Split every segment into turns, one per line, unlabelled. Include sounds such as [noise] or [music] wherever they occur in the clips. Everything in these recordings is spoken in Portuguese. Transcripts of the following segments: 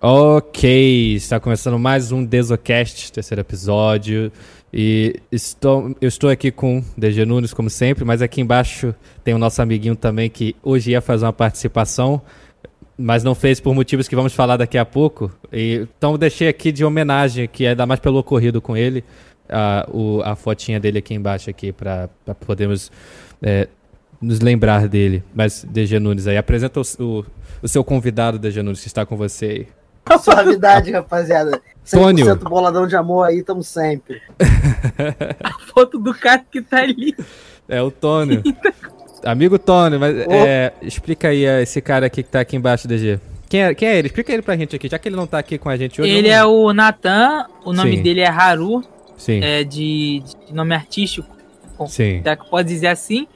Ok, está começando mais um Desocast, terceiro episódio. E estou, eu estou aqui com o DG Nunes, como sempre, mas aqui embaixo tem o nosso amiguinho também que hoje ia fazer uma participação, mas não fez por motivos que vamos falar daqui a pouco. E, então deixei aqui de homenagem, que é dar mais pelo ocorrido com ele, a, o- a fotinha dele aqui embaixo aqui para podermos é, nos lembrar dele. Mas DG Nunes aí, apresenta o, o, o seu convidado, DG Nunes, que está com você aí.
[laughs] Suavidade, rapaziada. 100%
Tônio.
boladão de amor aí, tamo sempre.
foto do cara que tá ali.
É o
[laughs]
Tônio. Amigo Tônio, mas
Ô.
é, explica aí é, esse cara aqui que tá aqui embaixo, DG. Quem é, quem é ele? Explica ele pra gente aqui, já que ele não tá aqui com a gente hoje.
Ele
eu
é
não-
o Natan, o nome
Sim.
dele é Haru,
Sim,
é de, de nome artístico,
sim.
tá? Que pode dizer assim.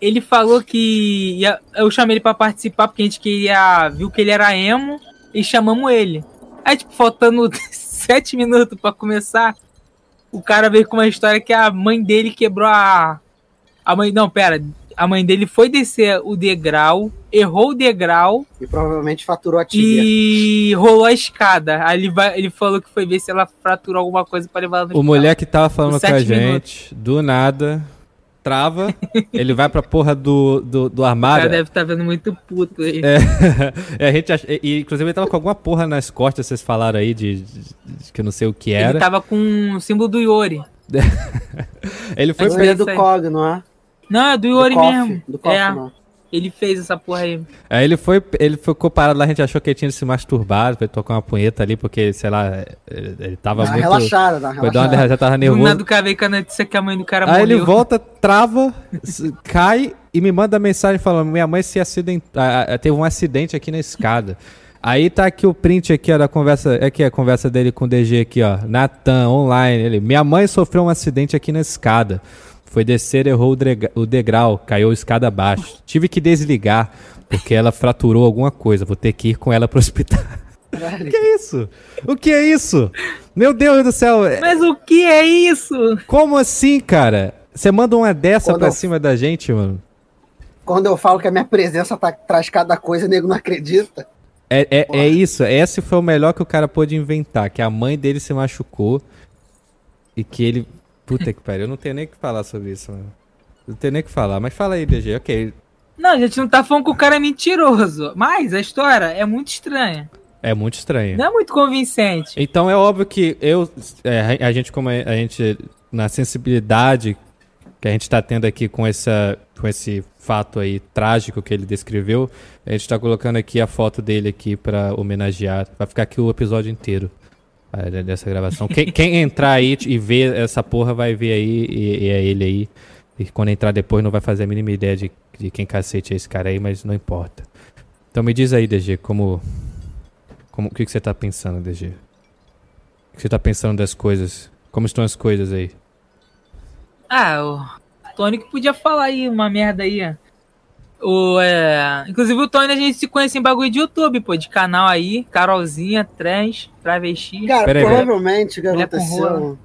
Ele falou que. ia- eu chamei ele pra participar porque a gente queria. Viu que ele era emo e chamamos ele. Aí, tipo, faltando [laughs] sete minutos pra começar, o cara veio com uma história que a mãe dele quebrou a. A mãe. Não, pera. A mãe dele foi descer o degrau, errou o degrau,
E provavelmente faturou a tibia.
E rolou a escada. Aí ele, vai- ele falou que foi ver se ela fraturou alguma coisa pra levar ela no
O
hospital.
moleque tava falando
Os
com a
sete
gente, do nada,
[laughs]
trava, ele vai pra porra do, do, do
O cara
armário.
deve estar vendo muito puto aí.
É, a gente ach- [laughs] e- e, inclusive ele tava com alguma porra nas costas, vocês falaram aí, de, de- de- que eu não sei o que
Ele tá
era.
tava com o símbolo do Iori.
Ele foi
Foi
Mas-
pra...
é do
isso aí.
COG, não é?
Não, é do
Do
Iori mesmo.
COF, do COF,
É.
não.
Ele fez essa porra aí.
Aí ele foi, ele ficou parado lá, a gente achou que ele tinha se masturbado, foi tocar uma punheta ali, porque, sei lá, ele, ele tava
Dá uma
muito...
relaxada, dá uma
Foi dar uma
relaxada.
derra- já tava
Do nada
nervoso.
o cara veio com a notícia que a mãe do cara
Aí
morreu.
ele volta, trava, s- cai e me manda mensagem falando: minha mãe se acidentou, teve um acidente aqui na escada. Aí tá aqui o print aqui, ó, da conversa, é aqui a conversa dele com o DG aqui, ó, Natan, online, ele, minha mãe sofreu um acidente aqui na escada, foi descer, errou o drega- o degrau, caiu a escada abaixo, tive que desligar, porque ela fraturou alguma coisa, vou ter que ir com ela pro hospital. [laughs] O que é isso? O que é isso? Meu Deus do céu, é-
Mas o que é isso?
como assim, cara? Você manda uma dessa
Quando
pra
eu-
cima da gente, mano?
Quando eu falo que a minha presença tá, traz cada coisa, nego não acredita.
É, é,
Porra.
é isso. Esse foi o melhor que o cara pôde inventar. Que a mãe dele se machucou e que ele... Puta que pariu, eu não tenho nem o que falar sobre isso, mano. Não tenho nem o que falar. Mas fala aí, DG. Ok.
Não, a gente não tá falando que o cara é mentiroso. Mas a história é muito estranha.
É muito estranho.
Não é muito convincente.
Então é óbvio que eu, é, a gente como é- a gente na sensibilidade que a gente está tendo aqui com essa, com esse fato aí trágico que ele descreveu, a gente está colocando aqui a foto dele aqui para homenagear. Vai ficar aqui o episódio inteiro ah, de- dessa gravação. Quem, quem entrar aí e ver essa porra vai ver aí e, e é ele aí. E quando entrar depois não vai fazer a mínima ideia de, de quem cacete é esse cara aí, mas não importa. Então me diz aí, DG, como, como o que, que você tá pensando, DG? O que você tá pensando das coisas? Como estão as coisas aí?
Ah, o Tony que podia falar aí uma merda aí. ó. O, é... Inclusive o Tony a gente se conhece em bagulho de YouTube, pô, de canal aí, Carolzinha, trans, travesti.
Cara,
Pera aí,
provavelmente o que
mulher com
aconteceu.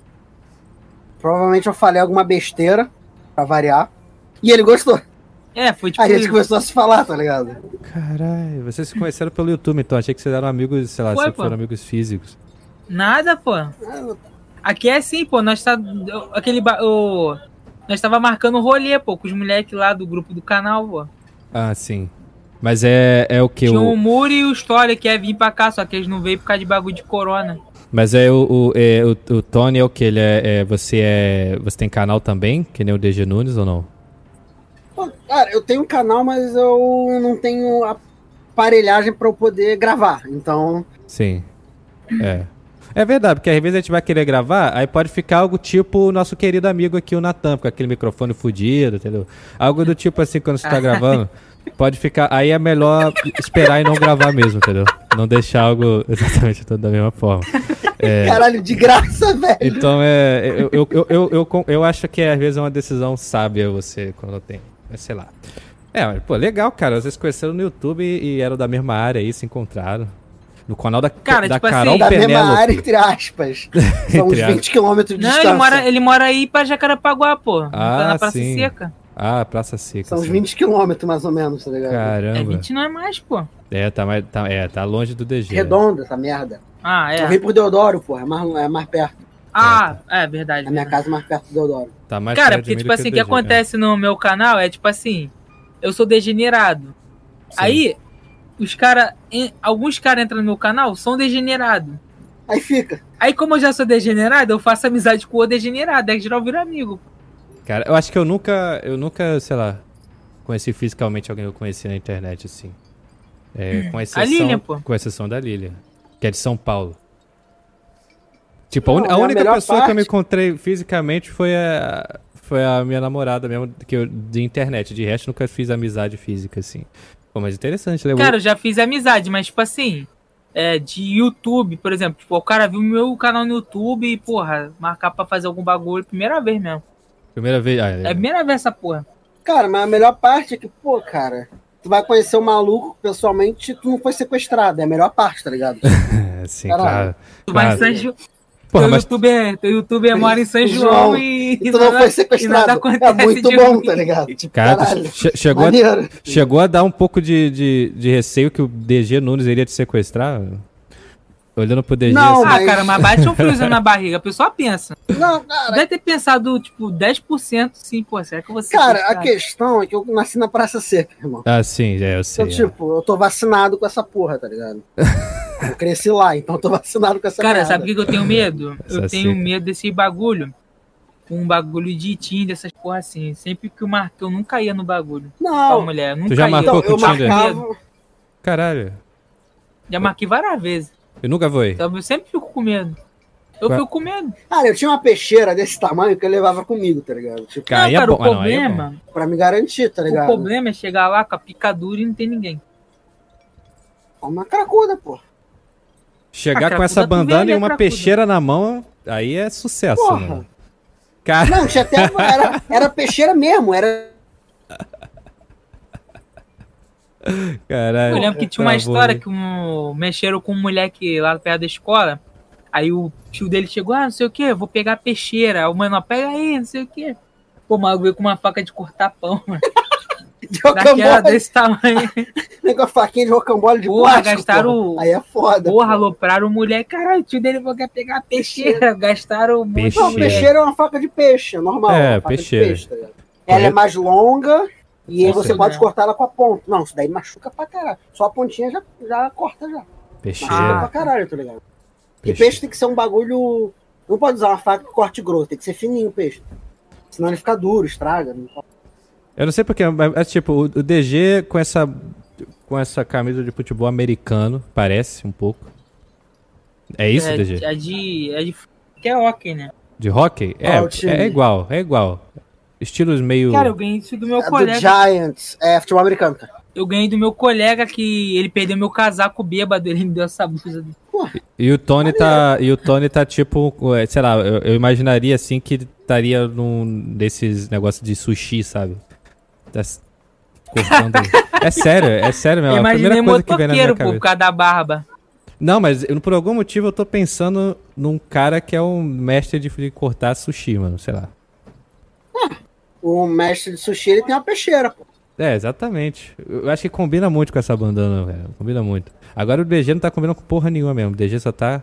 Provavelmente eu falei alguma besteira, pra variar. E ele gostou.
É, foi tipo.
Aí a gente começou a se falar, tá ligado?
Caralho, vocês se conheceram pelo YouTube, então. Achei que vocês eram amigos, sei lá,
Foi,
sempre
pô.
foram amigos físicos.
Nada, pô. Aqui é assim, pô. Nós tá. Aquele. Ba... O... Nós tava marcando um rolê, pô, com os moleques lá do grupo do canal, pô.
Ah, sim. Mas é, é o que?
Tinha um- o
O,
Muro e o Story que ia vir pra cá, só que eles não veio por causa de bagulho de corona.
mas é o, o, é, o, o Tony é o que? Ele é, é- Você é. Você tem canal também? Que nem o DG Nunes ou não?
Pô, Cara, eu tenho um canal, mas eu não tenho aparelhagem pra eu poder gravar. Então,
Sim. É. É verdade, porque às vezes a gente vai querer gravar, aí pode ficar algo tipo o nosso querido amigo aqui, o Natan, com aquele microfone fudido, entendeu? Algo do tipo assim, quando você
[laughs]
tá gravando, pode ficar. Aí é melhor esperar e não gravar mesmo, entendeu? Não deixar algo [laughs] exatamente da mesma forma. É.
caralho, de graça, [laughs] velho.
Então é. Eu, eu, eu, eu, eu, con- eu acho que às vezes é uma decisão sábia você quando tem. mas Sei lá. É, mas, pô, legal, cara. Vocês se conheceram no YouTube e, e eram da mesma área aí, se encontraram. No canal da,
Cara,
da
tipo assim,
Carol
da mesma
Penélope.
área, entre aspas. São
[laughs]
uns
Entre aspas.
20 quilômetros de
Não,
distância.
ele mora, ele mora aí pra Jacarapaguá, pô.
Ah,
tá na Praça
sim.
Seca.
Ah, Praça Seca.
São uns
sim.
20 quilômetros, mais ou menos, tá ligado?
É
Caramba.
20 não é mais, pô.
É, tá, mais- tá, é, tá longe do DG. né?
Redonda essa merda.
Ah,
Eu
é.
vim pro Deodoro, porra. É mais, é mais perto.
Ah, é verdade.
A minha casa é mais perto do Deodoro.
Tá mais
Cara,
perto de
porque,
mim
tipo
do
assim, o que
DG, né?
acontece no meu canal é, tipo assim, eu sou degenerado.
Sim.
Aí, os cara, em- alguns caras entram no meu canal, são degenerados.
Aí fica.
Aí, como eu já sou degenerado, eu faço amizade com o degenerado, é que geral vira amigo.
Cara, eu acho que eu nunca, eu nunca, sei lá, conheci fisicalmente alguém que eu conheci na internet, assim. É, com exceção,
Lilian, pô.
Com exceção da Lilian, que é de São Paulo. Tipo, a, un-
Não,
a
é a
única
melhor
pessoa que eu me
parte.
encontrei fisicamente foi a, foi a minha namorada mesmo, que eu, de internet. De resto, nunca fiz amizade física, assim. Pô, mas interessante, né? levou...
Cara, eu já fiz amizade, mas, tipo assim, é, de YouTube, por exemplo, tipo, o cara viu meu canal no YouTube e, porra, marcar pra fazer algum bagulho, primeira vez mesmo.
primeira vez... Ah,
É a primeira vez essa porra.
Cara, mas a melhor parte é que, pô, cara, tu vai conhecer o maluco pessoalmente e tu não foi sequestrado. É a melhor parte, tá ligado?
é, sim,
caralho.
claro.
Tu vai em
Claro.
São João.
Porra,
teu,
mas
youtuber, teu youtuber mora em São João
João,
e.
E tu
[laughs]
não foi
nada
Então sequestrado. É
acontece
muito
de
bom,
ruim.
tá ligado? Tipo,
Cara, tu
caralho.
che- chegou, a,
Maneiro.
chegou a dar um pouco de, de, de receio que o DG Nunes iria te sequestrar? Olhando pro DG
Não,
assim.
Ah,
mas-
cara, mas bate um friozinho na barriga. A pessoa pensa.
Não, cara,
Deve ter pensado, tipo, 10% sim, pô, será que você.
cara, a questão é que eu nasci na Praça Seca, irmão.
Ah, sim, é, eu sei.
Então,
é.
tipo, eu tô vacinado com essa porra,
[laughs]
tá ligado? Eu cresci lá, então eu tô vacinado com essa
Cara,
merda.
sabe o que que eu tenho medo?
Essa
Eu tenho
seca.
medo desse bagulho. Um bagulho de Tinder, essas porra assim. Sempre que eu marquei, eu nunca ia no bagulho. Com a
Não,
mulher, eu nunca
já
ia.
marcou?
então,
com
eu
o Tinder?
marcava.
é. Caralho,
Já marquei várias vezes.
eu nunca vou aí.
Então eu sempre fico com medo. Eu
Ué.
fico com medo.
Cara, eu tinha uma peixeira desse tamanho que eu levava comigo, tá ligado? Tipo,
Cara, aí é
o
bom. Ah, não, aí é
problema.
pra me garantir, tá
O
ligado?
problema é chegar lá com a picadura e não tem ninguém.
Uma cracuda, pô.
Chegar
Ah,
com essa
cracuda, tu
bandana
vê,
e
né,
uma
cracuda?
peixeira na mão, aí é sucesso,
Porra.
mano. Cara,
Não, tinha até uma- era, era peixeira mesmo, era.
caralho.
Eu lembro que tinha uma história que um, mexeram com um moleque lá perto da escola. Aí o tio dele chegou, ah, não sei o que, vou pegar a peixeira. Aí O mano, ó, pega aí, não sei o que. Pô, o maluco veio com uma faca de cortar pão, mano.
De
Daquela
rocambole,
desse tamanho.
né, com a faquinha de rocambole de
Porra,
plástico.
gastaram
porra.
o-
Aí é foda.
Porra,
pô.
alopraram o moleque. Caralho, o tio dele vai pegar a peixeira. Gastaram um monte de
Não,
Peixeira.
mulher.
peixeira é uma faca de peixe, é normal.
É,
uma faca de
peixeira.
peixe, tá ligado? ela é mais longa e aí
Com
você
certeza.
pode cortar ela com a ponta. Não, isso daí machuca pra caralho. Só a pontinha já, já corta já. Machuca
Peixeira.
Ah,
pra caralho, tá ligado? E
peixeira.
peixe tem que ser um bagulho. Não pode usar uma faca que corte grosso, tem que ser fininho o peixe. Senão ele fica duro, estraga. não pode.
Eu não sei porquê, mas é tipo, o o DG com essa, com essa camisa de futebol americano, parece um pouco. É isso,
é,
DG?
é de. É de. Que é ok, né?
De hockey?
Qual time?
É, é igual, é igual. Estilos meio.
Cara, eu ganhei isso do meu
É do
colega.
Giants, é futebol americano. cara.
Eu ganhei do meu colega que ele perdeu meu casaco bêbado, ele me deu essa blusa.
E o Tony tá. E o Tony tá tipo. é, Sei lá, eu, eu imaginaria assim que ele estaria num desses negócios de sushi, sabe? Tá s-
[laughs]
cortando. é sério, é sério
Eu
mesmo. É a
imaginei
primeira coisa que vem na minha
motoqueiro, pô,
cabeça.
por causa da barba.
Não, mas eu- por algum motivo eu tô pensando num cara que é um mestre de, de cortar sushi, mano. Sei lá.
O mestre de sushi ele tem uma peixeira, pô.
É, exatamente. Eu acho que combina muito com essa bandana, velho. Combina muito. Agora o DG não tá combinando com porra nenhuma mesmo. O DG só tá.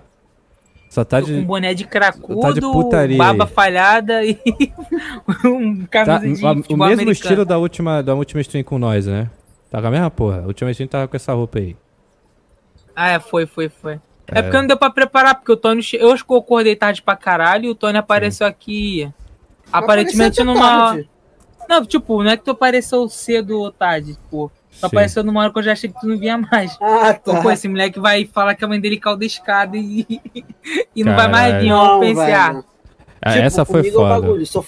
Só tá
Tô com um
de.
boné de cracudo,
tá de putaria
barba
aí.
falhada e [laughs] um
Tá,
camisa
tipo
de
o- o
futebol
mesmo
americano.
estilo da última, da última stream com nós, né? Tá com a mesma porra. A última stream tava com essa roupa aí.
Ah, é, foi, foi, foi. É. porque não deu pra preparar, porque o Tony... che- Eu acho que eu acordei tarde pra caralho e o Tony apareceu aqui... Aparentemente
Apareceu até
numa...
tarde.
Não, tipo, não é que tu apareceu cedo ou tarde, tipo... Tu
Sim.
apareceu numa hora que eu já achei que tu não vinha mais.
Ah,
Pô,
tá.
pô, esse moleque vai falar que a mãe dele calda a escada e, [laughs] e não vai mais
Caralho.
vir. Eu
Não,
pensei,
velho,
ah,
não.
Ah,
Tipo,
essa foi
comigo é o
foda.
bagulho, sou-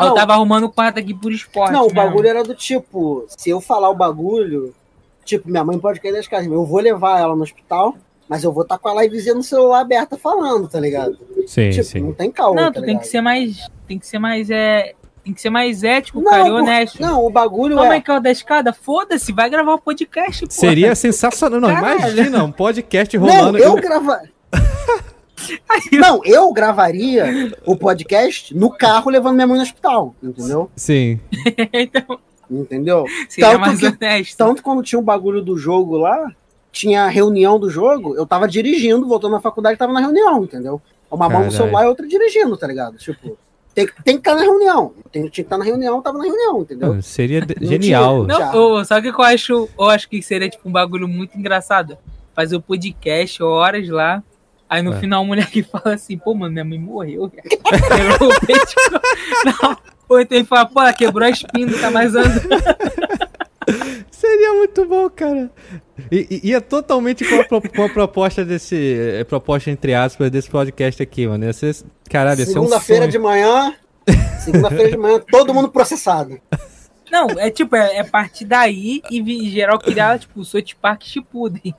eu
Não,
tava arrumando Ah, o quarto aqui por esporte.
Não, o
mesmo.
bagulho era do tipo, se eu falar o bagulho, tipo, minha mãe pode cair das casas, eu vou levar ela no hospital, mas eu vou estar com a livezinha no celular aberta falando, tá ligado?
Sim,
tipo, não
sim.
tem calma,
Não,
tá
tu tem
ligado?
que ser mais. Tem que ser mais. É, tem que ser mais ético,
Não,
um cara, e
por-
honesto. Não,
Não, o bagulho
Como
é...
é que é o da escada? Foda-se, vai gravar o podcast, pô.
Seria sensacional. Não,
Caralho.
imagina um podcast
Não,
[laughs]
rolando.
eu gravar... Não, eu gravaria o podcast no carro levando minha mãe no hospital, entendeu?
Sim.
então,
Entendeu?
[laughs] seria
Tanto
mais
que-
honesto.
Tanto quando tinha o bagulho do jogo lá, tinha a reunião do jogo, eu tava dirigindo, voltando na faculdade, tava na reunião, entendeu? Uma mão no
Caralho.
celular e outra dirigindo, tá ligado? Tipo, tem, que- tem que estar na reunião. Tem, tinha que estar na reunião, tava na reunião, entendeu?
Não, seria de-
Não
genial.
tinha-
Não,
Já.
ô, sabe o que eu acho? Eu acho que seria tipo um bagulho muito engraçado. Fazer o podcast horas lá. Aí no
É.
final o moleque [laughs] fala assim, pô, mano, minha mãe morreu. [laughs] cara. Quebrou o peito. [laughs] Não. Ou então ele fala, pô, ela quebrou a espinha, não tá mais andando.
Seria muito bom, cara. E, e- e é totalmente com a, pro- com a proposta desse. eh, Proposta, entre aspas, desse podcast aqui, mano. Ia ser, caralho, ia ser um
Segunda-feira
sonho.
de manhã, segunda-feira de manhã, todo mundo processado. [laughs]
Não, é tipo, é, é partir daí e vi- geral criar, tipo, o South Park Chipuden.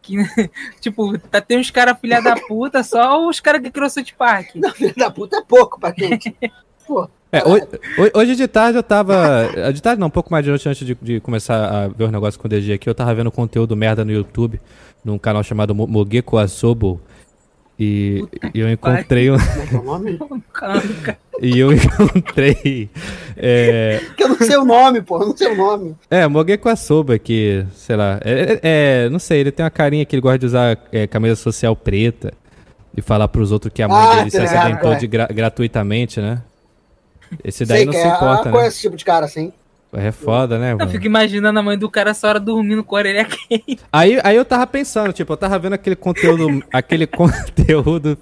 Que, [laughs] tipo, tá, tem uns caras filha da puta, só os caras que criou o South Park.
Não, filho da puta é pouco pra gente. Pô,
É, hoje, ho- hoje de tarde eu tava. De tarde não, um pouco mais de noite antes de, de começar a ver o negócio com o DG aqui, eu tava vendo conteúdo merda no YouTube, num canal chamado Mo- Mogeko Asobo. E, e eu encontrei um, [laughs]
como é que é o nome?
E eu encontrei. É,
Que eu não sei o nome, pô, eu não sei o nome.
é Mogeko Asobo que, sei lá. É, é- é, não sei, ele tem uma carinha que ele gosta de usar é, camisa social preta e falar pros outros que a mãe
Ah,
dele se
tá ligado,
acidentou
é.
de gra- gratuitamente, né? Esse daí
Sei
não
que
se
é, ah,
importa, né?
conhece esse tipo de cara assim.
É foda, né,
Eu
mano?
fico imaginando a mãe do cara essa hora dormindo com é a orelha
Aí, aí eu tava pensando, tipo, eu tava vendo aquele
[laughs]
conteúdo. aquele conteúdo.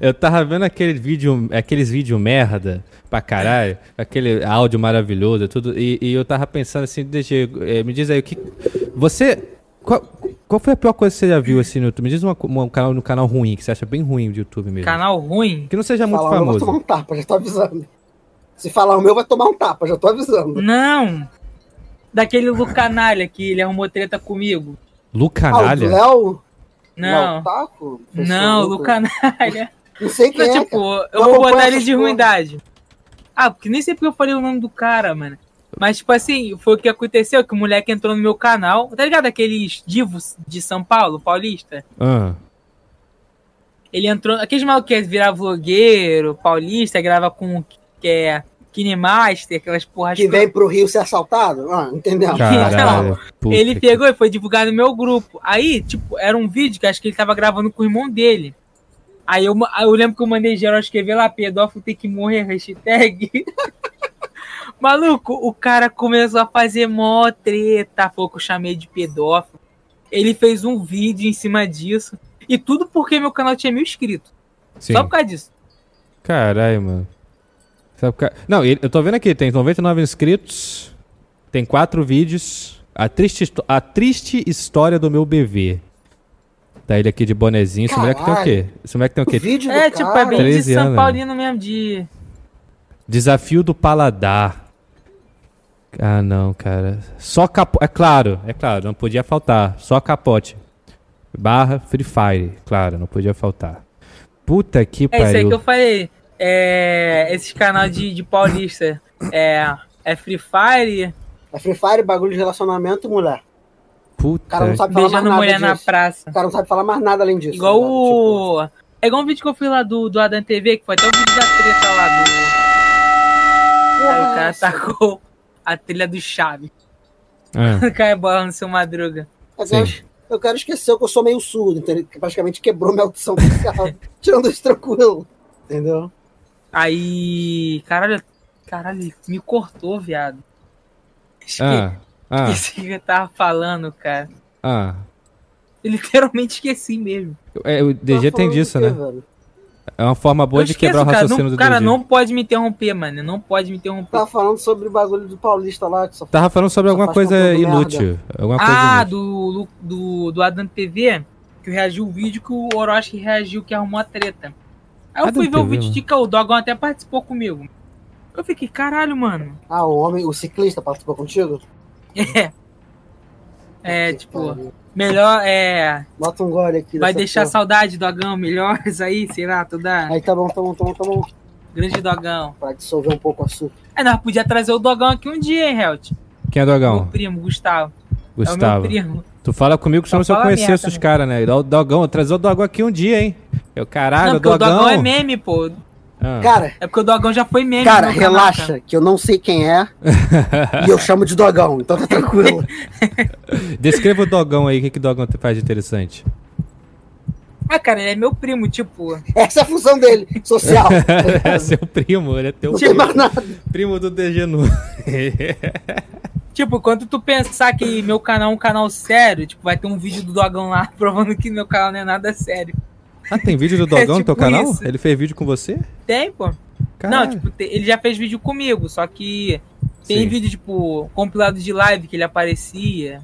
eu tava vendo aquele vídeo, aqueles vídeos merda pra caralho, aquele áudio maravilhoso e tudo, e, e eu tava pensando assim, DG, eh, me diz aí o que. Você. Qual, qual foi a pior coisa que você já viu assim no YouTube? Me diz uma co- um canal, um canal ruim, que você acha bem ruim de YouTube mesmo.
Canal ruim?
Que não seja É muito
falar o meu vai tomar
famoso.
um tapa, já tô avisando. Se falar o meu, vai tomar um tapa, já tô avisando.
Não! Daquele do canalha que ele arrumou treta comigo.
Lucanalha?
Ah, o Léo?
Não,
Léo Taco?
não, do canalha.
Não sei quem
Não,
é.
tipo,
cara.
eu
Não
vou
acompanha
botar ele
essas
de
porra.
ruindade. Ah, porque nem sei porque eu falei o nome do cara, mano. Mas, tipo assim, foi o que aconteceu, que o moleque entrou no meu canal. Tá ligado aqueles divos de São Paulo, paulista?
Ah,
Ele entrou. Aqueles malucos que virar vlogueiro, paulista, grava com que é Kinemaster, aquelas porras
Que vem pro Rio ser assaltado? Ah, entendeu?
caralho. puta
ele
que-
pegou e foi divulgar no meu grupo. Aí, tipo, era um vídeo que acho que ele tava gravando com o irmão dele. Aí eu, ma- aí eu lembro que eu mandei geral escrever lá, pedófilo tem que morrer, hashtag. [laughs] Maluco, o cara começou a fazer mó treta, foi o que eu chamei de pedófilo. Ele fez um vídeo em cima disso. E tudo porque meu canal tinha mil inscritos.
Sim.
Só por causa disso.
Caralho, mano. Sabe por ca- Não, ele- eu tô vendo aqui, tem 99 inscritos, tem quatro vídeos. A triste, histó- a triste história do meu bebê. Tá ele aqui de bonezinho. Esse moleque tem o quê? Esse moleque tem o
O
quê?
vídeo
É,
do
tipo, é
cara,
bem de
13
São
anos,
Paulino mesmo, de.
Desafio do paladar. Ah, não, cara. Só capote. É claro, é claro, não podia faltar. Só capote. Barra Free Fire. Claro, não podia faltar. Puta que
É isso aí que eu
pariu.
falei. É, esses canal de, de paulista. É, é Free Fire,
É Free Fire, bagulho de relacionamento e mulher. O
Puta.
cara não sabe falar mais
beijando
nada
mulher na
disso.
praça.
O cara não sabe falar mais nada além disso.
Igual
tá ligado?
o. É igual um vídeo que eu fiz lá do, do Adam TV, que foi até o vídeo da treta lá do.
Tipo,
Aí o cara tá
nossa.
tacou a trilha do [laughs] Chave.
[laughs]
Ah,
Cai é bola no seu madruga.
Eu quero-
Sim.
Eu quero esquecer que eu sou meio surdo, entendeu? Que praticamente quebrou minha
[laughs]
audição social. Tirando isso tranquilo. Entendeu?
Aí. Caralho, caralho, ele me cortou, viado. Esque-
ah, ah,
Esqueci o que eu tava falando, cara.
ah.
Eu literalmente esqueci mesmo.
É, o DG
Tava
tem
falando
disso,
do quê,
né?
velho?
É uma forma boa
Eu
de
esqueço,
quebrar o
cara.
raciocínio
não,
do
Cara,
DG.
não pode me interromper, mano. Não pode me interromper.
Tava falando sobre o bagulho do Paulista lá, que só
Tava falando sobre
Só
alguma
faz
coisa
conteúdo
inútil. Alguma
ah,
coisa inútil.
do, Lu- do, do Adam TV, que reagiu o vídeo que o Orochi reagiu, que arrumou a treta. Aí eu
Adam
fui ver o
TV,
vídeo
mano.
de que o Dogon até participou comigo. Eu fiquei, caralho, mano.
Ah, o homem, o ciclista participou contigo?
É. É,
Que
tipo,
pariu.
melhor é.
Bota um gole aqui.
Vai
dessa
deixar
porra.
saudade, Dogão. Melhores aí, sei lá, toda.
Aí tá bom, tá bom, tá bom, tá bom.
Grande Dogão.
Pra dissolver um pouco o açúcar.
Aí nós podíamos trazer o Dogão aqui um dia, hein, Helt?
Quem é
Meu
Dogão?
primo, Gustavo. É o meu
Gustavo.
primo.
Tu fala comigo
Só
como se eu
fala merda,
conhecesse os
né?
caras, né? O Dogão, eu trazer o Dogão aqui um dia, hein? Eu, caralho,
não,
o
porque o
Dogão.
Dogão é meme, pô.
Ah.
Cara,
É porque o Dogão já foi meme.
cara,
no meu canal,
relaxa,
cara.
que eu não sei quem é e eu chamo de dogão, então tá tranquilo.
Descreva o Dogão aí, o que, que o Dogão faz de
[laughs]
interessante?
Ah, cara, ele é meu primo, tipo.
Essa é a função dele, social.
é seu primo, ele é teu
Não tem mais nada.
primo do Degenu.
Tipo, quando tu pensar que meu canal é um canal sério, tipo, vai ter um vídeo do Dogão lá [laughs] provando que meu canal não é nada sério.
[laughs] ah, tem vídeo do Dogão no teu
tipo
canal?
isso.
Ele fez vídeo com você?
Tem, pô. Não,
Caralho.
tipo, te- ele já fez vídeo comigo, só que tem
Sim.
vídeo, tipo, compilado de live que ele aparecia.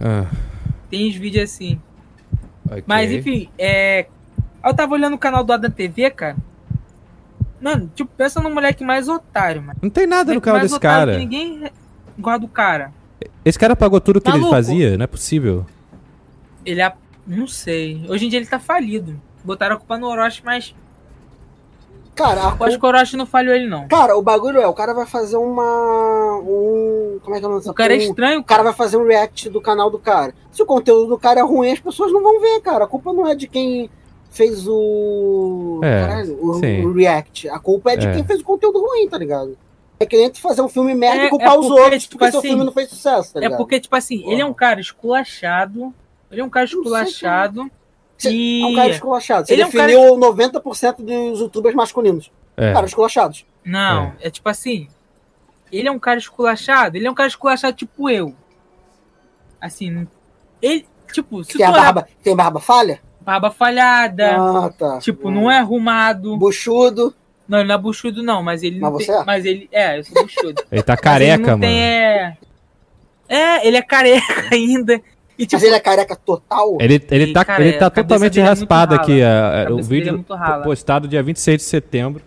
Ah,
Tem os vídeos assim.
ok.
Mas enfim, é. Eu tava olhando o canal do Adam TV, cara. Mano, tipo, pensa no moleque mais otário, mano.
Não tem nada no
Moleque
canal
mais
desse cara.
otário que Ninguém gosta do cara.
Esse cara pagou tudo que ele
Maluco.
fazia? Não é possível.
Ele é. Não sei. Hoje em dia ele tá falido. Botaram a culpa no Orochi, mas
Cara, a
eu acho que o Orochi não falhou ele, não.
Cara, o bagulho é, o cara vai fazer uma. Um. Como é que é o nome dessa
O cara é
porra?
estranho,
O cara
cara.
vai fazer um react do canal do cara. Se o conteúdo do cara é ruim, as pessoas não vão ver, cara. A culpa não é de quem fez o.
É,
Caralho, o,
sim.
o react. A culpa é de
É.
quem fez o conteúdo ruim, tá ligado? É que nem tu fazer um filme merda
É-
e culpar
é
os
porque,
outros
tipo
porque seu
assim,
filme não fez sucesso, tá
É
ligado?
porque, tipo assim, ele é um cara esculachado. Ele é um cara
Não sei, cara.
esculachado.
Você-
e...
É um cara esculachado. Você
Ele é um cara
definiu 90% dos youtubers masculinos.
É.
Caras esculachados.
Não, é. tipo assim. Ele é um cara esculachado, ele é um cara esculachado tipo eu. Assim, não- ele, tipo, se
Tem é a
tu olhar-
barba, tem barba falha?
barba falhada,
Ah, tá.
tipo, não é arrumado.
Buchudo.
Não, ele não é buchudo não, mas ele não
Mas
tem,
você é?
mas ele é, eu sou buchudo.
Ele tá
Mas ele
careca,
não
mano.
Tem, é... é, ele é careca [laughs] ainda. E tipo,
Mas ele é careca total?
Ele, ele,
E,
tá,
cara,
ele tá
a cabeça
totalmente
dele é muito
raspado
rala.
aqui. a- a-
a
o
cabeça dele é
vídeo
muito rala.
postado dia 26 de setembro.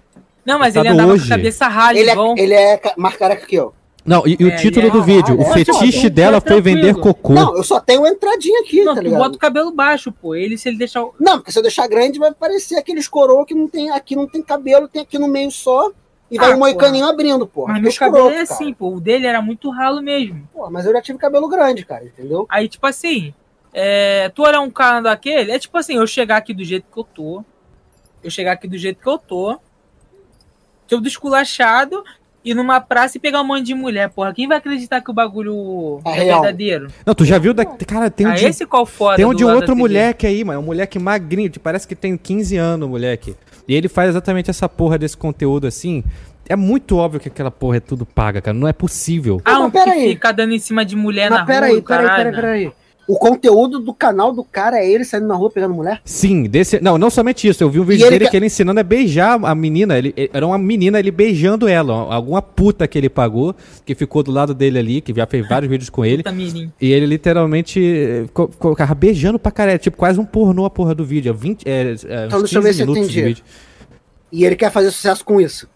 não, mas ele
postado
andava
tá hoje.
com a cabeça rala,
Ele é,
igual-
ele é ca- mais careca que eu.
Não, e, e o
É,
título
e é-
do vídeo,
Caralho,
o
é,
fetiche
tipo,
dela foi
tranquilo.
vender cocô.
Não, eu só tenho entradinha aqui,
Não,
tá
tu
ligado?
bota o cabelo baixo, pô. Ele se ele deixar o-
Não, porque se eu deixar grande, vai parecer aqueles coroa que não tem. Aqui não tem cabelo, tem aqui no meio só. E vai
Ah,
um moicaninho abrindo, porra.
Mas
Fica
meu cabelo
escroto,
é assim, pô. O dele era muito ralo mesmo.
Cara. Porra, mas eu já tive cabelo grande, cara, entendeu?
Aí, tipo assim, é, tu olhar um cara daquele, é tipo assim, eu chegar aqui do jeito que eu tô. Eu chegar aqui do jeito que eu tô. Todo esculachado. E numa praça e pegar um monte de mulher, porra. Quem vai acreditar que o bagulho
É
é,
real.
verdadeiro?
Não, tu já viu da. Cara, tem um
Ah,
de,
esse qual foda.
tem um
do
de um
lado
outro
da TV.
moleque aí, mano. Um moleque magrinho, tipo, parece que tem 15 anos, moleque. E ele faz exatamente essa porra desse conteúdo assim. É muito óbvio que aquela porra é tudo paga, cara. Não é possível.
Ah,
Não,
um
pera
que
aí.
fica dando em cima de mulher É na
mas
rua,
peraí,
do caralho.
peraí, peraí, peraí. O conteúdo do canal do cara é ele saindo na rua pegando mulher?
Sim, desse. Não, não somente isso. Eu vi um
E
vídeo
ele
dele
quer-
que ele ensinando a beijar a menina. Ele, ele- era uma menina, ele beijando ela. ó, Alguma puta que ele pagou, que ficou do lado dele ali, que já fez vários vídeos com ele.
Puta, mirim.
E ele literalmente eh, ficou, ficou o cara beijando pra caralho. Tipo, quase um pornô a porra do vídeo. É 20, é, é,
Então,
uns
deixa
15
eu ver se eu
minutos de
entendi.
vídeo.
E ele quer fazer sucesso com isso.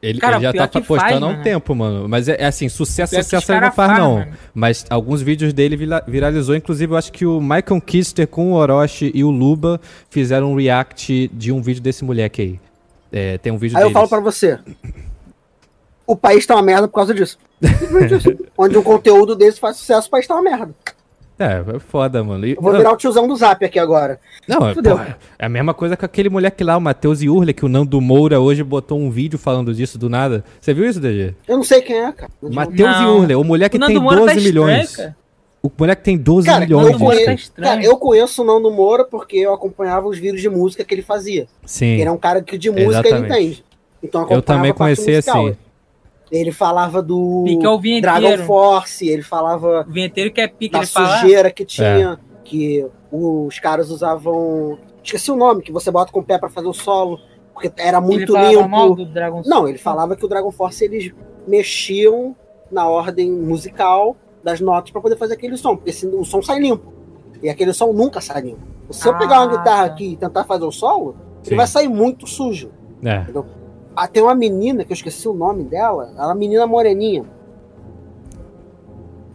Ele,
Cara,
ele já
pior
tá
que faz,
postando há um
mano.
tempo, mano. Mas é, é assim, sucesso,
Pior que os
sucesso ele
cara
não faz,
faz,
não.
mano.
Mas alguns vídeos dele vira- viralizou. Inclusive, eu acho que o Michael Kister com o Orochi e o Luba fizeram um react de um vídeo desse moleque aí. É, tem um vídeo
Aí eu
deles.
falo pra você. O país tá uma merda por causa disso. Onde um conteúdo desse faz sucesso, o país tá uma merda.
É, é foda, mano. E-
Eu vou virar o tiozão do zap aqui agora.
Não, é,
Fudeu.
pô, é a mesma coisa com aquele moleque lá, o Matheus Iurla, que o Nando Moura hoje botou um vídeo falando disso do nada. Você viu isso, DG?
Eu não sei quem é, cara. Não digo-
Matheus
Não.
Iurla, o moleque
O
tem
Nando
12
Moura tá
milhões.
estranho, cara.
O moleque tem 12
Cara,
milhões.
eu
Nando Moura
disso.
tá
conheço-
estranho.
Né?
Cara, eu conheço o Nando Moura porque eu acompanhava os vídeos de música que ele fazia.
Sim.
Ele é um cara que de música
Exatamente.
ele entende. Então
Eu
acompanhava
também
a parte
conheci
musical.
assim.
Ele falava do
Pique é o vinheteiro.
Dragon Force, ele falava
O vinheteiro que é pique,
da
ele fala.
sujeira
É.
que tinha, que os caras usavam. Esqueci o nome, que você bota com o pé pra fazer o solo, porque era
Ele
muito
falava
limpo.
mal do Dragon
Não, ele falava que o Dragon Force eles mexiam na ordem musical das notas pra poder fazer aquele som, porque se- o som sai limpo. E aquele som nunca sai limpo. Se eu
Ah,
pegar uma guitarra
tá.
aqui e tentar fazer o solo,
Sim.
ele vai sair muito sujo.
É.
Ah, tem uma menina, que eu esqueci o nome dela, ela é uma menina moreninha.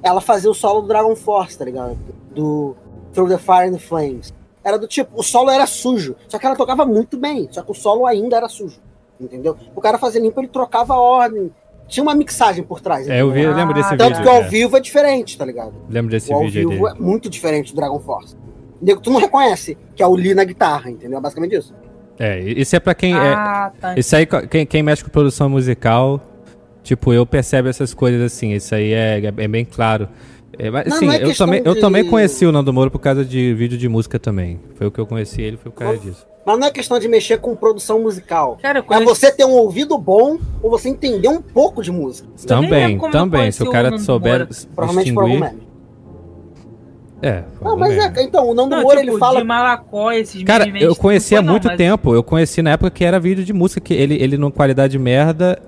Ela fazia o solo do Dragon Force, tá ligado? Do Through the Fire and the Flames. Era do tipo, o solo era sujo, só que ela tocava muito bem, só que o solo ainda era sujo, entendeu? O cara fazia limpo, ele trocava a ordem, Tinha uma mixagem por trás.
É, eu vi, eu lembro desse
Ah,
Tanto
vídeo.
que o ao
é.
vivo é diferente, tá ligado?
Lembro desse
o ao
vídeo aí
vivo
dele.
é muito diferente do Dragon Force. Nego, tu não reconhece que é o Lee na guitarra, entendeu? É basicamente isso.
É, esse é pra quem. é-
Ah, tá.
Isso aí, quem, quem mexe com produção musical, tipo, eu percebo essas coisas assim, isso aí é, é bem claro. É, mas,
Não,
assim,
não é
eu,
questão
também, eu
de-
também conheci o Nando Moro por causa de vídeo de música também. Foi o que eu conheci ele, foi por causa disso.
Mas não é questão de mexer com produção musical.
Cara, eu
É
conheço-
você ter um ouvido bom ou você entender um pouco de música.
Eu nem
Também,
lembro como eu
também. Se
conheci
o
o
cara
Nando
souber
Moura.
Provavelmente por algum
distinguir.
meme.
É, por
Não,
algum
mas
meme.
é, então, o Nando
Não,
Moura,
tipo,
ele fala
de Malacó, esses
Cara,
meninos,
eu
não
conheci
foi
há
não,
muito
mas-
tempo. Eu conheci na época que era vídeo de música, que ele, ele numa qualidade merda.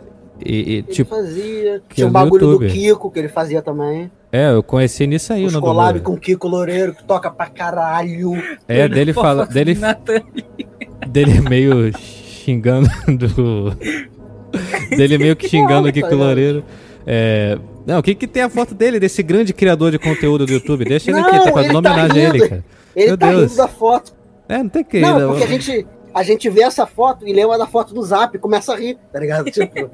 E, e,
que
tipo,
ele fazia.
que
Tinha
é
um
do
bagulho
YouTube.
do Kiko que ele fazia também.
é, eu conheci nisso aí, o
Os
Nando
collab
Moura.
com o Kiko Loureiro, que toca pra caralho.
É, dele,
Pô, [laughs]
fala, dele,
Nathan,
dele meio xingando [laughs] do. dele
[laughs]
meio que xingando o
tá
Kiko Loureiro. É, Não, o que que tem a foto dele, desse grande criador de conteúdo do YouTube? Deixa ele aqui,
Não,
tá fazendo
ele
uma
tá
homenagem a
rindo.
ele, cara.
Ele
Meu
tá
Deus.
rindo da foto.
É, não tem que
Não,
né?
porque a gente, a gente vê essa foto e lembra da foto do Zap e começa a rir, tá ligado?
[laughs]
Tipo,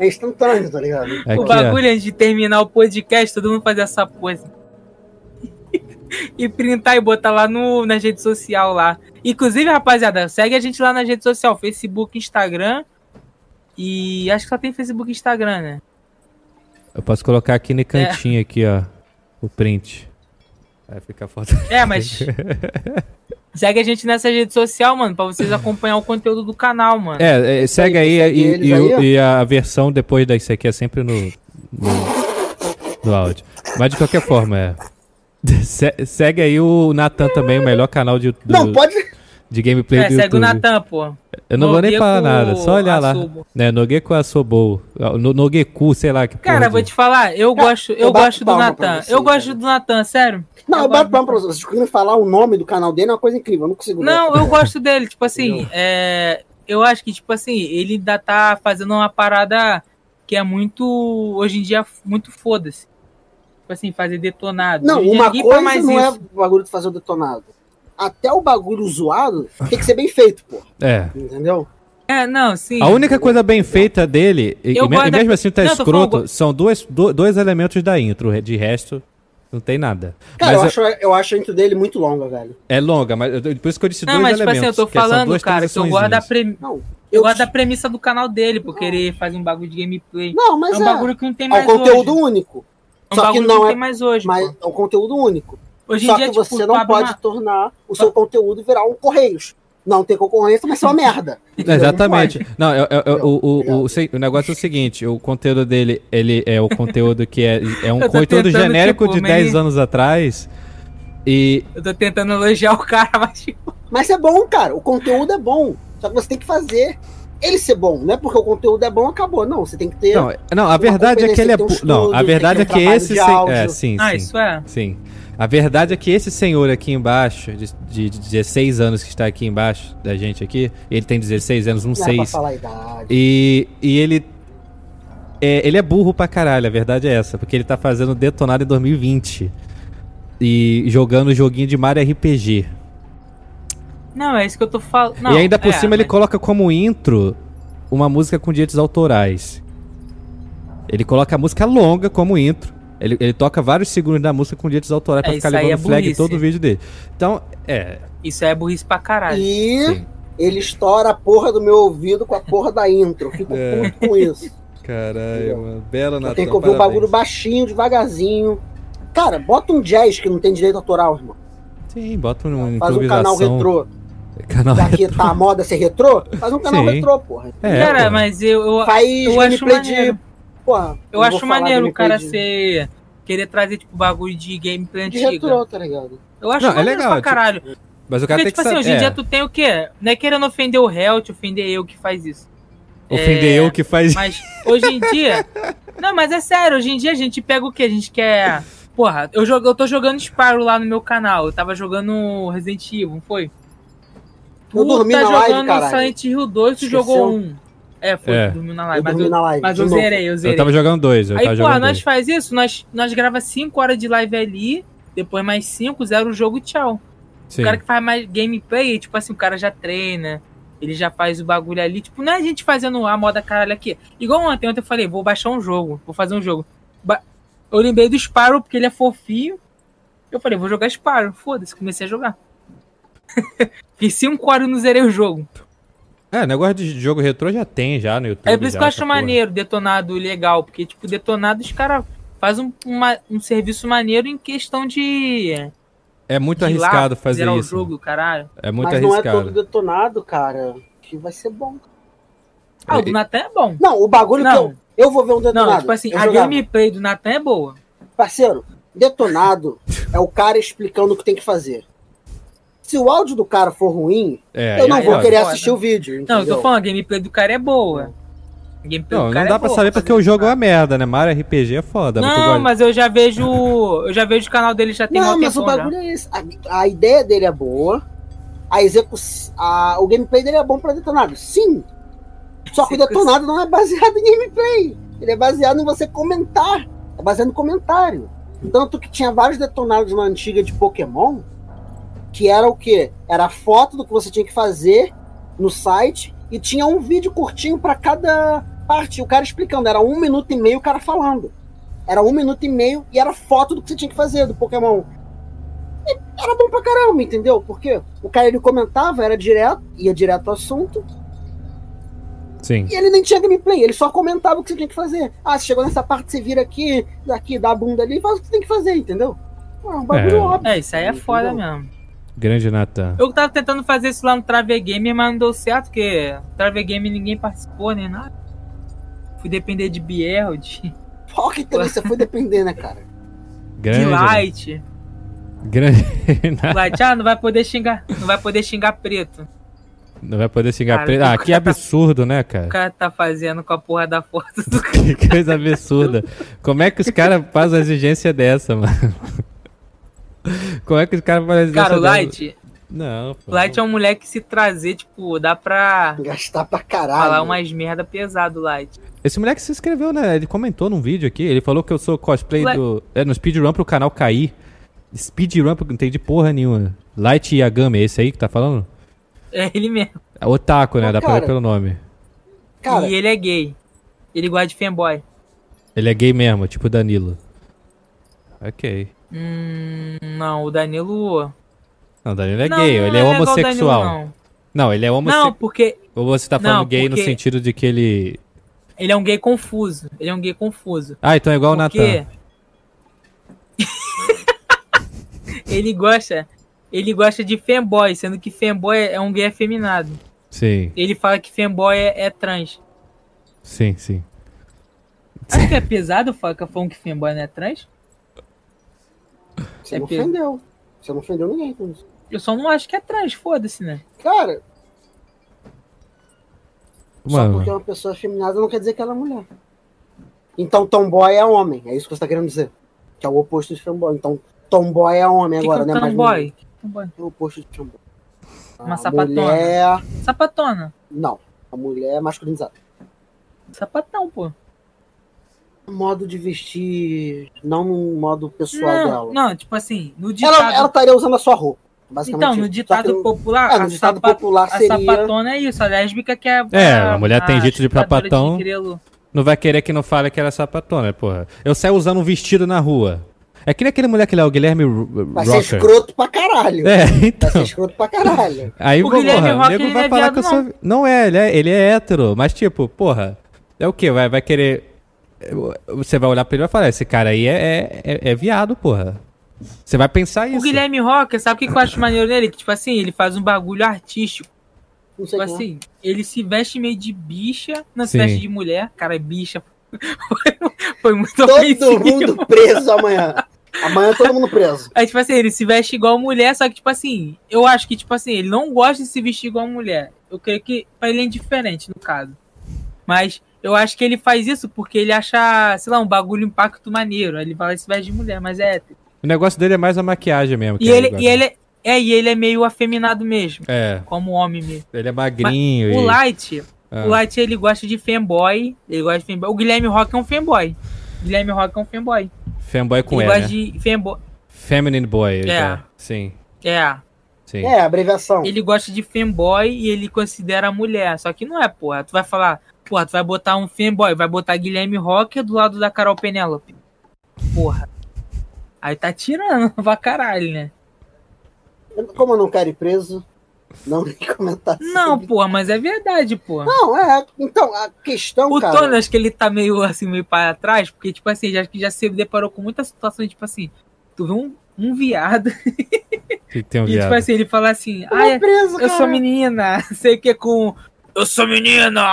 é instantâneo, tá ligado?
Aqui,
o
ó.
bagulho antes de terminar o podcast, todo mundo fazer essa pose. [laughs] e printar e botar lá no, na rede social lá. Inclusive, rapaziada, segue a gente lá na rede social, Facebook, Instagram. E acho que só tem Facebook e Instagram, né?
Eu posso colocar aqui
É.
no cantinho, aqui, ó. O print. Vai ficar a foto. [laughs]
É, mas. Segue a gente nessa rede social, mano, pra vocês acompanhar o conteúdo do canal, mano.
É, é, segue aí,
segue
e,
eles
e o-
aí, ó.
e a versão depois disso aqui é sempre no, no, no áudio. Mas de qualquer forma, é. [laughs] Se- segue aí o Natan também, o melhor canal de, do-
Não, pode.
de gameplay
É,
do
segue
YouTube.
o Natan, pô.
Eu não vou nem
Nogeco
falar nada, só olhar lá.
Assobo.
Né, Nogeku Asobou. Ah, No, Nogeku, sei lá que
Cara,
porra
vou
de-
te falar, eu
Cara,
gosto,
eu
eu
bato
gosto do
palma pra
Natan.
você,
Eu gosto
cara.
do Natan, sério.
Não,
Eu
eu bato
gosto
palma pra vocês. Vocês conseguem falar o nome do canal dele é uma coisa incrível, eu não consigo. ler.
Não, eu gosto dele, tipo assim, é, eu acho que, tipo assim, ele ainda tá fazendo uma parada que é muito, hoje em dia, muito foda-se. Tipo assim, fazer detonado.
Não,
Hoje em dia
uma
ninguém
coisa
faz mais
não
isso.
é o bagulho de fazer o detonado. Até o bagulho zoado tem que ser bem feito, pô.
É.
Entendeu?
É, não, sim.
A única coisa bem feita dele, e,
Eu
e me-
gosto
e
da-
mesmo assim tá
Não, tô
escroto,
falando-
são duas, do- dois elementos da intro. De resto, não tem nada.
Cara,
Mas é-
eu,
eu-
acho, eu acho a intro dele muito longa, velho.
É longa, mas eu- por isso que eu disse
Não,
dois
mas tipo
elementos.
assim, eu tô
que são
falando,
duas
cara, que eu
transiçõezinhas.
gosto, da pre-
Não.
eu gosto da premissa do canal dele, por querer fazer um bagulho de gameplay.
Não, mas
é
é,
um bagulho que não tem
é um
mais
conteúdo
hoje.
único.
É um
só que
bagulho
não
não
é-
tem mais hoje.
Mas
pô.
é um conteúdo único.
Hoje em
Só
dia,
que
tipo,
você
tu
não
abre
pode
uma-
tornar o seu conteúdo virar um Correios. Não tem concorrência, mas é uma
[laughs]
merda.
Não, Exatamente. Não, eu- eu- eu-
Não,
o, o- o,
obrigado.
se- o negócio é o seguinte: o conteúdo dele ele é o conteúdo que é, é um
[laughs] Eu tô
conteúdo
tentando,
genérico
tipo,
de
meio-
10 anos atrás. E.
Eu tô tentando [laughs] elogiar o cara, mas tipo,
Mas é bom, cara. O conteúdo é bom. Só que você tem que fazer ele ser bom. Não é porque o conteúdo é bom, acabou. Não, você tem que ter. né,
Não, um não a verdade é que ele é.
tem um
pu- Não, a
estudo,
verdade é
tem
que
que ter
esse.
um trabalho de
sen-
áudio.
É, sim,
ah,
sim.
isso é.
Sim. A verdade é que esse senhor aqui embaixo, de, de 16 anos que está aqui embaixo da gente aqui, ele tem 16 anos, não
não é pra
sei.
falar a idade.
E, e ele. É, ele é burro pra caralho, a verdade é essa, porque ele tá fazendo detonado em 2020. E jogando joguinho de Mario RPG.
Não, é isso que eu tô falando.
e ainda por
é,
cima ele
mas-
coloca como intro uma música com direitos autorais. Ele coloca a música longa como intro. Ele, ele toca vários segundos da música com direitos autorais pra
É,
ficar
isso aí
levando
é
flag em
burrice.
todo o vídeo dele. Então, é.
Isso é burrice pra caralho.
E
Sim.
ele estoura a porra do meu ouvido com a porra da intro. Eu Fico
É. então,
puto com isso.
[laughs] Caralho, mano. Bela
Eu
Natal.
tenho que ouvir um bagulho baixinho, devagarzinho. Cara, bota um jazz que não tem direito autoral, irmão.
Sim, bota um
Faz um
improvisação.
canal retrô.
Canal
Já que
retrô.
tá a moda ser retrô, faz um canal
Sim.
retrô, porra.
É,
cara,
pô.
mas eu, eu,
Faz
eu acho
gameplay de.
maneiro.
Porra,
eu
não
acho
vou falar
maneiro o
gameplay
cara
de-
ser. Querer trazer, tipo, bagulho de gameplay
De
antiga.
retrô, tá ligado?
Eu acho
Não, é
maneiro
legal,
pra
tipo,
caralho.
Mas o cara tem
Porque, tipo
que
assim,
saber. é.
hoje em dia tu tem o quê? Não é querendo ofender o réu, te ofender eu que faz isso.
Ofender
é,
eu que faz. [laughs]
Mas hoje em dia. Não, mas é sério, hoje em dia a gente pega o quê? A gente quer. Porra, eu, jogo, eu tô jogando Spyro lá no meu canal. Eu tava jogando Resident Evil, não foi?
Eu dormi
tá
na live,
jogando
caralho.
Silent Hill 2, tu
Esqueceu?
jogou um. É, foi,
É.
tu dormiu na
Eu
live. Mas
dormi
eu,
na live.
mas
de
eu
novo.
zerei, eu
Eu
zerei.
tava jogando dois, eu tava
Aí, porra,
tá jogando
nós
dois.
faz isso, nós, nós grava 5 horas de live ali, depois mais 5, zero o jogo e tchau.
Sim.
O cara que faz mais gameplay, tipo assim, o cara já treina, Ele já faz o bagulho ali. Tipo, não é a gente fazendo a moda caralho aqui. Igual ontem, ontem eu falei, vou baixar um jogo, vou fazer um jogo. Ba- eu lembrei do Sparrow, porque ele é fofinho. Eu falei, vou jogar Sparrow. Foda-se, comecei a jogar. [laughs] Fiquei 5 horas e não zerei o jogo.
É, negócio de jogo retrô já tem já no YouTube.
É por isso
já,
que eu
essa
acho
porra.
maneiro detonado legal, porque, tipo, detonado os caras fazem um, uma- um serviço maneiro em questão de.
É muito
de ir lá,
arriscado fazer
zerar
isso.
o jogo, caralho.
É muito
Mas não é todo
arriscado.
detonado, cara. Que vai ser bom.
Ah, o
É,
do Natan é bom.
Não, o bagulho
Não.
que eu, eu vou ver um detonado.
Não, tipo assim,
eu
a
jogava.
gameplay do Natan é boa.
Parceiro, detonado é o cara explicando o que tem que fazer. Se o áudio do cara for ruim,
É,
eu
aí
não
é
vou
foda.
querer
foda.
assistir o vídeo.
Não, eu
entendeu?
tô falando, a gameplay do cara é boa. A gameplay
Não,
do
não
cara
dá
é
pra
boa,
saber porque o
fazer
jogo é uma
nada.
merda, né? Mario RPG é foda. mas eu
Não,
gosto.
mas eu já vejo. Eu já vejo o canal dele já tem
Não,
um
mas o
tempão já.
bagulho é esse. A, a ideia dele é boa. A execução. O gameplay dele é bom pra detonado. Sim. Só que o detonado não é baseado em gameplay. Ele é baseado em você comentar. É baseado no comentário. Tanto que tinha vários detonados na antiga de Pokémon. Que era o quê? Era a foto do que você tinha que fazer no site. E tinha um vídeo curtinho pra cada parte. O cara explicando. Era um minuto e meio o cara falando. Era um minuto e meio e era foto do que você tinha que fazer do Pokémon era bom pra caramba, entendeu? Porque o cara ele comentava, era direto, ia direto ao assunto,
Sim.
e ele nem tinha gameplay, ele só comentava o que você tinha que fazer. Ah, você chegou nessa parte, você vira aqui, daqui, dá a bunda ali, faz o que você tem que fazer, entendeu? É um bagulho
É.
óbvio.
É, isso aí é foda mesmo.
Grande Natan.
Eu tava tentando fazer isso lá no Traver Game, mas não deu certo, porque Traver Game ninguém participou nem nada. Fui depender de Biel, de,
Foca também, você foi depender, né, cara?
de
Grande. [laughs]
Light.
Grande. [laughs]
Light, ah, não vai poder xingar. Não vai poder xingar preto.
Não vai poder xingar
Cara,
preto. Ah, que
cara tá-
absurdo, né, cara?
O cara tá fazendo com a porra da foto do cara.
[laughs] Que coisa absurda. Como é que os caras fazem uma exigência dessa, mano? [laughs] Como é que os caras fazem uma exigência
Cara, o
dessa?
Light.
Não, pô.
Light é um moleque que se trazer, tipo, dá pra
[laughs] Gastar pra caralho.
falar umas merda pesado, Light.
Esse moleque se inscreveu, né? Ele comentou num vídeo aqui. Ele falou que eu sou cosplay
Light-
do. É, no speedrun pro canal cair. Speedrun pro. Não entendi porra nenhuma. Light Yagami, é esse aí que tá falando?
É ele mesmo.
É Otaku, né?
Ô,
Dá pra ver
cara.
pelo nome.
Cara,
E ele é gay. Ele gosta de fanboy.
Ele é gay mesmo, tipo Danilo. Ok.
Hum, não, o Danilo.
Não, Danilo é
Não,
gay,
não
ele é,
igual o
homossexual.
Danilo,
não. ele é
não. não,
homossexual.
porque
Ou você tá
Não,
falando gay no
porque-
sentido de que ele.
ele é um gay confuso. Ele é um gay confuso.
Ah, então é igual o Natan.
Porque. [laughs] ele gosta. Ele gosta de fanboy, sendo que fanboy é um gay afeminado.
Sim,
Ele fala que fanboy é, é trans.
sim, sim.
Acho que é pesado falar que falando que fanboy não é trans.
você não
é pe-
ofendeu. Você não ofendeu ninguém com isso.
Eu só não acho que é trans, foda-se, né?
Cara, só porque é
Mano,
uma pessoa afeminada não quer dizer que ela é mulher. Então tomboy é homem, é isso que você tá querendo dizer. Que é o oposto de fanboy. Então tomboy é homem
O que,
agora,
que é
né?
um
Mas não-
tomboy? Que tomboy?
o oposto de Xangô.
Uma
A
sapatona.
Mulher...
Sapatona.
Não. A mulher é masculinizada.
Sapatão, pô.
Um Modo de vestir, não um modo pessoal
Não,
dela.
não, tipo assim, no ditado.
ela, ela estaria usando a sua roupa. Basicamente.
então,
isso.
no
Só
ditado
que no-
popular,
é,
a,
no ditado
sapa-
popular
a
seria.
sapatona é isso, a lésbica que é.
É,
a,
a mulher tem jeito de
chutadora
papatão.
grelo.
não vai querer que não fale que ela é sapatona, porra. Eu saio usando um vestido na rua. É que nem aquele moleque lá, o Guilherme Ro-
Vai ser
Rocker.
escroto pra caralho.
É,
Vai ser
então.
escroto pra caralho.
Aí,
O
porra,
Guilherme
o
Rocker,
nego vai
ele não é
falar
viado,
que eu sou. Não é, ele é, ele é hétero, mas tipo, porra, é o quê? Vai, vai querer. Você vai olhar pra ele e vai falar: esse cara aí é, é, é- é viado, porra. Você vai pensar isso.
O Guilherme Rocker, sabe o que que eu acho maneiro nele? Que, tipo assim, ele faz um bagulho artístico.
Não sei
Tipo
como.
assim, ele se veste meio de bicha, não se
Sim.
veste de mulher. Cara, é bicha. [laughs] Foi muito ofensivo.
Todo mundo preso amanhã. Amanhã todo mundo preso.
Aí, tipo assim, ele se veste igual mulher, só que, tipo assim, eu acho que, tipo assim, ele não gosta de se vestir igual mulher. Eu creio que pra ele é indiferente, no caso. Mas eu acho que ele faz isso porque ele acha, sei lá, um bagulho impacto maneiro. Aí Ele vai lá e se veste de mulher, mas é hétero.
O negócio dele é mais a maquiagem mesmo. que
E ele,
gosta.
e ele é, é, e ele é meio afeminado mesmo,
É,
como homem mesmo.
ele é magrinho.
O
e...
Light,
Ah.
o Light, ele gosta de fanboy, ele gosta de fanboy. O Guilherme Rock é um fanboy. Guilherme Rock é um fanboy.
Fanboy com
ele
E,
gosta
né?
de fanboy.
Feminine boy. ele
É.
tá. Sim.
É.
Sim.
É, abreviação.
Ele gosta de fanboy e ele considera a mulher. Só que não é, porra. Tu vai falar, porra, tu vai botar um fanboy, vai botar Guilherme Rocker do lado da Carol Penélope. Porra. Aí tá tirando [laughs] pra caralho, né?
Como eu não quero ir preso, não me comentar.
Não,
sobre.
porra, mas é verdade, porra.
Não, é. Então, a questão,
O
cara.
Tony, acho que ele tá meio assim, meio para trás, porque, tipo assim, acho que já se deparou com muita situação, tipo assim, tu vê um, um viado,
Que tem um
[laughs] e tipo
viado.
assim, ele fala assim,
Não é
ah,
preso,
eu
cara.
sou menina, [laughs] sei que é com. Eu sou menina!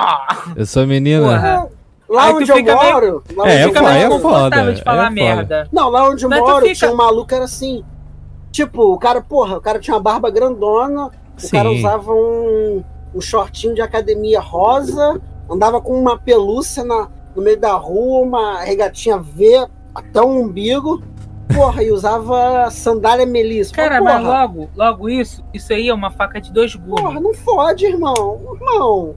Eu sou menina.
Porra.
Lá
Aí tu
onde eu
fica meio-
moro. lá
É,
onde eu
fica meio
moro-
é foda,
desconfortável de
é
falar
foda.
merda.
Não, lá onde eu
Mas tu
moro,
fica-
tinha um maluco que era assim. Tipo, o cara, porra, o cara tinha uma barba grandona, o cara
Sim.
usava um, um shortinho de academia rosa, andava com uma pelúcia na, no meio da rua, uma regatinha V até o umbigo, porra, e usava sandália melissa.
Cara,
porra,
mas logo, logo isso, isso aí é uma faca de dois gumes.
porra, não fode, irmão. Irmão,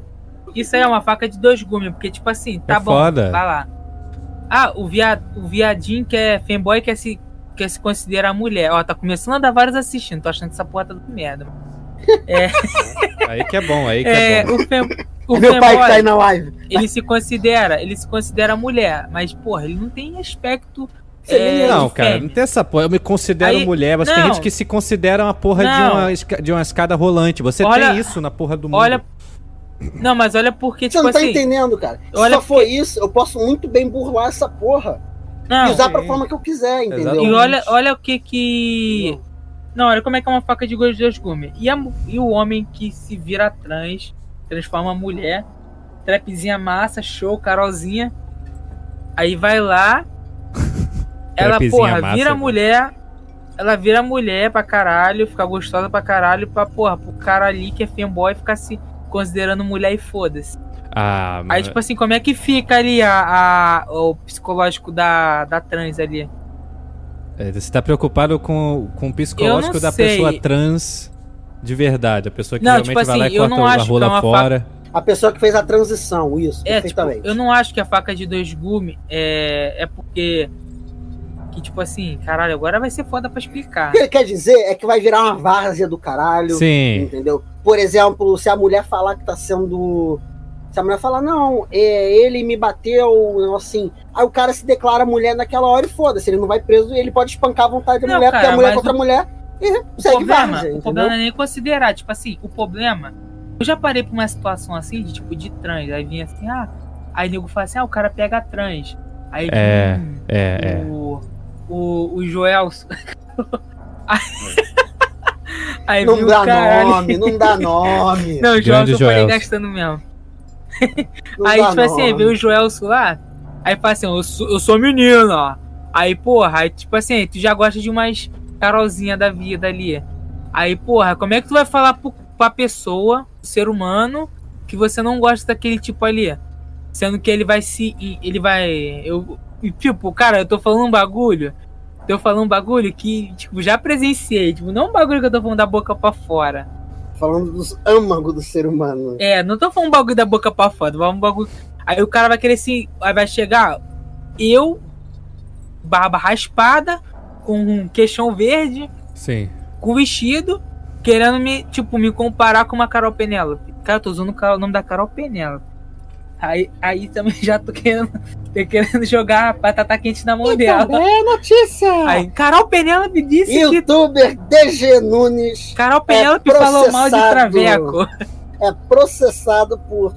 Isso aí é uma faca de dois gumes, porque, tipo assim, tá bom,
É
É.
foda.
vai lá. Ah, o, via, o viadinho que é fanboy quer se, quer se considerar mulher. Ó, tá começando a dar vários assistindo, tô achando que essa porra tá do merda.
Aí que é bom, aí que é,
É,
bom.
o,
[laughs]
fem, o
é meu pai que tá aí
fanboy,
na live.
ele se considera, ele se considera mulher, mas, porra, ele não tem aspecto... é,
não,
de
cara,
fêmea.
não tem essa porra. Eu me considero
Aí-
mulher, mas tem
não.
gente que se considera uma porra de
Não.
uma, esca- de uma escada rolante. Você
Olha-
tem isso na porra do mundo.
Olha... Não, mas olha porque,
Você
tipo
não tá
assim...
entendendo, cara. Se
olha
só for isso, eu posso muito bem burlar essa porra e
Não, é.
usar pra
sim.
forma que eu quiser, entendeu?
Exatamente.
e olha, olha o que que... Não, olha como é que é uma faca de dois dois gumes. E, a mu- e o homem que se vira trans, transforma a mulher, trapzinha massa, show, carolzinha. Aí vai
[laughs]
lá, ela,
Trapzinha
porra,
massa, né?
vira
mano.
mulher, ela vira mulher pra caralho, fica gostosa pra caralho, pra, porra, pro cara ali que é fanboy ficar se considerando mulher e foda-se.
Ah,
Aí, tipo assim, como é que fica ali a, a- o psicológico da, da trans ali?
É, Você tá preocupado com, com o psicológico da
sei.
pessoa trans de verdade, a pessoa que
Não,
realmente
tipo
vai lá
assim,
e
eu
corta
não
a
acho que é
rola
uma
fora.
A pessoa que fez a transição, isso,
É, tipo,
perfeitamente.
eu não acho que a faca de dois gumes é, é porque. Que tipo assim, caralho, agora vai ser foda pra explicar.
O que ele quer dizer é que vai virar uma várzea do caralho.
Sim.
Entendeu? Por exemplo, se a mulher falar que tá sendo. Se a mulher falar, não, é, ele me bateu, um negócio assim. Aí o cara se declara mulher naquela hora e foda-se, ele não vai preso, ele pode espancar a vontade da
Não,
mulher, porque
cara,
a mulher
mas
contra
o-
a mulher e
O
segue
problema,
é várzea,
o problema
entendeu?
não é nem considerar, tipo assim, o problema. Eu já parei pra uma situação assim, de tipo, de trans. Aí vinha assim, ah. Aí nego fala assim, ah, o cara pega trans. Aí
É,
hum,
É, é.
o, o, o Joelson. aí [laughs] aí
Não
vinha o
dá
é caralho.
nome, não dá nome.
Não, o
Grande
Joelson eu falei
Joelson.
gastando mesmo.
não
Aí,
dá
tipo assim,
nome.
vê o Joelso lá, aí fala assim, eu sou, eu sou menino, ó. Aí, porra, aí, tipo assim, tu já gosta de umas Carolzinha da vida ali. Aí, porra, como é que tu vai falar pro, pra pessoa, pro ser humano, que você não gosta daquele tipo ali? Sendo que ele vai se. Ele vai. Eu, e, tipo, cara, eu tô falando um bagulho. Tô falando um bagulho que, tipo, já presenciei. Tipo, não um bagulho que eu tô falando da boca pra fora.
Falando dos âmagos do ser humano.
É, não tô falando um bagulho da boca pra fora, tô falando um bagulho. Aí o cara vai querer se. Aí vai chegar eu, barba raspada, com um queixão verde,
Sim.
com um vestido, querendo me, tipo, me comparar com uma Carol Penélope. Cara, eu tô usando o ca- o nome da Carol Penélope. Aí, aí também já tô querendo, [laughs] tô querendo jogar batata quente na mão dela.
Também é notícia!
Aí, Carol Penélope disse que.
Youtuber DG Nunes
Carol Penélope falou mal de
processado.
Traveco.
é processado por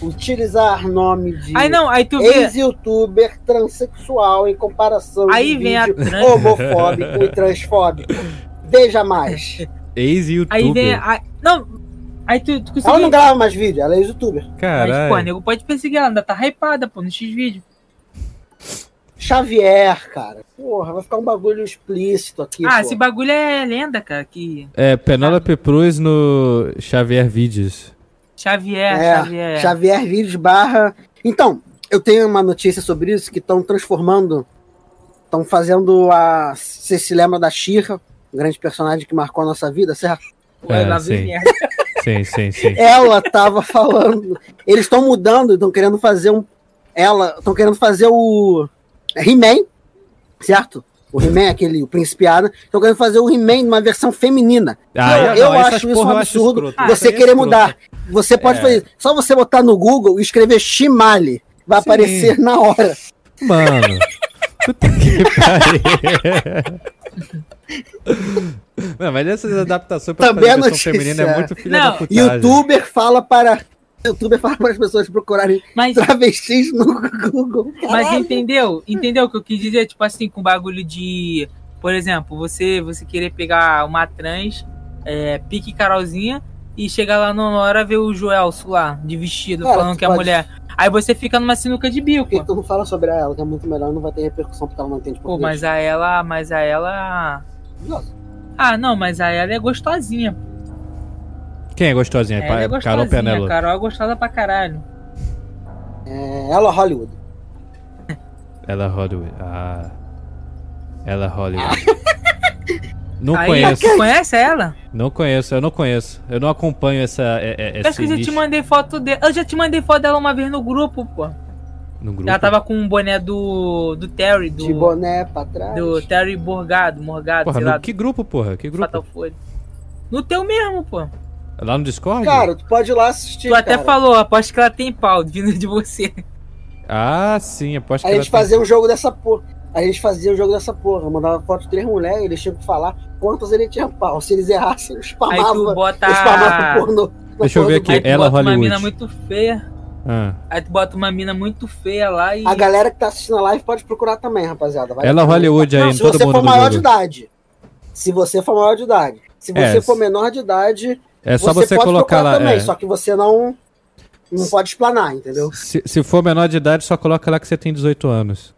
utilizar nome de
Aí não, aí tu vê.
ex-youtuber transexual em comparação
Aí
de
vem a
vídeo
trans.
homofóbico e transfóbico. Veja mais.
Aí vem.
Ex-youtuber.
a- não. Aí tu, tu
Ela não
conseguiu.
grava mais vídeo, ela é ex-youtuber.
Mas, pô,
Caralho.
nego pode perseguir, ela ainda tá hypada, pô, no X-Vídeo.
Xavier, cara. Porra, vai ficar um bagulho explícito aqui.
Ah,
pô.
esse bagulho é lenda, cara, que.
É, Penélope
Ah.
Cruz no Xavier Vídeos.
Xavier,
É,
Xavier.
Xavier Vídeos barra. Então, eu tenho uma notícia sobre isso que estão transformando. Estão fazendo a. Você se lembra da Xirra, um grande personagem que marcou a nossa vida, certo?
Pô,
É,
lá vem
sim.
merda.
Sim, sim, sim.
Ela tava [laughs] falando. Eles estão mudando, estão querendo fazer um. Ela. Estão querendo fazer o. He-Man, certo? O He-Man, aquele, o Príncipe Adam, estão querendo fazer o He-Man numa versão feminina.
Ah,
eu,
eu
eu
não, essas
acho isso um
porra eu acho
absurdo.
escroto. Ah,
você
isso aí é
querer
escroto.
mudar. Você pode
É.
fazer isso. Só você botar no Google e escrever Shimali. Vai
Sim.
aparecer na [laughs] hora.
Mano. Puta que pariu. Não, mas essas adaptações pra
Também
fazer
é
versão
notícia.
feminina é muito filha
Não,
da putagem.
Youtuber fala para. Youtuber fala para as pessoas procurarem [laughs]
Mas,
travestis no Google.
mas
Caralho.
entendeu? Entendeu o que eu quis dizer? Tipo assim, com bagulho de. Por exemplo, você, você querer pegar uma trans, é, pique Carolzinha, e chegar lá na hora ver o Joelso lá, de vestido,
Cara,
falando
tu
que é
pode-
mulher. Aí você fica numa sinuca de
Por que
bico.
tu não fala sobre ela, que é muito melhor, não vai ter repercussão porque ela não entende
Pô,
português.
mas a ela. Mas a ela. Ah, não, mas a ela é gostosinha.
Quem é gostosinha?
Ela é
Pa- Carol
gostosinha.
Penelo.
Carol é gostosa pra caralho.
É, ela Hollywood.
Ela é Hollywood. Ah. Ela é
[laughs]
Hollywood. Não
Aí,
conheço,
Tu conhece ela?
não conheço, eu não conheço. Eu não acompanho essa. é- é-
Eu
esse
acho que eu já te
nicho
mandei foto dela. Eu já te mandei foto dela uma vez no grupo, pô.
no grupo.
Ela tava com um boné do. do Terry, do.
De boné pra trás.
do Terry Borgado, Morgado,
Porra,
sei
no-
lá,
que grupo, porra? Que
do
grupo?
Fatal Fury. No teu mesmo, pô.
Lá no Discord?
Cara, tu pode ir lá assistir.
tu até
cara.
falou, aposto que ela tem pau vindo
[laughs]
de você.
Ah, sim, aposto
A
que ela
gente
tem-
fazia um jogo dessa porra. A gente fazia um jogo dessa porra. Eu mandava foto de três mulheres, eles tinham que falar quantas ele tinha pau. Se eles errassem, eu
Aí tu
spamava.
bota.
Eu spamava pornô. na
Deixa eu
porra
ver
do
aqui.
Aí tu
Ela
bota uma
Hollywood.
mina muito feia.
Ah.
Aí tu bota uma mina muito feia lá e. é
A galera que tá assistindo a live pode procurar também, rapaziada. Vai
Ela Hollywood aí,
Não,
em
se
todo
você
mundo
for
no
maior de
jogo.
idade. Se você for maior de idade. Se
É,
você for
se-
menor de idade,
É só você,
pode
colocar
procurar
lá.
também,
é.
só que você não não pode explanar, entendeu?
Se, se for menor de idade, só coloca lá que você tem 18 anos.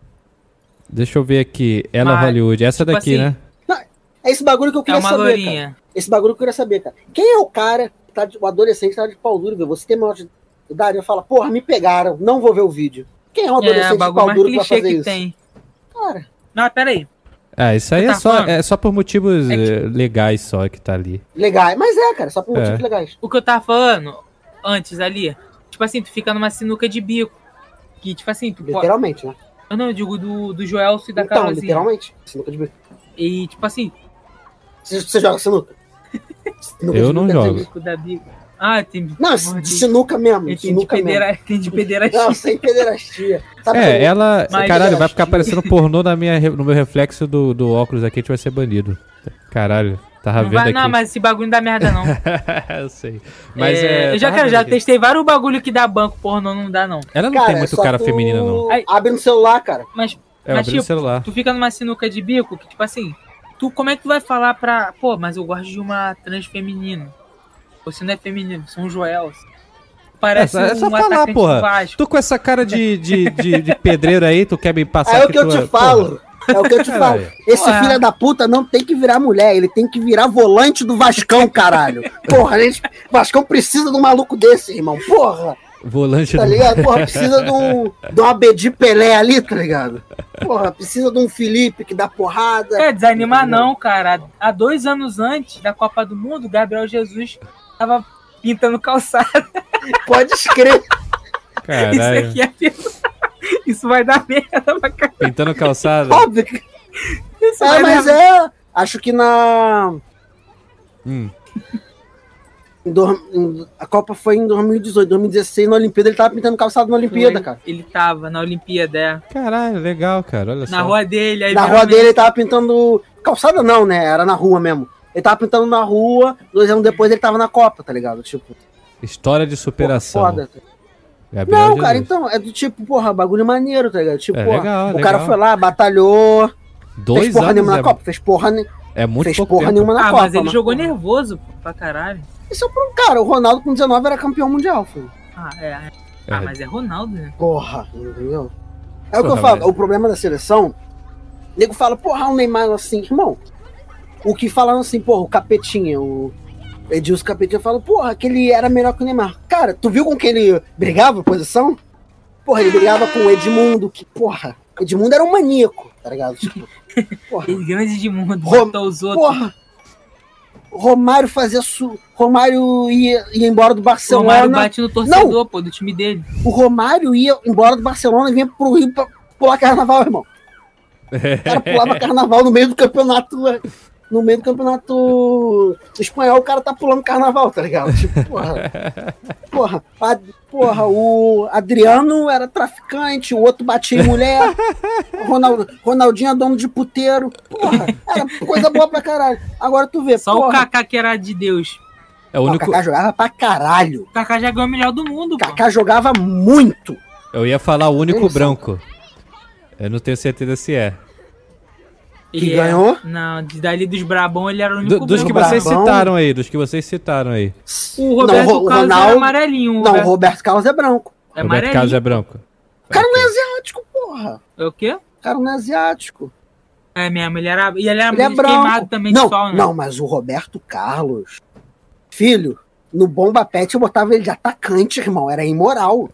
Deixa eu ver aqui. Ela
Mas,
Hollywood. Essa
tipo
daqui,
assim,
né?
É esse bagulho que eu
é
queria
uma
saber, cara.
lourinha.
Esse bagulho que eu queria saber, cara. Quem é o cara, que tá de- o adolescente que tá de pau duro, viu? Você tem maior de idade, eu falo, porra, me pegaram, não vou ver o vídeo. Quem é um
É,
adolescente
o
de
bagulho
pau
mais
duro pra
clichê
fazer
que
isso?
tem.
Cara,
Não, pera aí.
É, isso aí
Você
é
tá
só,
falando?
é só por motivos
É que-
eh, legais só que tá ali.
legal. Mas é, cara, só por
É.
motivos legais.
o que eu tava falando antes ali, tipo assim, tu fica numa sinuca de bico. Que, tipo assim, tu pode.
Literalmente, né?
Eu não eu digo do, do Joelso e da
Então,
Carolzinha.
literalmente. Sinuca de bico.
E, tipo assim,
Você, você joga
[laughs]
sinuca? Sinuca
Eu
de
não
bico é
jogo.
terrível.
bico da bico. Ah, tem.
Não,
porra,
de sinuca mesmo.
tem, tem de
sinuca mesmo.
pedera... tem de pederastia.
Não, sem pederastia. Sabe
É,
como-
ela.
Mas-
caralho, vai ficar
Mas-
aparecendo pornô na minha, re- no meu reflexo do, do óculos aqui, a gente vai ser banido. Caralho, tava Tá
Não
vendo
vai,
aqui.
não, mas esse bagulho não dá merda, não.
eu sei. [laughs] Mas
É,
é,
eu já,
tava
cara,
vendo
já
aqui.
testei vários bagulho que dá banco, pornô, não dá, não.
Ela não
Cara,
tem muito
só
cara
tu
feminina, não.
Aí-
Abre no celular, cara.
Mas
É, eu
mas,
abri o
tipo,
celular.
tu fica numa sinuca de bico que, tipo assim, tu como é que tu vai falar pra. Pô, mas eu gosto de uma trans feminina. Você não é feminino, você é um Joel. Parece
É só- é só
um
falar,
atacante
porra.
do Vasco.
Tu com essa cara de, de, de, de pedreiro aí, tu quer me passar
Aí é o
que
que eu
tu
te
porra.
falo. É o que
[laughs]
eu te falo.
Caralho.
Esse
Ué.
filho da puta não tem que virar mulher, ele tem que virar volante do Vascão, caralho. Porra, a gente, Vascão precisa de um maluco desse, irmão. Porra,
Volante
tá
do.
ligado? Porra, precisa de um, de um Abedi Pelé ali, tá ligado? Porra, precisa de um Felipe que dá porrada.
É, desanimar não, cara. Há dois anos antes da Copa do Mundo, Gabriel Jesus tava pintando calçada.
Pode escrever.
Caralho.
Isso aqui [laughs] é pior. Isso vai dar merda pra caralho.
Pintando calçada.
Óbvio que.
Isso
É,
vai
mas
dar-
é. Acho que na.
Hum.
em dois- em- a Copa foi em 2018, 2016, na Olimpíada, ele tava pintando calçado na Olimpíada, cara.
Ele tava na Olimpíada, é.
Caralho, legal, cara. Olha
Na
só.
rua dele. Aí
Na
virou
rua
meme.
dele ele tava pintando. Calçada não, né? Era na rua mesmo. Ele tava pintando na rua, dois anos depois ele tava na Copa, tá ligado? Tipo, pô,
História de superação.
foda.
Gabriel
Não,
É Jesus.
cara, então, é do tipo, porra, bagulho maneiro, tá ligado? Tipo,
É
porra,
legal,
o
legal.
cara foi lá, batalhou, fez
Dois
porra
anos
nenhuma na
é,
Copa, fez porra, ne-
é muito
fez
pouco
porra
tempo.
nenhuma na
Ah,
Copa.
mas ele jogou
porra,
nervoso pô, pra caralho.
Isso é pro cara, o Ronaldo com 19 era campeão mundial, filho.
Ah, é. Ah,
É.
mas é Ronaldo, né?
Porra, entendeu? É o que eu
Porra,
falo,
mas-
o problema da seleção, o nego fala, porra, o Neymar assim, irmão. O que falaram assim, porra, o Capetinha, o Edilson Capetinha falou, porra, que ele era melhor que o Neymar. Cara, tu viu com quem ele brigava, posição? Porra, ele brigava com o Edmundo, que, porra, o Edmundo era um maníaco, tá ligado? Tipo, porra,
Ele grande de mundo,
Ro-
botou os outros.
porra. Romário fazia su... Romário ia, ia embora do
o Romário
Barcelona.
bate no torcedor, pô, do time dele.
O Romário ia embora do Barcelona e vinha pro Rio pra pular carnaval, irmão. O
[laughs]
cara pulava carnaval no meio do campeonato. é, No meio do campeonato espanhol, o cara tá pulando carnaval, tá ligado? Tipo, porra. Porra, a- porra, o Adriano era traficante, o outro batia em mulher. O Ronaldo, Ronaldinho é dono de puteiro. Porra, era coisa boa pra caralho. Agora tu vê,
Só o
porra,
Kaká que era de Deus.
É o
não, o
único.
Kaká jogava pra caralho.
O Kaká já ganhou o melhor do mundo,
O
pô.
Kaká jogava muito.
Eu ia falar o único
Eles são-
branco. Eu não tenho certeza se é.
Que
Ele era-
ganhou?
Não, de- dali dos Brabão ele era o único
Do- dos que
branco. é
vocês
Brabão.
citaram aí, dos que vocês citaram aí.
O Roberto
Ro- o
Carlos era
Ronaldo-
amarelinho. o
Não, o
Roberto-
Roberto Carlos é branco.
é
Roberto
amarelinho.
Carlos é branco.
O cara não é
Ok.
asiático, porra.
É o quê?
O cara não é asiático.
É mesmo, ele era. E Ah, ele era
Ele é
muito
branco.
queimado também
não,
de sol, né?
não, mas o Roberto Carlos, filho, no Bomba Pet eu botava ele de atacante, irmão. Era imoral.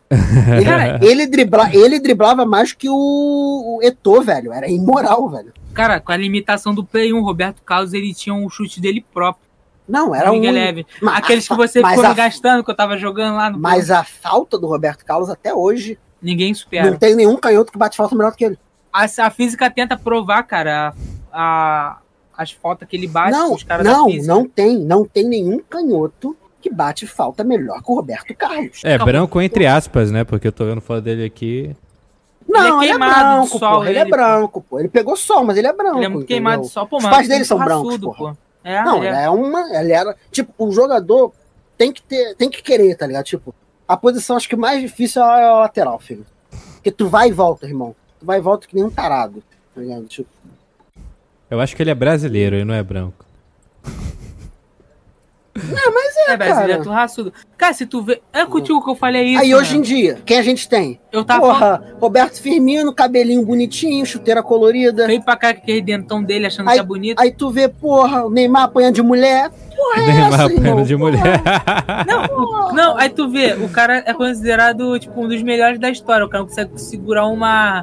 Cara,
Ele, dribla, ele driblava mais que o, o Eto'o, velho. Era imoral, velho.
cara, com a limitação do Play 1, Roberto Carlos ele tinha um chute dele próprio.
Não, era um.
Miguel Leve.
Mas-
é- Aqueles que você
mas
ficou
a-
me gastando, que eu tava jogando lá no.
Mas a falta do Roberto Carlos até hoje.
Ninguém
Não
supera.
tem nenhum canhoto que bate falta melhor do que ele.
A, a física tenta provar, cara, a, a- as faltas que ele bate,
não,
os caras da
não,
física.
não tem. Não tem nenhum canhoto que bate falta melhor que o Roberto Carlos.
É, branco entre aspas, né? Porque eu tô vendo foto dele aqui.
Não, ele é,
queimado,
branco,
sol,
pô. Ele, é
ele-
branco, pô. Ele pegou sol, mas ele é branco.
Ele é muito
entendeu?
queimado de sol, pô,
Os
mano, é
pais dele são
raçudo,
brancos, porra.
pô. É,
Não,
é.
ele é uma. Ele era. Tipo, o jogador tem que ter. Tem que querer, tá ligado? Tipo, a posição acho que mais difícil é a lateral, filho. Porque tu vai e volta, irmão. Tu vai e volta que nem um tarado. Tá ligado? Tipo,
Eu acho que ele é brasileiro, ele não é branco.
É, brasileiro,
cara.
tu raçudo. Cara, se tu vê. É contigo que eu falei isso.
aí
né?
hoje em dia, quem a gente tem?
Eu tava falando
Porra, Roberto Firmino, cabelinho bonitinho, chuteira colorida.
feio pra cá com aquele dentão dele achando que é bonito.
Aí tu vê, porra, o Neymar apanhando de mulher. Porra, é
Neymar
essa,
apanhando
irmão?
de mulher.
Não, não, aí tu vê, o cara é considerado, tipo, um dos melhores da história. O cara não consegue segurar uma,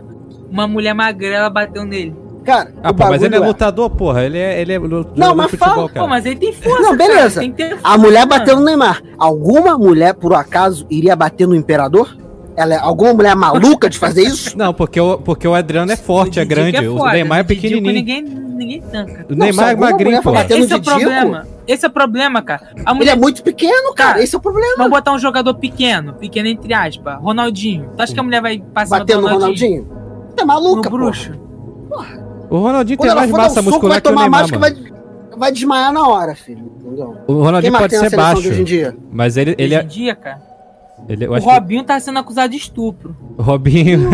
uma mulher magrela batendo nele.
Cara,
Ah,
o
pô, mas ele é
bagulho é-
lutador, porra. Ele é, ele é lu- jogador
mas
de futebol,
fala-
cara.
Pô, mas ele tem força,
Não, beleza.
cara, tem que ter força,
A mulher
mano.
bateu no Neymar. Alguma mulher, por acaso, iria bater no imperador? Ela é- alguma mulher maluca de fazer isso?
Não, porque o, porque o Adriano é forte, é
Didico
grande. o
foda,
Neymar é
Didico
pequenininho.
Ninguém, ninguém tanca.
O
Não, se
Neymar é
alguma
magrinho,
mulher
pô.
for bater- Batendo
Esse é o
Didico?
problema. Esse é o problema, cara. A
Ele
[laughs] mulher
é muito pequeno, cara. Esse é o problema.
Vamos botar um jogador pequeno, pequeno entre aspas, Ronaldinho. Tu acha que a mulher vai passar
Bater no Ronaldinho. Tá
No
maluca, pô.
bruxo.
O Ronaldinho
Quando
tem
ela
mais
for dar um
massa
soco, vai
muscular que o
tomar
Neymar,
mais
mano.
que vai, vai desmaiar na hora, filho. Entendeu?
O
Quem
Ronaldinho
mais
pode
tem na
ser
seleção de
baixo,
hoje em dia?
mas ele, ele,
Hoje em
é,
dia, cara.
ele eu
O
acho que
Robinho tá sendo acusado de estupro.
o Robinho...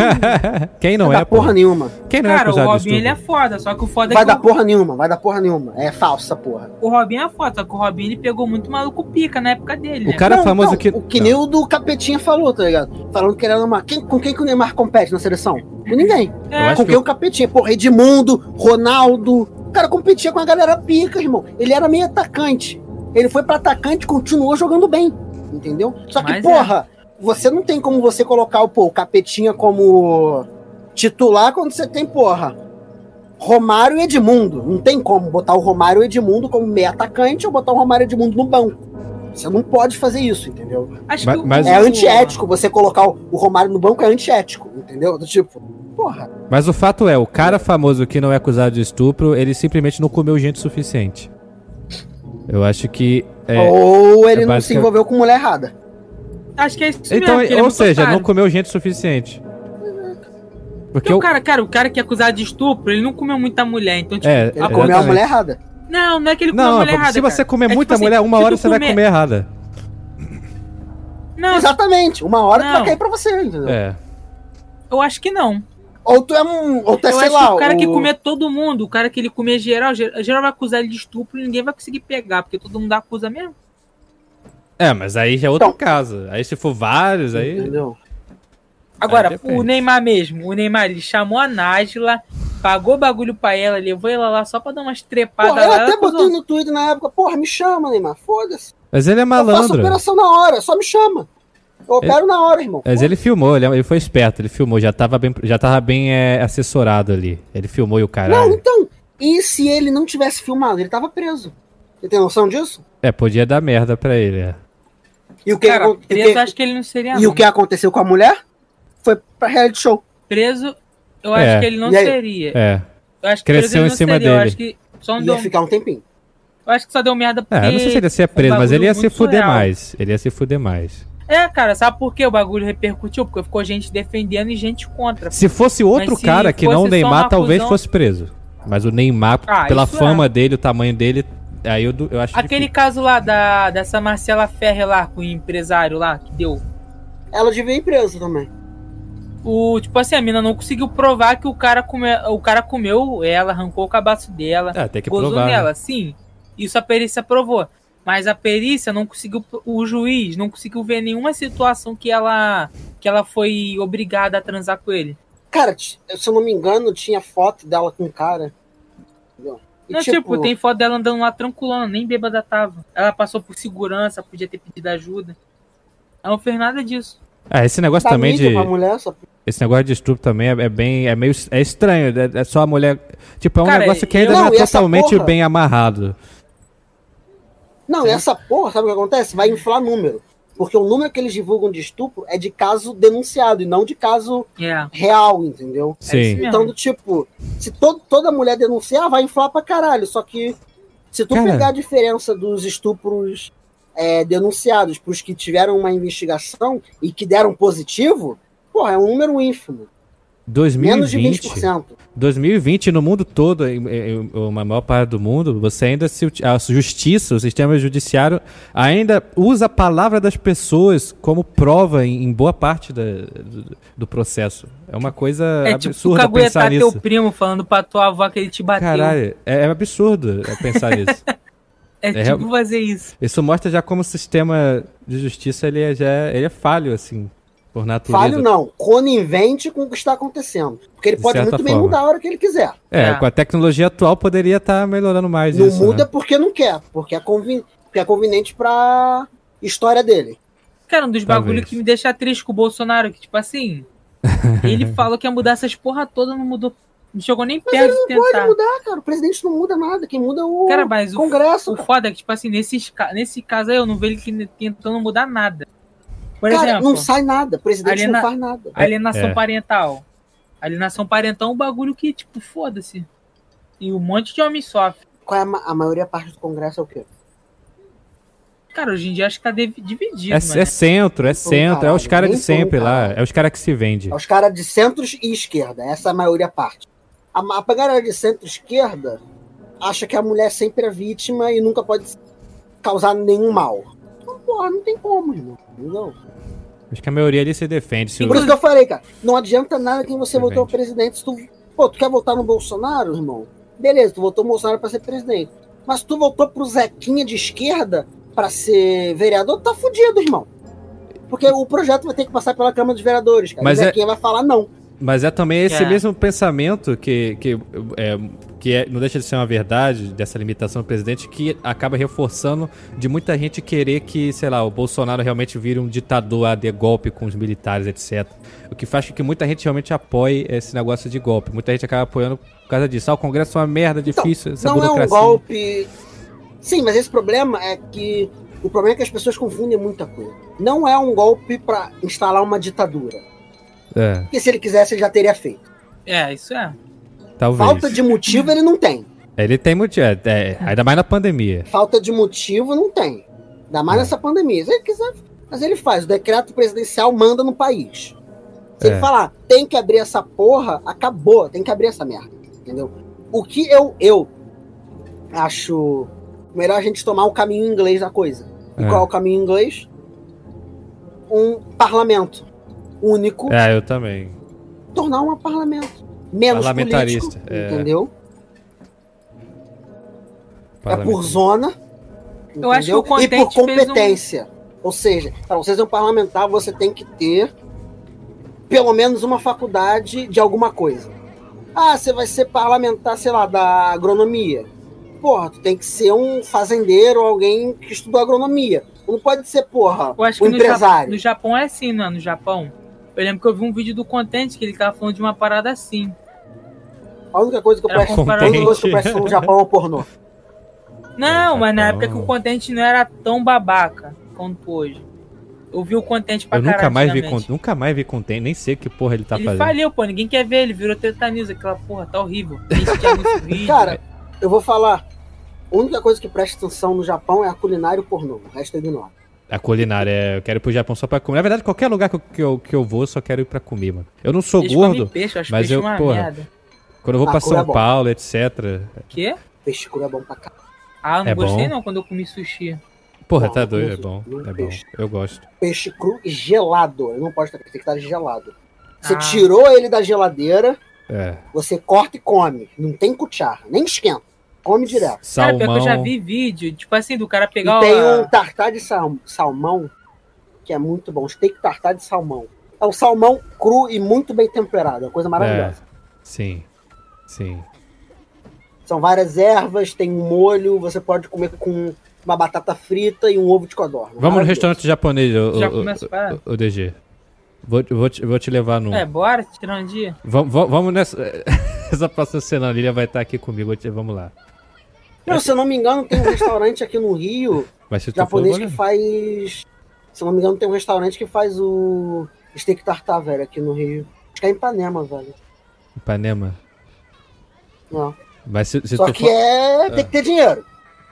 Quem não
vai
é,
dar
porra?
porra nenhuma.
Quem não é
Cara, o
acusado
Robinho ele
de
é
estupro?
foda, só que o foda
Vai
é que
dar
o-
porra nenhuma, vai dar porra nenhuma. É falsa, porra.
o, Robinho é foda, só que o Robinho ele pegou muito maluco pica na época dele, né?
O cara
Não,
famoso
não,
que...
O que nem o do Capetinha falou, tá ligado? Falando que ele era uma... Quem, com quem que o Neymar compete na seleção? Com ninguém.
Eu
É,
acho
com
que
quem o capetinha? Porra, Edmundo, Ronaldo. O cara competia com a galera pica, irmão. Ele era meio atacante. Ele foi pra atacante e continuou jogando bem. Entendeu? Só que,
Mas é.
porra, você não tem como você colocar o, pô, o capetinha como titular quando você tem, porra. Romário e Edmundo. Não tem como botar o Romário e Edmundo como meia atacante ou botar o Romário e Edmundo no banco. Você não pode fazer isso, entendeu?
acho
Mas-
que o-
mas-
É antiético. Você colocar o o Romário no banco é antiético, entendeu? Do Tipo, porra.
Mas o fato é, o cara famoso que não é acusado de estupro, ele simplesmente não comeu gente o suficiente. Eu acho que... é,
Ou ele
é
não se
basicamente-
envolveu com mulher errada.
Acho que é isso
Então,
mesmo, que ele é
ou
muito
seja,
otário.
não comeu gente o suficiente. Porque
Porque o
eu...
Então, cara, cara, o cara que é acusado de estupro, ele não comeu muita mulher, então tipo,
É,
Ele comeu a
exatamente.
mulher errada.
não, não é que ele comeu
Não,
mulher errada.
se você
cara.
comer
É tipo
muita
assim,
mulher, uma
se
hora
tu
você vai comer errada.
Não,
Exatamente. Uma hora tu
Não.
vai cair pra você, entendeu?
É.
eu acho que não.
Ou tu é um. Ou tu é,
Eu
sei
acho
lá.
que o cara que
o-
comer todo mundo, o cara que ele comer geral, ger- geral vai acusar ele de estupro e ninguém vai conseguir pegar, porque todo mundo acusa mesmo.
É, mas aí já é outro
Então-
caso. Aí se for vários, aí.
Entendeu?
Aí
Agora,
É, depende.
o Neymar mesmo, o Neymar ele chamou a Nájila, pagou bagulho pra ela, levou ela lá só pra dar umas trepadas
Porra,
lá.
eu
ela
até
acusou.
botei no Twitter na época, porra, me chama, Neymar. Foda-se.
Mas ele é
Eu faço
malandro.
operação na hora, só me chama. Eu opero na hora, irmão.
É. Mas ele filmou, ele, ele foi esperto, ele filmou, já tava bem, já tava bem é, assessorado ali. Ele filmou e o
Não,
caralho.
então. E se ele não tivesse filmado? Ele tava preso. Você tem noção disso?
É, podia dar merda pra ele. é.
E o que,
Cara,
acon-
preso
e o que-
acho que é ele não seria
e
não.
o que aconteceu com a mulher? Foi pra reality show.
Preso, Eu
É.
acho que ele não
E aí?
seria.
É.
Eu acho que
Cresceu
por exemplo,
em
não
cima
seria. Eu
dele.
acho que só não
Ia
deu.
ficar um tempinho.
Eu acho que só deu merda porque.
É, eu não sei se ele ia ser preso, mas
um bagulho
ele ia
muito
se fuder
surreal.
mais. Ele ia se fuder mais.
É, cara, sabe por que o bagulho repercutiu? Porque ficou gente defendendo e gente contra.
Se fosse outro
se
cara que
fosse
não
só
o
uma
Neymar, talvez
fusão-
fosse preso. Mas o Neymar,
Ah,
pela
isso é.
fama dele, o tamanho dele, aí eu, du- eu acho
Aquele
difícil.
caso lá da, dessa Marcela Ferre lá, com o empresário lá, que deu.
Ela devia ir presa também.
O, tipo assim, a mina não conseguiu provar que o cara, come, o cara comeu ela, arrancou o cabaço dela,
Ah, tem que
gozou
provar. né?
nela, sim. Isso a perícia provou. Mas a perícia não conseguiu, o juiz não conseguiu ver nenhuma situação que ela, que ela foi obrigada a transar com ele.
Cara, t- se eu não me engano, tinha foto dela com o cara. Entendeu? E,
Não, tipo, tem foto dela andando lá tranquilona, nem bêbada tava. Ela passou por segurança, podia ter pedido ajuda. Ela não fez nada disso.
Ah, esse negócio
dá
também
mídia
de.
pra mulher, só-
Esse negócio de estupro também é, é bem. É meio. É estranho. É, é só a mulher. Tipo, é um
Cara,
negócio que ainda
eu-
não,
Não, e
é
essa
totalmente
porra? É
bem amarrado.
Não, e essa porra, sabe o que acontece? Vai inflar número. Porque o número que eles divulgam de estupro é de caso denunciado e não de caso
É.
real, entendeu?
Sim.
mesmo.
Então, do tipo, se to- toda mulher denunciar, vai inflar pra caralho. Só que se tu
Cara.
pegar a diferença dos estupros é, denunciados pros que tiveram uma investigação e que deram positivo, porra, é um número ínfimo. Menos de
2020.
20%.
2020 no mundo todo, em, em- em uma maior parte do mundo, você ainda se uti- a justiça, o sistema judiciário ainda usa a palavra das pessoas como prova em, em boa parte da- do, do processo. É uma coisa
É tipo, tu
absurda pensar
caguetar teu
nisso.
primo falando pra tua avó que ele te bateu.
Caralho, é, é absurdo é, pensar
[laughs]
nisso.
é tipo
é real-
fazer isso.
Isso mostra já como o sistema de justiça ele é, já é- ele é falho assim, por natureza.
Falho não, conivente com o que está acontecendo. Porque ele
De
pode
certa
muito bem
forma.
mudar a hora que ele quiser.
É,
É.
com a tecnologia atual poderia estar melhorando mais
não
isso.
muda
né?
porque não quer, porque é, convi porque é conveniente pra história dele.
Cara, um dos
Talvez.
bagulhos que me deixa triste com o Bolsonaro, que
[laughs]
tipo assim, ele falou que ia mudar essas porra toda, não mudou. Não chegou nem perto de tentar.
Pode mudar, Ah, cara. O presidente não muda nada. Quem muda é o
Cara, mas o,
Congresso.
o foda é que, tipo assim, nesses, ca- nesse caso aí eu não vejo ele que- tentando mudar nada. Por
cara,
exemplo,
não sai nada. O presidente
ali
não
na-
faz nada.
Alienação
É.
parental. Alienação parental é um bagulho que, tipo, foda-se. E um monte de homem sofre.
Qual é a, ma- a maioria parte do Congresso é o quê?
Cara, hoje em dia acho que tá de- dividido,
É,
mano.
é centro, é centro, é os
caralho,
caras de
nem foi um
sempre lá,
caralho.
é os caras que se vende.
É os caras de centros e esquerda. Essa é a maioria parte. A, ma- a galera de centro-esquerda acha que a mulher sempre é vítima e nunca pode causar nenhum mal. Então, porra, não tem como, irmão. Entendeu?
Acho que a maioria ali se defende. Se o-
Por isso que eu falei, cara, não adianta nada quem você
Prevente.
votou presidente. Se tu, pô, tu quer votar no Bolsonaro, irmão? Beleza, tu votou no Bolsonaro pra ser presidente. Mas tu votou pro Zequinha de esquerda pra ser vereador, tá fudido, irmão. Porque o projeto vai ter que passar pela Câmara dos Vereadores, cara.
Mas
o
é-
Zequinha vai falar não.
Mas é também esse
É.
mesmo pensamento que, que, é, que é- não deixa de ser uma verdade, dessa limitação do presidente, que acaba reforçando de muita gente querer que, sei lá, o Bolsonaro realmente vire um ditador a de golpe com os militares, etc. O que faz com que muita gente realmente apoie esse negócio de golpe. Muita gente acaba apoiando por causa disso. Ah, o Congresso é uma merda, difícil, essa
não é um
burocracia.
golpe. Sim, mas esse problema é que. O problema é que as pessoas confundem muita coisa. Não é um golpe pra instalar uma ditadura.
É,
Porque se ele quisesse, ele já teria feito.
É, isso é.
talvez.
Falta de motivo ele não tem.
Ele tem muito. É, é, ainda mais na pandemia.
Falta de motivo não tem. Ainda
É.
mais nessa pandemia. é Se ele quiser, mas ele faz. O decreto presidencial manda no país. Se
É.
ele falar, tem que abrir essa porra, acabou, tem que abrir essa merda. Entendeu? O que eu, eu acho melhor a gente tomar o caminho inglês da coisa. E
É.
qual é o caminho inglês? Um parlamento único,
É, eu também.
tornar um parlamento. Menos
Parlamentarista,
político,
é.
entendeu? É
[laughs]
por zona.
Eu acho que o
entendeu? E por
Contente fez um-
competência. Ou seja, para você ser um parlamentar, você tem que ter pelo menos uma faculdade de alguma coisa. Ah, você vai ser parlamentar, sei lá, da agronomia. Porra, tu tem que ser um fazendeiro, alguém que estudou agronomia. Tu não pode ser, porra,
Eu acho
um
que no, Ja-
empresário.
no Japão é assim, não é? No Japão. Eu lembro que eu vi um vídeo do Contente que ele tava falando de uma parada assim.
A única coisa que eu
Era
presto, a
comparar
única coisa que eu
contente.
presto no Japão é o pornô.
Não, mas na época que
É, Japão.
o Contente não era tão babaca quanto hoje. Eu vi o contente pra
Eu
caralho.
nunca mais vi
antigamente.
cont- nunca mais vi contente, nem sei que porra ele tá
ele
fazendo.
faliu, pô. Ninguém quer ver. Ele virou treta news. Aquela porra tá horrível. A gente tinha muito vídeo.
Cara, eu vou falar. A única coisa que presta atenção no Japão é a culinária e o pornô. O resto é eu ignoro.
A culinária, é, eu quero ir pro Japão só pra comer. Na verdade, qualquer lugar que eu, que eu, que eu vou, eu só quero ir pra comer, mano. Eu não sou
Eles comem
gordo,
Peixe, eu acho
mas
peixe
eu-
uma
porra.
merda.
quando eu vou
Ah,
pra
como
São
é bom.
Paulo, etc.
Quê?
Peixe cru é bom pra caralho.
Ah, eu não
É bom?
gostei não quando eu comi sushi.
Porra,
Bom,
tá doido, é
muito-
bom,
muito
é bom.
peixe.
Eu gosto.
Peixe cru e gelado. Eu não posso ter tem que estar gelado. Você
Ah.
tirou ele da geladeira,
É.
você corta e come. Não tem cuchara, nem esquenta. Come direto.
Cara, pior que eu já
Salmão. é.
vi vídeo, tipo assim, do cara
E
pegar o.
tem um tartar de sal- salmão, que é muito bom. Steak tartar de salmão. É o salmão cru e muito bem temperado. É uma coisa
É.
maravilhosa.
Sim. Sim.
São várias ervas, tem um molho, você pode comer com uma batata frita e um ovo de codorna.
Vamos no
Maravilhoso.
restaurante japonês, ô,
Já
ô-
começa a parar.
ô, ô, DG. Vou, vou, te, vou te levar num.
É, bora tirar um dia.
Vam- va- vamos nessa. [laughs] Essa próxima cena, a Lilia vai estar aqui comigo. eu te- Vamos lá.
Não, se eu não me engano, tem um restaurante aqui no Rio,
Mas se tu for,
japonês,
eu
que
vou
faz. Se eu não me engano, tem um restaurante que faz o steak tartar, velho, aqui no Rio. Acho que é em Ipanema, velho.
levar. Ipanema.
Não.
Mas se, se
Só
tu
que
for-
é. Tem que ter dinheiro.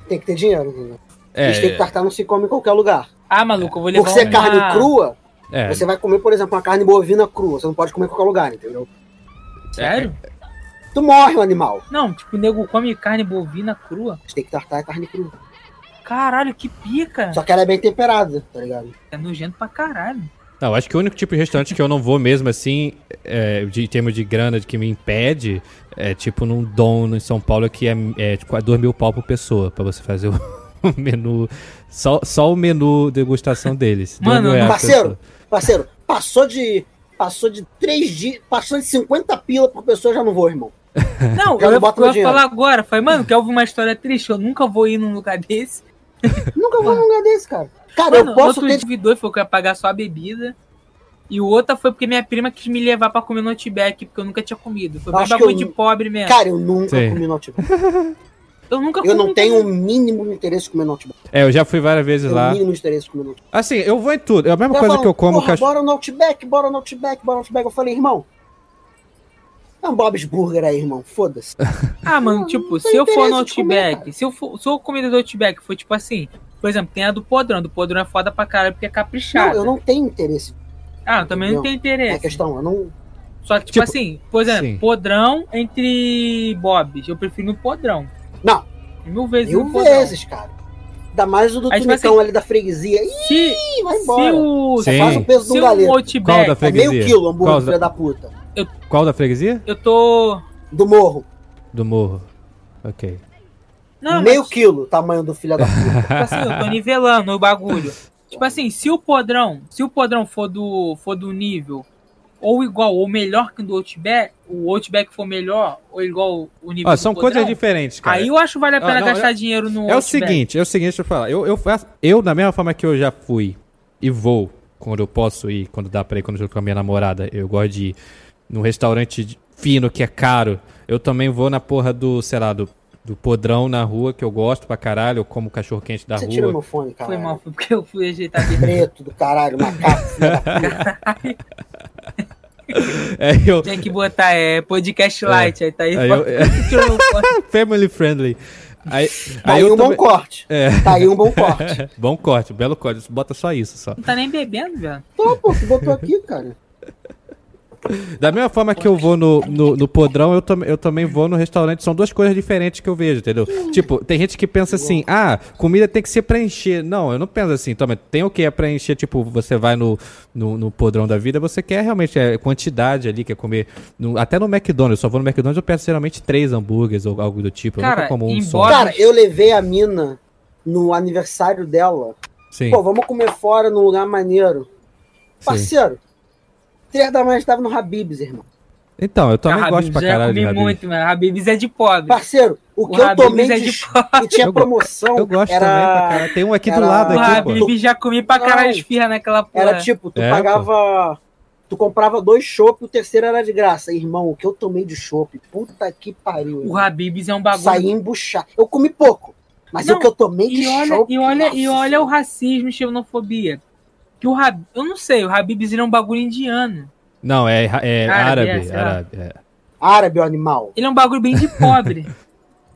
Tem que ter dinheiro, entendeu?
É,
steak tartar não se come em qualquer lugar.
Ah, maluco, eu vou levar
Porque se é
uma-
carne crua,
é,
você vai comer, por exemplo, uma carne bovina crua. Você não pode comer em qualquer lugar, entendeu?
Sério?
Tu morre o animal.
Não, tipo, o nego come carne bovina crua.
Steak tartar é carne crua.
Caralho, que pica.
Só que ela é bem temperada, tá ligado?
É nojento pra caralho.
[laughs] Não, acho que o único tipo de restaurante que eu não vou mesmo assim, é, de em termos de grana, de que me impede, é tipo num dono em São Paulo que é, é tipo 2 mil pau por pessoa pra você fazer o, [laughs] o menu. Só, só o menu degustação deles. Dois
Mano,
mil reais por
Parceiro,
pessoa.
parceiro, passou de. Passou de três dias. Passou de 50 pila por pessoa, eu já não vou, irmão.
Não,
Já
eu,
não
ia-
bota
eu
meu
ia
dinheiro.
falar agora. Falei, mano, quer ouvir uma história triste? Eu nunca vou ir num lugar desse.
Nunca vou num lugar desse, cara. Cara,
Mano,
eu posso
outro
ter.
indivíduo foi que eu ia pagar só a bebida. E o outro foi porque minha prima quis me levar pra comer no Outback, porque eu nunca tinha comido. Foi bem
Acho que
bagulho
eu-
de pobre mesmo.
Cara, eu nunca
Sim.
comi no Outback.
eu nunca
Eu não
comi
tenho o mínimo interesse em comer no Outback.
É, eu já fui várias vezes
Eu
lá.
tenho o mínimo interesse em comer no Outback.
Assim, eu vou em tudo. É a mesma
Eu
coisa
falo,
que eu como
um porra,
cachorro.
Bora no Outback, bora no Outback, bora no Outback. Eu falei, irmão. É um Bob's Burger aí, irmão. Foda-se.
Ah, mano,
Não,
tipo,
não
se eu for no
interessa de comer,
Outback, se eu for, se eu comida do Outback for tipo assim, por exemplo, tem a do Podrão, do Podrão é foda pra caralho porque é
Não,
caprichado.
eu não tenho interesse.
Ah, eu também não
Não.
tenho
É a
interesse.
questão, eu não.
Só que, tipo,
Tipo,
assim, por exemplo,
sim.
Podrão entre Bobs, eu prefiro no Podrão.
Não.
Mil vezes
Mil
no Podrão.
vezes, cara. Ainda mais o do
Aí, tipo
Tunicão ali da freguesia. Ih,
Se,
vai
se
embora.
o...
Sim.
Faz o peso de
Se
um
o
galeto.
Qual da
Outback,
É
freguesia?
meio quilo o hambúrguer,
Qual da-
filha da puta.
Qual da freguesia?
eu tô...
Do morro.
Do morro. Ok.
Não,
meio
mas,
quilo o tamanho do filho da puta.
tipo assim, eu tô nivelando o bagulho. Tipo assim, se o Podrão, se o Podrão for do, for do nível ou igual ou melhor que o do Outback, o Outback for melhor ou igual o nível
Ó,
do
são
Podrão,
coisas diferentes, cara.
Aí eu acho que vale a
Ah,
pena
não,
gastar dinheiro no
É o
Outback.
seguinte, é o seguinte, deixa eu falar. Eu, eu, faço- eu, da mesma forma que eu já fui e vou, quando eu posso ir, quando dá pra ir, quando eu tô com a minha namorada, eu gosto de ir num restaurante de- fino que é caro. Eu também vou na porra do, sei lá, do, do podrão na rua, que eu gosto pra caralho. Eu como cachorro quente [laughs] da
Você
rua.
tira meu fone, cara.
Foi mal, foi porque eu fui ajeitar aqui. [laughs]
Preto do caralho, macaco, filho da puta.
[laughs] É, eu.
Tinha que botar é, podcast light, aí tá aí.
Aí eu-
[laughs] tirou o fone.
Family friendly. Aí,
Tá aí,
eu
um bom
também-
corte.
É.
Tá aí um bom corte.
[laughs] Bom corte, belo corte. Bota só isso, só.
Não tá nem bebendo, velho.
Então, pô, tu botou aqui, cara.
Da mesma forma que eu vou no, no, no podrão, eu, tam, eu também vou no restaurante. São duas coisas diferentes que eu vejo, entendeu? Tipo, tem gente que pensa assim, ah, comida tem que ser pra encher. Não, eu não penso assim, toma, tem o que é pra encher, tipo, você vai no, no, no podrão da vida, você quer realmente é, quantidade ali, quer comer. No- até no McDonald's, eu só vou no McDonald's, eu peço geralmente três hambúrgueres ou algo do tipo. eu
Cara,
nunca como um
em
só.
Bob's-
Cara, eu levei a mina no aniversário dela.
Sim,
Pô, vamos comer fora num lugar maneiro.
sim.
Parceiro, três da manhã estava no Habib's, irmão.
Então, eu também
Ah,
gosto pra
já
caralho
comi
de Habib's.
muito, mano. A Habibs é de pobre.
Parceiro, o que
O
eu tomei
Habib's é
de
de
ch- e tinha
Eu go-
promoção
Eu gosto também pra
era
caralho. Tem um aqui do
era-
lado
O
aqui, pô.
Habibs já comi pra
Não.
caralho esfirra naquela porra.
Era tipo, tu
É,
pagava. Tu comprava dois chopp e o terceiro era de graça. Irmão, o que eu tomei de chopp? Puta que pariu.
O
irmão.
Habibs é um bagulho.
Saí embuchado. Eu comi pouco. Mas
Não,
o que eu tomei de
E olha,
chopp.
e olha, e
nossa
olha o
senhora.
racismo e xenofobia. que o Habib. Eu não sei, o Habibs ele é um bagulho indiano.
Não, é, é
Árabe,
árabe.
é,
Árabe,
sei lá.
é.
Árabe, o animal.
Ele é um bagulho bem
[laughs]
de pobre.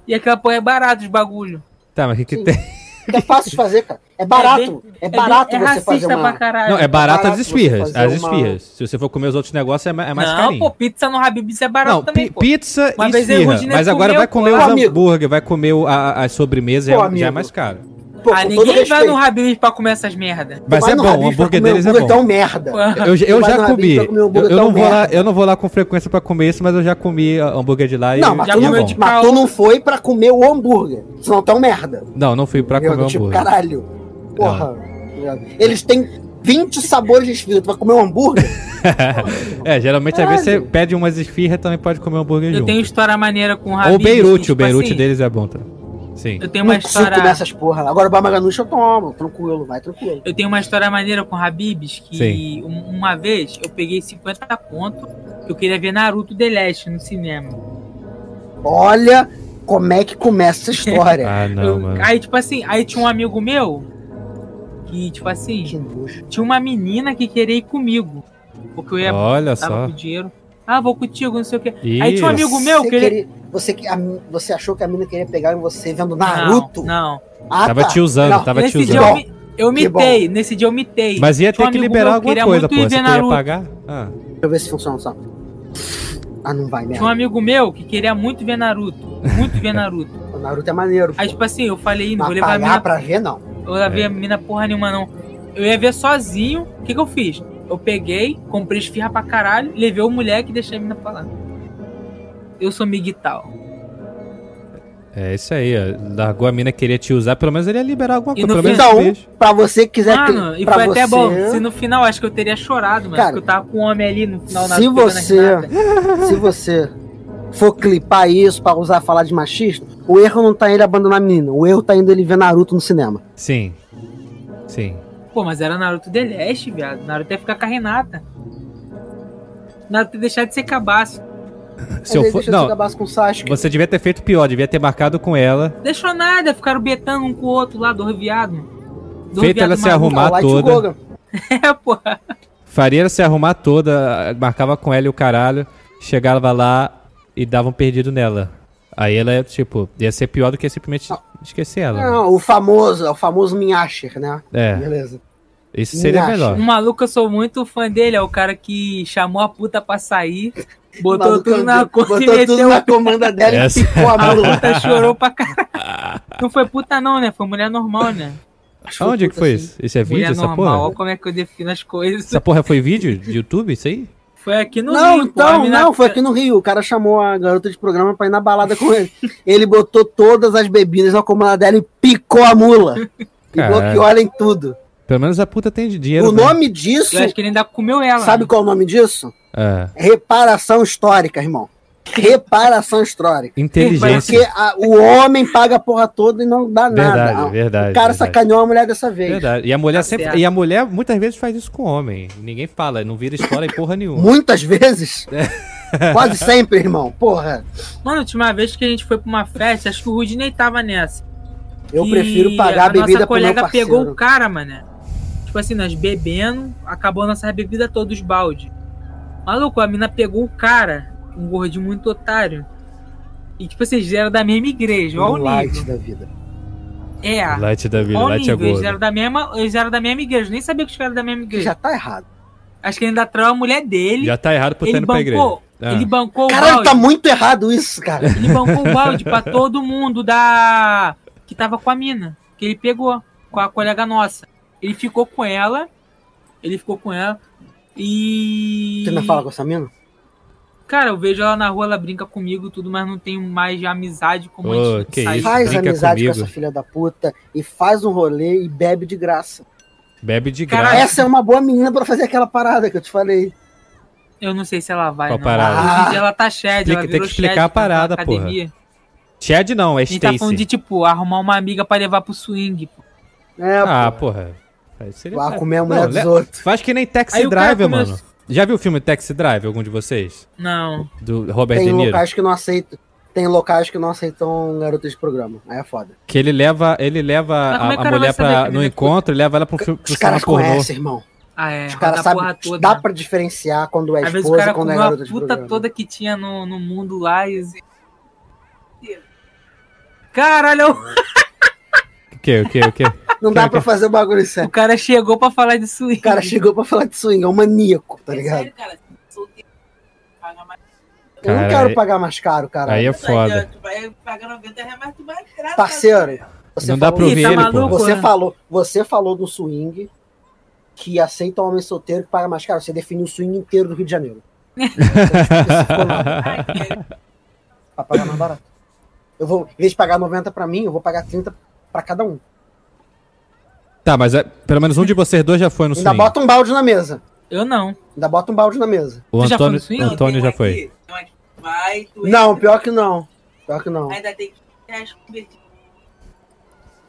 e aquela porra é barato os bagulho.
Tá, mas o que, que
Sim.
tem?
É fácil de fazer, cara. É barato. É,
bem-
barato
é
você
racista
fazer uma.
pra caralho.
Não, é barato as
barato você
esfirras.
fazer
As
uma-
esfirras. Se você for comer os outros negócios, é ma- é mais
não,
carinho.
pô, pizza no Habibs é barato
não,
também,
pi-
pô.
pizza
Uma
e
vez a
esfirra.
Rudinei
Mas agora
comeu,
vai comer
pô.
os
Amigo.
hambúrguer, vai comer o- a- a- as sobremesas, é-
Pô,
já é
amigo.
mais caro.
Pô, com
ah,
todo
ninguém vai
respeito,
no Habibs pra comer essas merda.
Mas
vai
é
no
bom, o
Habib's pra
hambúrguer
comer
deles é
hambúrguer
bom.
tão merda.
Eu, já- eu
Tu vai no
já
Habib's
comi.
pra comer
Eu,
hambúrguer
eu
tão
não vou lá,
merda.
eu não vou lá com frequência pra comer isso, mas eu já comi ah, hambúrguer de lá e
Não, mas
e
tu,
é
não,
comeu
bom.
de-
mas tu não foi pra comer o hambúrguer. Senão tão merda.
Não, não fui pra
Entendeu?
comer
tipo,
hambúrguer. Ah.
caralho. Porra. Eles têm 20 sabores de esfirra. Tu vai comer um hambúrguer?
é, geralmente às vezes você
Caralho.
pede umas esfirras também pode comer hambúrguer
Eu tenho
junto.
história maneira com o Habibs.
Ou Beirute,
tipo
o Beirute
assim,
deles é bom também. Sim.
Eu tenho uma
não consigo
história...
comer essas porra. Agora o Bamaganush eu tomo. Tranquilo, vai tranquilo.
Eu tenho uma história maneira com Habibs que
Sim.
um- uma vez eu peguei 50 conto que eu queria ver Naruto The Last no cinema.
Olha como é que começa
[laughs]
a história.
Ah, não,
Eu-
mano.
aí, tipo assim, aí tinha um amigo meu que, tipo assim,
Que nojo.
tinha uma menina que queria ir comigo. Porque eu ia
Olha
tava
só.
com dinheiro. Ah, vou contigo, não sei o quê.
Ih,
Aí tinha um amigo- meu
Você
que ele-
queria- Você, que- a- você achou que a mina queria pegar em você vendo
Não,
Naruto?
Não.
Ah,
tava
tá.
te usando,
Não,
tava te
Nesse
usando.
dia eu, mi- eu
Que
mitei, nesse dia eu mitei.
Mas ia
Tinha um
ter que
amigo
liberar
meu
alguma
queria
coisa,
muito
pô.
ir
Você
ver
queria
Naruto.
pagar? Ah.
Deixa eu ver se funciona só. Ah, não vai,
Tinha um
merda.
amigo meu que queria muito ver Naruto. Muito ver Naruto.
O Naruto é maneiro.
Aí,
Pô.
tipo assim, eu falei, não
Mas
vou levar a
pagar
menina
pra ver, não.
Eu ia
É.
ver a menina porra nenhuma, não. Eu ia ver sozinho. O que, que eu fiz? Eu peguei, comprei esfirra pra caralho, levei o moleque e deixei a menina pra lá. Eu sou miguital.
É isso aí, ó. Largou a mina, queria te usar, pelo menos ele ia liberar alguma
E
coisa. Pelo
no
menos
final-
um beijo.
Então, Pra você que quiser...
Mano,
que,
e
pra
foi até
você-
bom. Se no final, acho que eu teria chorado, mano.
Cara,
porque eu tava com um homem ali no final
se
pegando as
você-
natas.
Se você for clipar isso pra usar falar de machista, o erro não tá em ele abandonar a menina. O erro tá indo ele ver Naruto no cinema.
Sim. Sim.
Pô, mas era Naruto The Last, viado. Naruto ia ficar com a Renata. Naruto ia deixar de ser cabaço.
Se eu
Mas aí
for...
deixa eu
Não,
jogar base com o Sasuke.
você devia ter feito pior, devia ter marcado com ela,
Deixou nada, ficaram betando um com o outro lá, do viado. Do
Feito ela se
Ah,
arrumar
Light
toda.
Gogan.
[laughs] É, porra.
faria ela se arrumar toda, marcava com ela e o caralho, chegava lá e dava um perdido nela. Aí ela, tipo, ia ser pior do que simplesmente esquecer ela.
Não, o famoso, o famoso Minhasher, né?
É,
Beleza.
isso seria
Não acho.
melhor.
Um maluco que eu sou muito fã dele, é o cara que chamou a puta
[laughs]
pra sair, botou
Maluco,
tudo na conta e
botou tudo
meteu
na comanda dela
Essa-
e
[laughs]
picou a
a
mão. [laughs]
puta, chorou pra caralho. Não foi puta não, né? Foi mulher normal, né?
Onde que foi
Assim,
isso? Isso é vídeo,
Mulher
essa
normal,
porra?
olha como é que eu defino as coisas.
Essa porra foi vídeo de YouTube, isso aí?
Foi aqui no
Não,
Rio, pô, a
então,
mina-
não, foi aqui no Rio. O cara chamou a garota de programa pra ir na balada com ele. Ele botou todas as bebidas na comanda dela e picou a mula. E
Caralho.
bloqueou ela em tudo.
Pelo menos a puta tem dinheiro.
O
né?
nome disso,
Eu acho que ele ainda comeu ela.
sabe
né?
qual é o nome disso?
É.
Reparação histórica, irmão. Reparação histórica.
Inteligência.
Porque a- o homem paga a porra toda e não dá
Verdade,
nada. Ah,
verdade.
o cara
verdade.
sacaneou a mulher dessa vez.
Verdade. E a mulher
Tá certo.
sempre. E a mulher muitas vezes faz isso com o homem. Ninguém fala, não vira história e porra É. nenhuma. [laughs]
Muitas vezes. Quase sempre, irmão. Porra.
Mano, a última vez que a gente foi pra uma festa, acho que o Rudinei tava nessa.
Eu
que
prefiro pagar a bebida
nossa
pro meu
colega
parceiro.
pegou um o cara, mané. Tipo assim, nós bebendo, acabou a nossa bebida toda, os balde. Maluco, a mina pegou o cara, um gordinho muito otário. E tipo, vocês eram da mesma igreja,
Um
olha o
light
nível.
da vida.
É, olha
Light da vida,
o
Light é
nível, eles eram,
gordo.
da mesma, eles eram da mesma igreja, nem sabia que os caras eram da mesma
Que
igreja.
já tá errado.
Acho que ele ainda traiu a mulher dele,
Já tá errado por
ele
ter ido pra igreja.
bancou,
Ah.
ele bancou o
Caralho,
balde,
tá muito errado isso, cara.
ele bancou o balde pra todo mundo da... que tava com a mina, que ele pegou, com a colega nossa. Ele ficou com ela, ele ficou com ela, e...
Você ainda fala com essa mina?
Cara, eu vejo ela na rua, ela brinca comigo e tudo, mas não tenho mais amizade como
Ô,
antes.
que
saía.
isso,
Faz
brinca
amizade
comigo.
com essa filha da puta e faz um rolê e bebe de graça.
Ah, Bebe de
Caralho.
graça.
Essa é uma boa menina pra fazer aquela parada que eu te falei.
Eu não sei se ela vai.
Qual
não.
parada?
Hoje em dia ela tá shed,
Explica-
ela
tem
virou
que explicar
shed,
a
tá na
parada, porra.
academia.
Chad não, é
A gente tá
Stacy.
falando de, tipo, arrumar uma amiga pra levar pro swing. pô.
É,
Ah,
pô.
porra. Aí seria-
Vai comer a mulher
Não,
dos
le-
outros.
Faz que nem
Aí
Taxi
o cara
Driver,
começa-
mano. Já viu o filme Taxi Drive, algum de vocês?
Não.
Do Robert
Tem um
De Niro?
locais que não aceitam. Tem locais que não aceitam garotas de programa. Aí é foda.
Que ele leva, ele leva
Mas como é que o
a, a
cara vai
mulher
saber que
pra,
a
no
menina é
encontro e leva ela pro, pro
Os
cinema
caras
pornô.
conhecem, irmão.
Ah, é.
Os
roda
caras
a porra
sabem,
toda. né?
dá pra diferenciar quando é
Às vezes o
esposa e
cara
quando é
comeu a
garota de
puta
programa.
toda que tinha no, no mundo lá e. Caralho, [laughs] o-
O que, o que, o
[laughs]
que?
Não dá
Cara,
pra fazer o bagulho
o
certo.
cara chegou pra falar de swing.
O cara chegou pra falar de swing, é um maníaco, tá ligado?
Sério, cara, solteiro, paga mais-
Eu não
Cara,
quero
aí-
pagar mais caro, cara.
Aí é
Não adianta,
foda.
tá tu vai pagar 90 reais, mas tu vai entrar,
Parceiro, você
Não dá pra
falou-
ouvir
Ih, tá
ele, pô.
[laughs] maluco?
Você
né?
falou, você falou do swing que aceita um homem solteiro que paga mais caro. Você definiu o swing inteiro do Rio de
[laughs]
Janeiro.
cara. Ai, cara.
Pra pagar mais barato. Eu vou, em vez de pagar 90 pra mim, eu vou pagar 30 pra cada um.
Tá, mas é- pelo menos um de vocês dois já foi no
Ainda
swing.
bota um balde na mesa.
Eu não.
Ainda bota um balde na mesa.
O
Tu já foi
Antônio,
no swing?
o Antônio já foi.
um
Vai, tu
Não, pior que não. Pior que não.
ainda tem que reais convertido.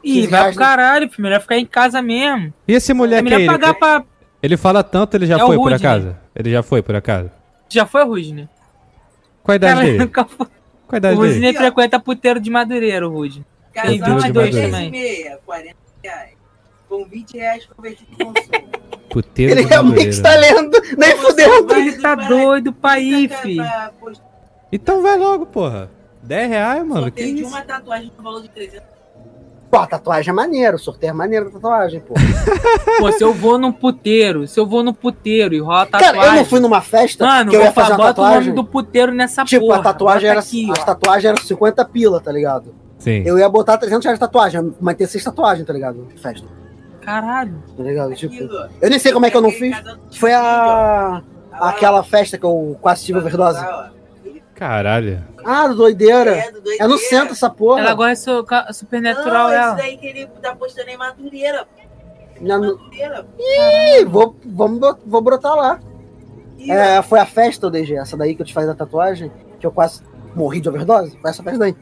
Ih,
Esses
vai
gajos-
pro caralho, filho. Melhor ficar em casa mesmo.
E esse
É
moleque
melhor
aí?
pagar
Ele,
pra.
ele fala tanto, ele já
É o
foi por
Rudy,
acaso? Ele já foi por acaso?
Já foi, Rudney?
Qual a idade
Cara,
dele?
[laughs] nunca foi.
Qual a
O
idade dele?
Rudney frequenta puteiro de madureira, o Rudney.
Tem
Casal
de
de
madureira.
10 e meia, 40 reais. Com 20 reais convertido em consumo.
Puteiro
Ele
de
realmente tá
Madureira.
lendo, nem fudeu.
Ele tá doido pra ir,
Pra-
filho.
pra postar,
Então vai logo, porra. 10 reais, mano.
Só
Que
tem de
isso?
uma tatuagem no valor de 300
Pô, a tatuagem é maneiro, o sorteio é maneiro da tatuagem, pô.
Pô, se eu vou num puteiro, se eu vou num puteiro e rola tatuagem.
Cara, eu não fui numa festa
Mano,
que eu
vou
ia fazer
falar,
uma
bota o nome
tatuagem.
do puteiro nessa
Tipo,
porra.
a tatuagem
Bota
era,
aqui,
as
ó.
tatuagens eram 50 pila, tá ligado?
Sim.
Eu ia botar 300 reais de tatuagem, mas tem seis tatuagens, tá ligado? Festa,
Caralho.
tá ligado? Tipo,
quilos. um
eu nem sei como é que eu não fiz. Foi a... aquela festa que eu quase tive overdose.
Caralho.
Ah, doideira. É no centro essa porra.
Ela gosta de su- ca- supernatural,
Não, isso
ela.
daí que ele tá postando em Madureira. pô.
Minha no-
Madureira.
Ih, vou, vamos bot- vou brotar lá.
E
É, foi a festa, ô DG, essa daí que eu te falei da tatuagem, que eu quase morri de overdose. Foi essa festa daí.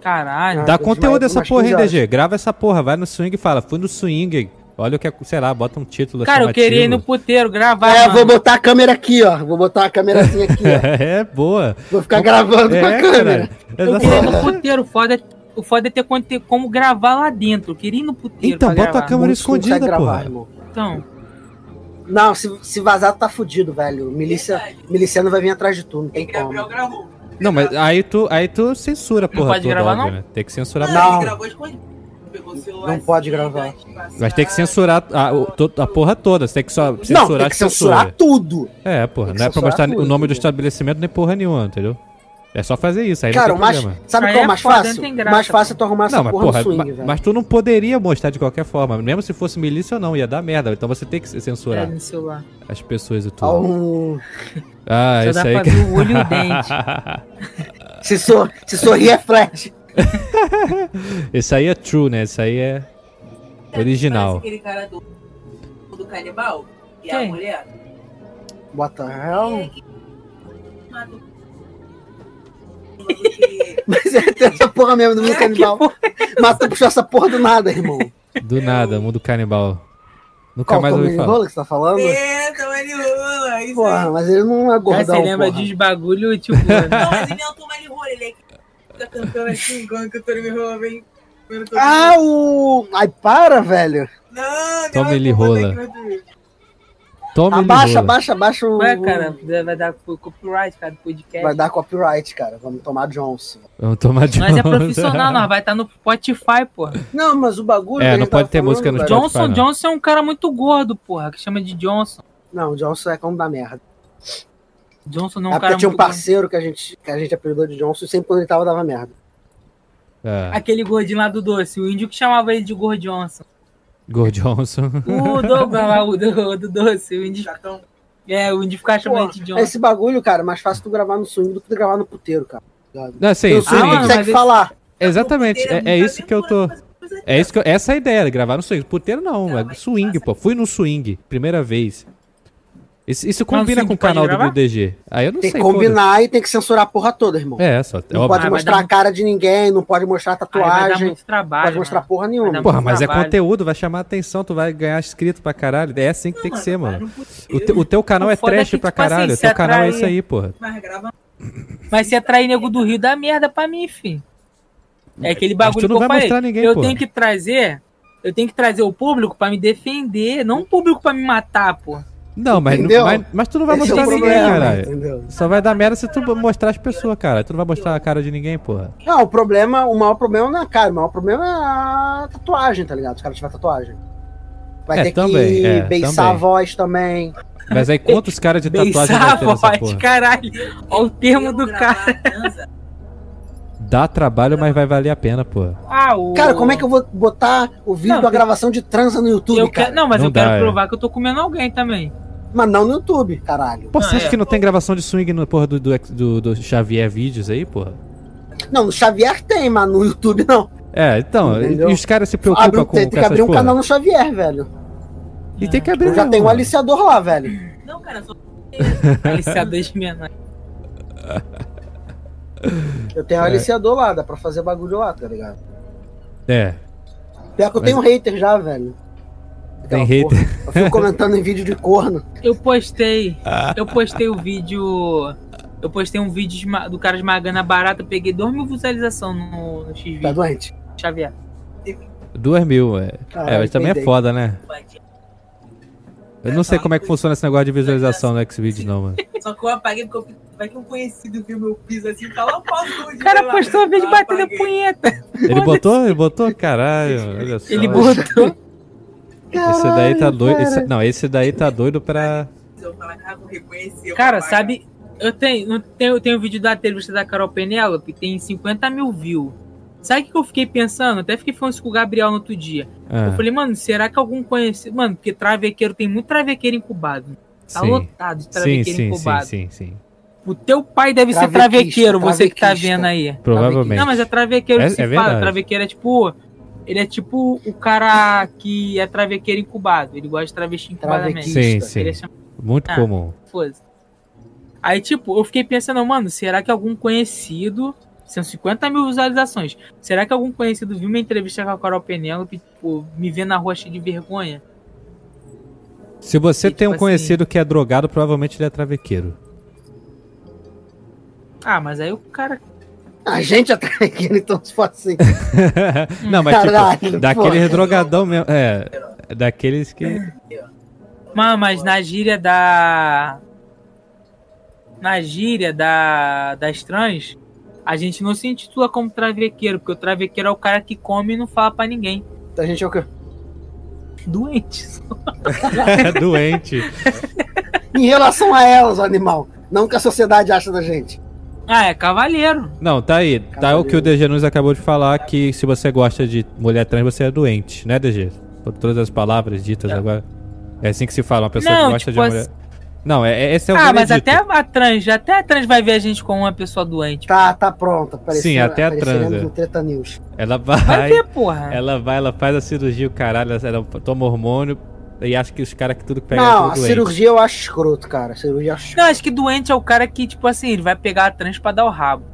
Caralho.
Dá
Ah, eu tinha
conteúdo
mais-
dessa
umas
porra, hein,
15 horas.
DG? Grava essa porra, vai no swing e fala, fui no swing. Olha o que é, sei lá, bota um título
Cara, eu
chamativo.
queria ir no puteiro gravar.
É,
mano.
vou botar a câmera aqui, ó. Vou botar a câmerazinha aqui,
[laughs]
ó.
É, boa.
Vou ficar gravando
É,
com a câmera.
cara.
Eu
Exato.
queria ir no puteiro, o foda é. O foda é ter quanto ter como gravar lá dentro. Eu queria ir no puteiro.
Então,
pra
bota
gravar.
a câmera
Muitos não
escondida,
conseguem
porra.
irmão.
Então,
Não, se, se vazar, tá fudido, velho. Milícia, miliciano vai vir atrás de tu, não tem
Gabriel
como.
gravou.
Não, mas aí tu, aí tu censura a porra
pode
toda,
gravar,
óbvio,
não?
né? Tem que censurar.
Não.
ele gravou escondido. Pegou o celular.
Não pode
assim,
gravar.
vai
Mas tem que censurar a, o- to- a porra toda. Você tem que só censurar
Não, tem que
as pessoas.
censurar tudo.
É, porra.
Tem que
Não é pra
censurar
mostrar
tudo,
o nome do
entendeu?
estabelecimento nem porra nenhuma, entendeu? É só fazer isso, aí
Cara,
não
o
tem
mais,
problema.
sabe
Aí
qual é o
é
mais
foda,
fácil?
não tem graça,
mais fácil é tu arrumar essa
Não, mas
porra
porra,
no swing,
ma-
velho.
mas tu não poderia mostrar de qualquer forma, mesmo se fosse milícia ou não, ia dar merda. Então você tem que
é
censurar
no celular.
as pessoas e
Ah,
tudo.
um-
Ah,
Só
isso
dá
aí.
pra ver o olho e
[laughs]
o dente.
se, sor, se [laughs] sorrir é flash.
[laughs] Isso aí é true, né? Isso aí é
Sabe
original.
Aquele cara do, do canibal, que é a
Quem?
mulher.
Bota é um- real.
É.
Mano, que-
[laughs] Mas é tem essa porra mesmo do mundo canibal. Mas tu puxou essa porra do nada, irmão.
Do nada, mundo canibal. Nunca
Qual
mais
Tommy
ouvi
Lee
falar.
Roller que você tá falando?
É, Tamariola, isso aí.
[laughs]
Porra, mas ele não é
Cara,
gordão,
você lembra
porra.
de bagulho, tipo. né?
Não, mas ele é o Tamariola, ele é que tá cantando assim, quando que o Tony me rola, vem. Quando eu tô-
Ah, o... Ai, para, velho.
Não,
Toma
não,
ele
eu vou
rola.
botar aqui no-
Tome
Abaixa, abaixa, abaixa o...
Ué, é, cara, vai dar co- copyright, cara, do podcast.
Vai dar copyright, cara. Vamos tomar Johnson.
Vamos tomar de
[laughs]
Nós é
novo.
profissional, nós vai estar no Spotify, porra.
Não, mas o bagulho.
É,
que a
não
gente
tá
pode
tava
ter música no
velho.
Spotify.
Johnson
não.
Johnson é um cara muito gordo, porra, que chama de Johnson.
Não, o Johnson é como da merda.
Johnson não
Na
é um
época
cara
tinha um
muito gordo.
parceiro que a, gente, que a gente apelidou de Johnson e sempre quando ele tava dava merda.
[laughs] É,
Aquele gordinho lá do doce, o índio que chamava ele de Gordo Johnson.
Gord Johnson.
O Douglas lá, o do, do doce, o índio.
Chatão.
É, o índio ficava chamando ele de Johnson.
Esse bagulho, cara, é mais fácil tu gravar no swing do que tu gravar no puteiro, cara. Ligado?
Não, assim,
Porque o
swing.
swing
mano,
consegue
Ah, mas esse-
falar.
Exatamente, é, é isso que eu tô. É isso que eu- essa é a ideia, gravar no swing. Puteiro não, é swing, pô. Fui no swing, primeira vez. Isso, isso
Mas o
combina
swing
com o
pode
canal do
gravar?
do DG. Aí eu não
Tem que
sei. foda-se.
combinar e tem que censurar a porra toda, irmão.
É, só. É
Não
óbvio.
pode
Ah, vai
mostrar
dar
a cara de ninguém, não pode mostrar a
Aí vai dar
tatuagem,
muito trabalho.
pode mostrar
mano.
porra
Vai
nenhuma.
dar
Porra, mas é
trabalho.
conteúdo, vai chamar atenção, tu vai ganhar inscrito pra caralho. É assim que tem que ser, mano.
Não,
O, te- o teu canal
O
é
foda é
trash
que,
pra
tipo assim,
caralho. o
se
teu canal é
atrai-
isso aí, porra.
mas grava
Mas se atrair nego do Rio dá merda pra mim, filho. É aquele
Mas tu
bagulho
não
que
vai
eu falei.
mostrar ninguém,
eu
pô.
tenho que trazer. Eu tenho que trazer o público pra me defender, não o público pra me matar, pô.
Não, mas,
Entendeu?
mas, mas tu não vai
Esse é
mostrar
o
ninguém,
problema,
caralho.
entendeu?
Só vai dar merda se tu mostrar as pessoas, cara. Tu não vai mostrar a cara de ninguém, porra.
Não, o problema, o maior problema não é a cara, o maior problema é a tatuagem, tá ligado? Os caras tiveram tatuagem. Vai
É,
ter
também,
que
é,
beiçar
também.
a voz também.
Mas aí quantos caras
[laughs]
de tatuagem
Beijar a
vai ter nessa
voz,
porra?
caralho. Olha o termo do cara.
Dá trabalho, mas vai valer a pena, porra.
Ah, o...
Cara, como é que eu vou botar o vídeo
Não,
da
tem-
gravação de transa no YouTube,
eu
cara?
quero... Não, mas
Não
eu
dá, é.
quero provar que eu tô comendo alguém também.
Mas não no YouTube, caralho.
Pô, você
Ah,
acha
é.
que não tem gravação de swing no porra do, do, do, do Xavier Vídeos aí, porra?
Não, no Xavier tem, mas no YouTube não.
É, então, e,
Entendeu?
e os caras se
Abre,
preocupam
um-
com,
tem,
com
tem que abrir
essas
um
porra.
canal no Xavier, velho.
E tem que abrir
Eu já
mesmo,
tenho um
mano.
aliciador lá, velho.
Não, cara, só
Aliciador de menor.
Eu tenho um
É.
aliciador lá, dá pra fazer bagulho lá, tá ligado?
É,
Pior que eu
Mas-
tenho um hater já, velho.
Tem
Aquela
hater.
porra. Eu fico comentando em vídeo de
[laughs]
corno.
Eu postei. Eu postei o vídeo. Eu postei um vídeo esma- do cara esmagando a barata, eu peguei 2 mil visualizações no, no x
Tá doente?
Xavier.
duas mil, é. é,
Caralho,
mas também é
peidei.
foda, né? Eu não sei como
[laughs]
é que funciona esse negócio de visualização no Xvideos, não, mano.
Só que eu apaguei porque eu... vai que um conhecido viu meu piso assim, tá lá o pau
O cara postou um vídeo batendo a punheta.
Ele botou? Ele botou? Caralho, olha só. [laughs]
Ele botou.
Esse daí tá
Caralho,
doido.
cara.
esse- não, esse daí tá doido pra.
"Ah,
Cara, sabe? Eu tenho, eu tenho, eu tenho um vídeo da entrevista da Carol Penélope, tem 50 mil views. Sabe o que eu fiquei pensando? Até fiquei falando isso com o Gabriel no outro dia.
Ah,
Eu falei, mano, será que algum conhecido. Mano, porque travequeiro tem muito travequeiro incubado.
ah,
Tá
sim.
lotado de
Sim,
travequeiro
sim, sim,
incubado.
sim, sim.
O teu pai deve ser
Travequista,
travequeiro, você que tá
travequista.
vendo aí.
Provavelmente.
Não, mas é travequeiro
É-
que se
é
fala.
verdade.
Travequeiro é tipo. Ele é tipo o cara que é travequeiro incubado. Ele gosta de travesti incubadamente.
Travequista.
Sim,
Ele
sim.
é chamado
Muito
Ah.
comum.
de coisa. Aí, tipo, eu fiquei pensando, mano, será que algum conhecido. São 50 mil visualizações. Será que algum conhecido viu minha entrevista com a Carol Penélope, tipo, me vê na rua cheio de vergonha?
Se você
E,
tem
tipo
um conhecido que é drogado, provavelmente ele é travequeiro.
Ah, mas aí o cara.
A gente atrai aquele, então se for assim.
[laughs]
Hum.
não, mas tipo,
Caralho,
daqueles
porra.
drogadão mesmo. É, daqueles que. [laughs]
Mano, mas na gíria da. Na gíria da... das trans, a gente não se intitula como travequeiro, porque o travequeiro é o cara que come e não fala pra ninguém.
A gente é o quê?
Doentes.
é Doente.
Em relação a elas, animal. Não que a sociedade acha da gente.
Ah, é cavaleiro.
Não, tá aí. Tá
Caralho.
o que o DG Nunes acabou de falar, que se você gosta de mulher trans, você é doente, né, DG? Por todas as palavras ditas agora. É assim que se fala, uma pessoa
Não,
que gosta de
tipo
uma mulher. Não, é, é- esse é o
ah, mas
veredito.
até a trans, até a trans vai ver a gente como uma pessoa doente.
Tá, tá pronta.
Sim, até a transa.
No Treta News.
Ela
Vai
vai,
ver, porra.
ela vai, ela faz a cirurgia, o caralho, ela- ela toma hormônio e acha que os caras que tudo que pega
não,
é
a
tudo doente.
cirurgia eu acho escroto, cara. A cirurgia eu acho
Não, acho que doente é o cara que, tipo assim, ele vai pegar a trans pra dar o rabo.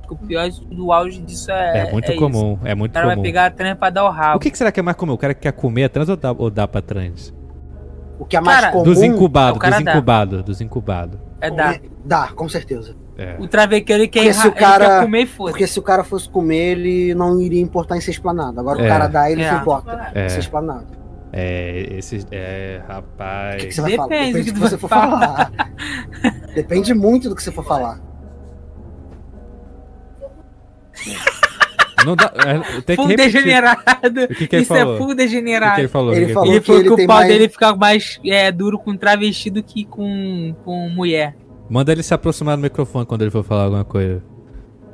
Acho que O pior do auge disso é.
É muito
isso.
comum, é muito
O cara vai
comum.
pegar a trans pra dar o rabo.
O que, que será que é mais comum? O cara que quer comer a trans ou dá, ou dá pra trans?
O que é mais
Cara,
comum...
Dos
o
incubados,
cara
dos
dá.
incubados, dos incubados.
É dar.
Dá, com certeza.
É.
O travequeiro ele quer,
Porque se
errar-
o cara-
ele quer comer e foda.
Porque se o cara fosse comer, ele não iria importar em ser explanado. Agora
É.
o cara dá, ele
É.
se importa.
É.
Em ser explanado.
É, esses. É,
O
rapaz.
que, que você vai falar?
Depende
Depende
do
do
que
que
tu
você for
vai
falar. Depende muito do que você for falar.
[laughs]
Não dá. é, tem que
Full
repetir.
degenerado.
O que, que ele
[laughs] Isso
falou?
é
o
full
que, que
degenerado.
ele falou?
Ele
O que que
falou-
Ele
que
falou que,
ele
o
tem
pau
mais-
dele fica mais é, duro com travesti do que com, com mulher. [laughs]
Manda ele se aproximar do microfone quando ele for falar alguma coisa.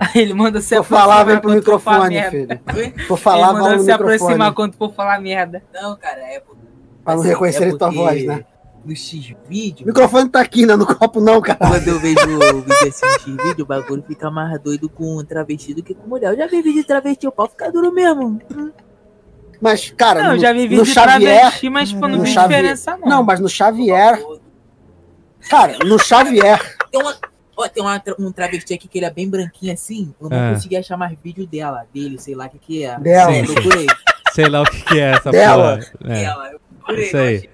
Aí ele manda se
Vou falar,
aproximar
vem pro
quando for falar
microfone,
merda.
filho.
[laughs]
Oi?
Vou falar,
ele manda
vai no
se aproximar
microfone.
quando for falar merda.
Não, cara, é porque.
Pra não reconhecer
é
tua
porque
voz, né?
No
O
X-Vídeo.
microfone tá aqui, não é no copo não, cara.
Quando eu vejo o vídeo assim no X-Vídeo, o bagulho fica mais doido com um travesti do que com mulher. Eu já vi vídeo de travesti, o pau fica duro mesmo.
Mas, cara,
Não,
no,
eu já vi
no
vídeo de
Xavier...
travesti, mas tipo, não
no
vi
Xavier-
diferença não.
Não, mas no Xavier... Cara, no Xavier...
Tem, uma, ó, tem uma tra- um travesti aqui que ele é bem branquinho assim. Eu não
Ah.
consegui achar mais vídeo dela, dele, sei lá o que, que é.
Dela.
Eu procurei.
Sei lá o que, que é essa
Dela.
porra. É,
Dela, eu procurei.
isso aí.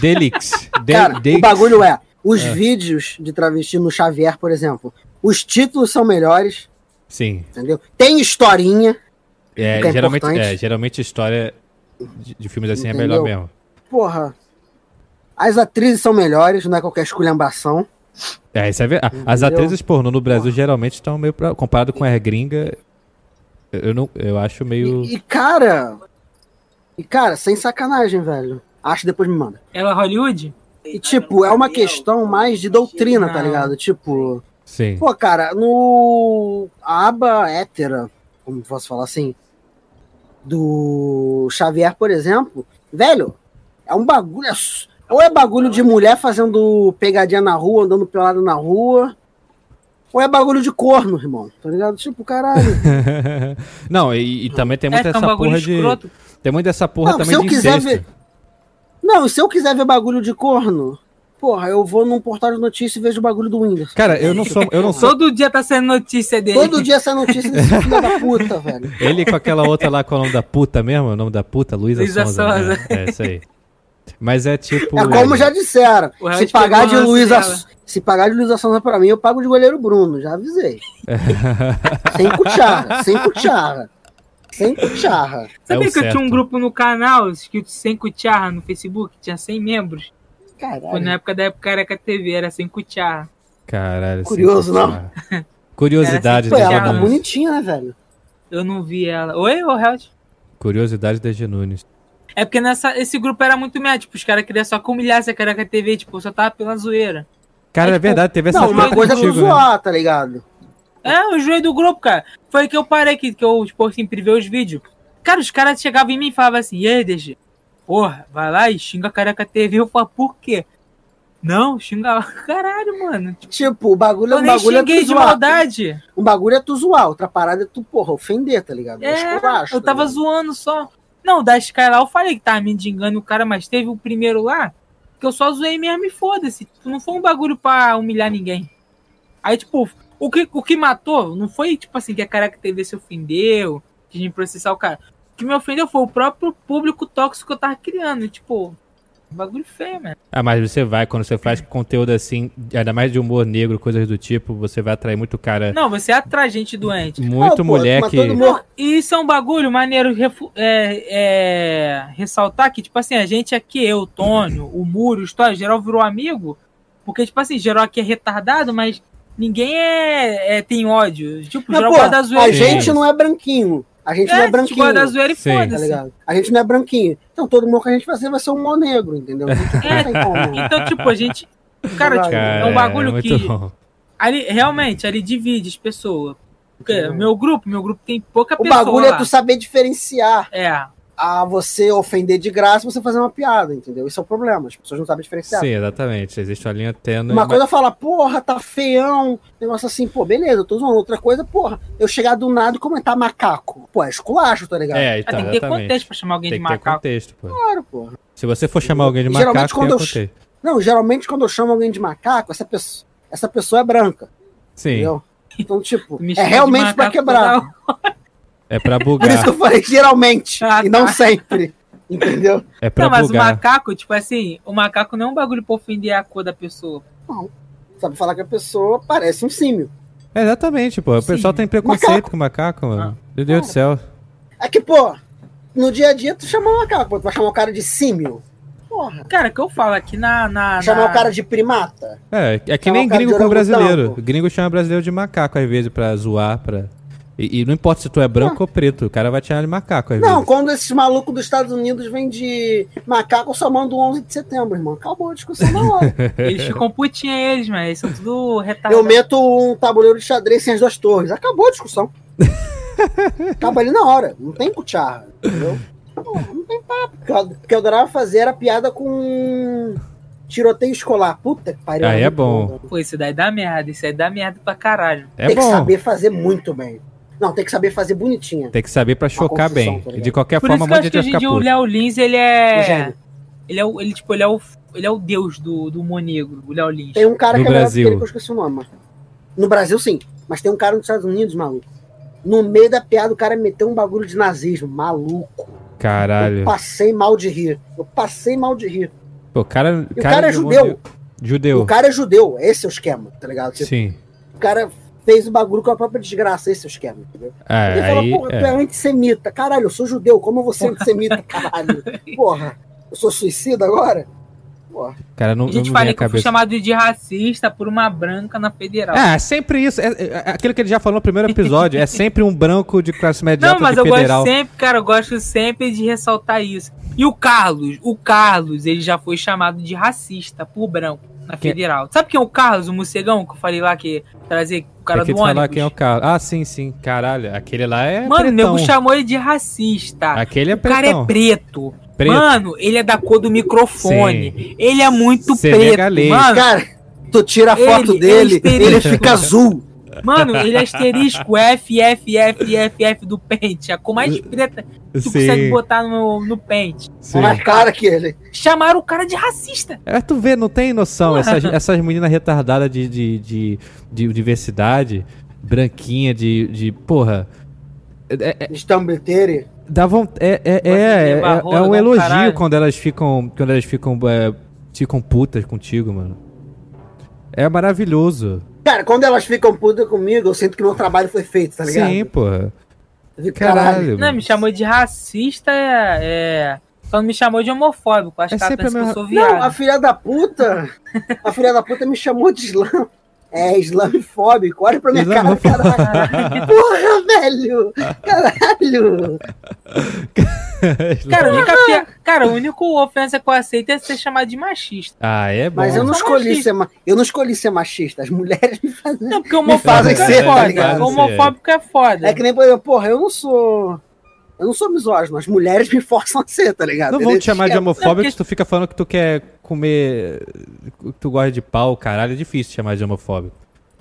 Delix. De,
Cara,
Delix.
o bagulho é... Os
É.
vídeos de travesti no Xavier, por exemplo, os títulos são melhores,
Sim.
entendeu? Tem historinha,
É,
O que é
geralmente,
importante.
é, geralmente história de, de filmes assim é
Entendeu?
melhor mesmo.
Porra. As atrizes são melhores, não é qualquer esculhambação.
É, isso é ver... ah, As
Entendeu?
atrizes pornô no Brasil geralmente estão meio. Pra... Comparado com a gringa, eu, não... eu acho meio.
E, e, cara. E cara, sem sacanagem, velho. Acho que depois me manda.
Ela é Hollywood?
E tipo, é uma questão mais de doutrina, tá ligado? Tipo,
Sim.
Pô, cara, no. A aba hétera, como posso falar assim, do Xavier, por exemplo, velho, é um bagulho. é su- Ou é bagulho de mulher fazendo pegadinha na rua, andando pelado na rua. Ou é bagulho de corno, irmão. Tá ligado? Tipo, caralho.
[laughs] não, e, e também tem muita
é, que é um
essa
bagulho
porra de.
escroto.
Tem muita essa porra
Não,
também
se eu
de
quiser
incesto.
ver- Não, e se eu quiser ver bagulho de corno, porra, eu vou num portal de notícia e vejo o bagulho do Windows.
Cara, eu não sou. Eu não sou.
Todo dia tá saindo notícia
[laughs]
dele.
Todo dia essa notícia desse filho da puta, velho.
Ele com aquela outra lá com o nome da puta mesmo, o nome da puta, Luísa
Luísa
Sonza.
Sonza.
né? É, isso aí. Mas é tipo.
É como já disseram.
O Real
Se
pegou
pagar, de
o lance
Luísa,
dela.
se pagar de Luísa Sonza pra mim, eu pago de goleiro Bruno, já avisei.
[laughs]
sem cuchara, sem cuchara. Sem cuchara.
Sabia
É o
que eu tinha
certo.
um grupo no canal escrito Sem Cucharra no Facebook? Tinha 100 membros. Foi na
Caralho.
época da época era que a TV era Sem Cucharra.
Caralho. sem-
Curioso, não?
Curiosidade
Pô,
da
ela tá
Thiago.
Genunes.
bonitinha, né, velho?
Eu não vi ela. Oi, ô Held?
Curiosidade da Genunes.
É porque nessa, esse grupo era muito merda. Tipo, os caras queriam só que humilhasse a Careca TV. Tipo, só tava pela zoeira.
Cara,
É,
é
tipo,
verdade, teve essa
Não, uma
treta
coisa é tu
contigo, né?
zoar, tá ligado?
É, o joelho do grupo, cara. Foi que eu parei que, que eu, tipo, assim, privei os vídeos. Cara, os caras chegavam em mim e falavam assim, e aí, DG? Porra, vai lá e xinga a Careca TV. Eu falo, por quê? Não, xinga lá. [laughs] Caralho, mano.
Tipo, o bagulho,
Eu
o
nem
bagulho é
xinguei
tu
de
zoar.
maldade.
O bagulho é tu zoar, outra parada é tu, porra, ofender, tá ligado?
É,
Acho que acho,
Eu
tá
tava
ligado?
zoando só. Não, da Sky lá eu falei que tava mendigando o cara, mas teve o primeiro lá que eu só zoei mesmo e foda-se. Tipo, Não foi um bagulho pra humilhar ninguém. Aí, tipo, o que, o que matou não foi, tipo assim, que a Caraca TV se ofendeu, de me processar o cara. O que me ofendeu foi o próprio público tóxico que eu tava criando. Tipo, bagulho feio, mano.
Ah, mas você vai, quando você faz conteúdo assim, ainda mais de humor negro, coisas do tipo, você vai atrair muito
É.
cara.
Não, você atrai gente doente.
Muito
Ah, pô,
mulher
mas
que.
todo mundo-
Não, E isso é um bagulho maneiro refu- é, é, ressaltar que, tipo assim, a gente aqui, eu, o Tônio, o Muro, o História, geral virou amigo, porque, tipo assim, geral aqui é retardado, mas ninguém é, é- tem ódio. Tipo,
Mas,
geral
É, pô,
gosta da zoeira.
a
e
gente
Sim.
não é branquinho. A gente não é
foda-se. É,
branquinho.
tipo, gosta da zoeira e
Sim.
tá
foda-se.
ligado? A gente não é branquinho. Então todo mundo que a gente fazer vai ser um humor negro,
[laughs]
entendeu? Não tem como.
Então, tipo, a gente... Cara,
Cara,
tipo, é
Cara,
um bagulho
muito
que...
tá.
bom.
Ali, realmente, ali divide as pessoas. Porque
Sim.
meu grupo, meu grupo tem pouca
O
pessoa
bagulho
lá.
é tu saber diferenciar
É,
a você ofender de graça você fazer uma piada, entendeu? Isso é o problema. As pessoas não sabem diferenciar.
Sim, exatamente. Existe uma linha tênue.
Uma
mas-
coisa é falar, porra, tá feião, negócio assim, pô, beleza, eu tô zoando. Outra coisa, porra, eu chegar do nada e comentar macaco. Pô, é esculacho, tá ligado?
É, então,
tem que ter
exatamente.
contexto pra chamar alguém
Tem
de
que ter
macaco.
contexto, pô.
Claro, porra.
Se você for chamar alguém de
Geralmente
macaco, tem
quando eu-
contexto.
Não, geralmente quando eu chamo alguém de macaco, essa pessoa, essa pessoa é branca,
Sim,
entendeu? Então, tipo,
[laughs] Me
é
chama de
realmente pra
macaco
quebrar.
toda hora.
é
[laughs]
pra
Por isso
bugar.
que eu falei geralmente,
Ah,
e não
tá.
sempre. Entendeu?
É pra
Não, mas o
bugar.
macaco, tipo assim, o macaco não é um bagulho pra ofender a cor da pessoa.
Sabe falar que a pessoa parece um símio.
É, Exatamente, pô. O
Sim.
pessoal tem preconceito com macaco, mano.
Ah.
Meu Deus do céu.
É que, pô, no dia a dia tu chama um macaco, pô, tu vai chamar o cara de símio. Porra.
Cara, o que eu falo aqui na. na,
Chamar
na...
o cara de primata.
É, é que
Chama
nem
o Tá cara de
gringo com
orangotão,
brasileiro.
pô.
Gringo chama brasileiro de macaco, às vezes, pra zoar, pra... E, e não importa se tu é branco ou preto, o cara vai te chamar de macaco, às
Ah. Não,
vezes.
quando esses malucos dos Estados Unidos vêm de macaco, eu só mando 11 de setembro, irmão. Acabou a discussão na hora.
Eles ficam putinhos eles, mas eles são tudo retardados.
Eu meto um tabuleiro de xadrez sem as duas torres. Acabou a discussão. Acaba ali na hora. Não tem cucharra, entendeu? Pô, não tem papo. O que eu- O que eu adorava fazer era piada com tiroteio escolar. Puta que pariu.
Ah, é
muito
bom.
velho.
Pô, isso daí dá merda, isso aí dá merda pra caralho.
É
tem que
bom.
saber fazer muito bem. Não, tem que saber fazer bonitinha.
Tem que saber pra chocar
construção,
bem.
tá
E
ligado?
de qualquer
Por
forma,
isso
um
que eu
monte
acho
de
que
gente
hoje
vai
em dia
ficar
o
puto.
Léo Lins, ele
O
é.
gênio.
Ele é o. Ele, tipo, ele é o. Ele é o deus do, do humor negro, o Léo Lins.
Tem um cara
No
que é melhor do que
Brasil.
ele, que eu esqueci o nome. mas- No Brasil, sim. Mas tem um cara nos Estados Unidos, maluco. No meio da piada, o cara meteu um bagulho de nazismo, maluco. Eu
Caralho.
passei mal de rir. Eu passei mal de rir.
Pô, o cara...
E o cara é
de
judeu.
Judeu.
O cara é judeu, esse é o esquema, tá ligado? Tipo,
Sim.
O cara fez o bagulho com a própria desgraça, esse é o esquema, entendeu?
É,
Ele fala,
aí.
porra, tu é
é.
antissemita. Caralho, eu sou judeu, como eu vou ser antissemita, [laughs] caralho? Porra, eu sou suicida agora? Porra.
Cara, não,
A
não
gente
me
falei
vem a
que eu
cabeça.
fui chamado de racista por uma branca na federal.
Ah, sempre isso. É, é, é aquilo que ele já falou no primeiro episódio.
[laughs]
É sempre um branco de classe média
Não,
alta
mas
de
eu
federal.
gosto sempre, cara, eu gosto sempre de ressaltar isso. E o Carlos, o Carlos, ele já foi chamado de racista por branco na
Quem-
federal. Sabe quem é o Carlos, o morcegão que eu falei lá que ia trazer o cara
Aqui
do
tu falar
ônibus?
quem é o cara. Ah, sim, sim. Caralho, aquele lá é.
Mano, o
pretão.
nego chamou ele de racista.
Aquele é
o cara
pretão.
é preto.
Preto.
Mano, ele é da cor do microfone. Ele é muito
Senegalês.
preto. Mano,
Cara, tu tira a
Ele-
foto
ele
dele,
estereotipa.
ele fica azul.
mano, ele é
[laughs]
asterisco F, F, F, F, F do pente. A cor mais preta que tu consegue
Sim,
botar no, no pente.
sim.
Mais cara que ele.
Chamaram o cara de racista.
É, tu vê, não tem noção. Essas, essas meninas retardadas de, de, de, de diversidade, branquinha, de. de porra. É.
Estambilteire.
Dá vontade. É, é,
Gosta de
é, é,
levar rola,
é
dá
um
um
elogio
caralho.
quando elas ficam. Quando elas ficam. é, ficam putas contigo, mano. É maravilhoso.
Cara, quando elas ficam putas comigo, eu sinto que meu trabalho foi feito, tá ligado?
Sim, porra.
Eu fico, Caralho.
Caralho.
Não, me chamou de racista, é. é... Só não me chamou de homofóbico. Acho
É
que ela
sempre a
pensa que eu
mesma-
sou viado.
Não, a filha da puta. A filha da puta me chamou de islã. É, islamofóbico. Olha pra minha cara,
Islamofóbico.
caralho. Porra, velho. Caralho.
[laughs]
Cara, a única pia- cara, a única ofensa que eu aceito é ser chamado de machista.
Ah, é bom.
Mas eu não
sou
escolhi
machista.
ser ma... eu não escolhi ser machista. As mulheres me fazem.
Não, porque
fazem
homofóbico é
ser, tá
foda.
ligado?
homofóbico é foda.
É que nem por exemplo, porra, eu não sou. Eu não sou misógino, as mulheres me forçam a ser, tá ligado?
Não vão te chamar de
Não,
homofóbico
porque-
se tu fica falando que tu quer comer. que tu gosta de pau, caralho. É difícil te chamar de homofóbico.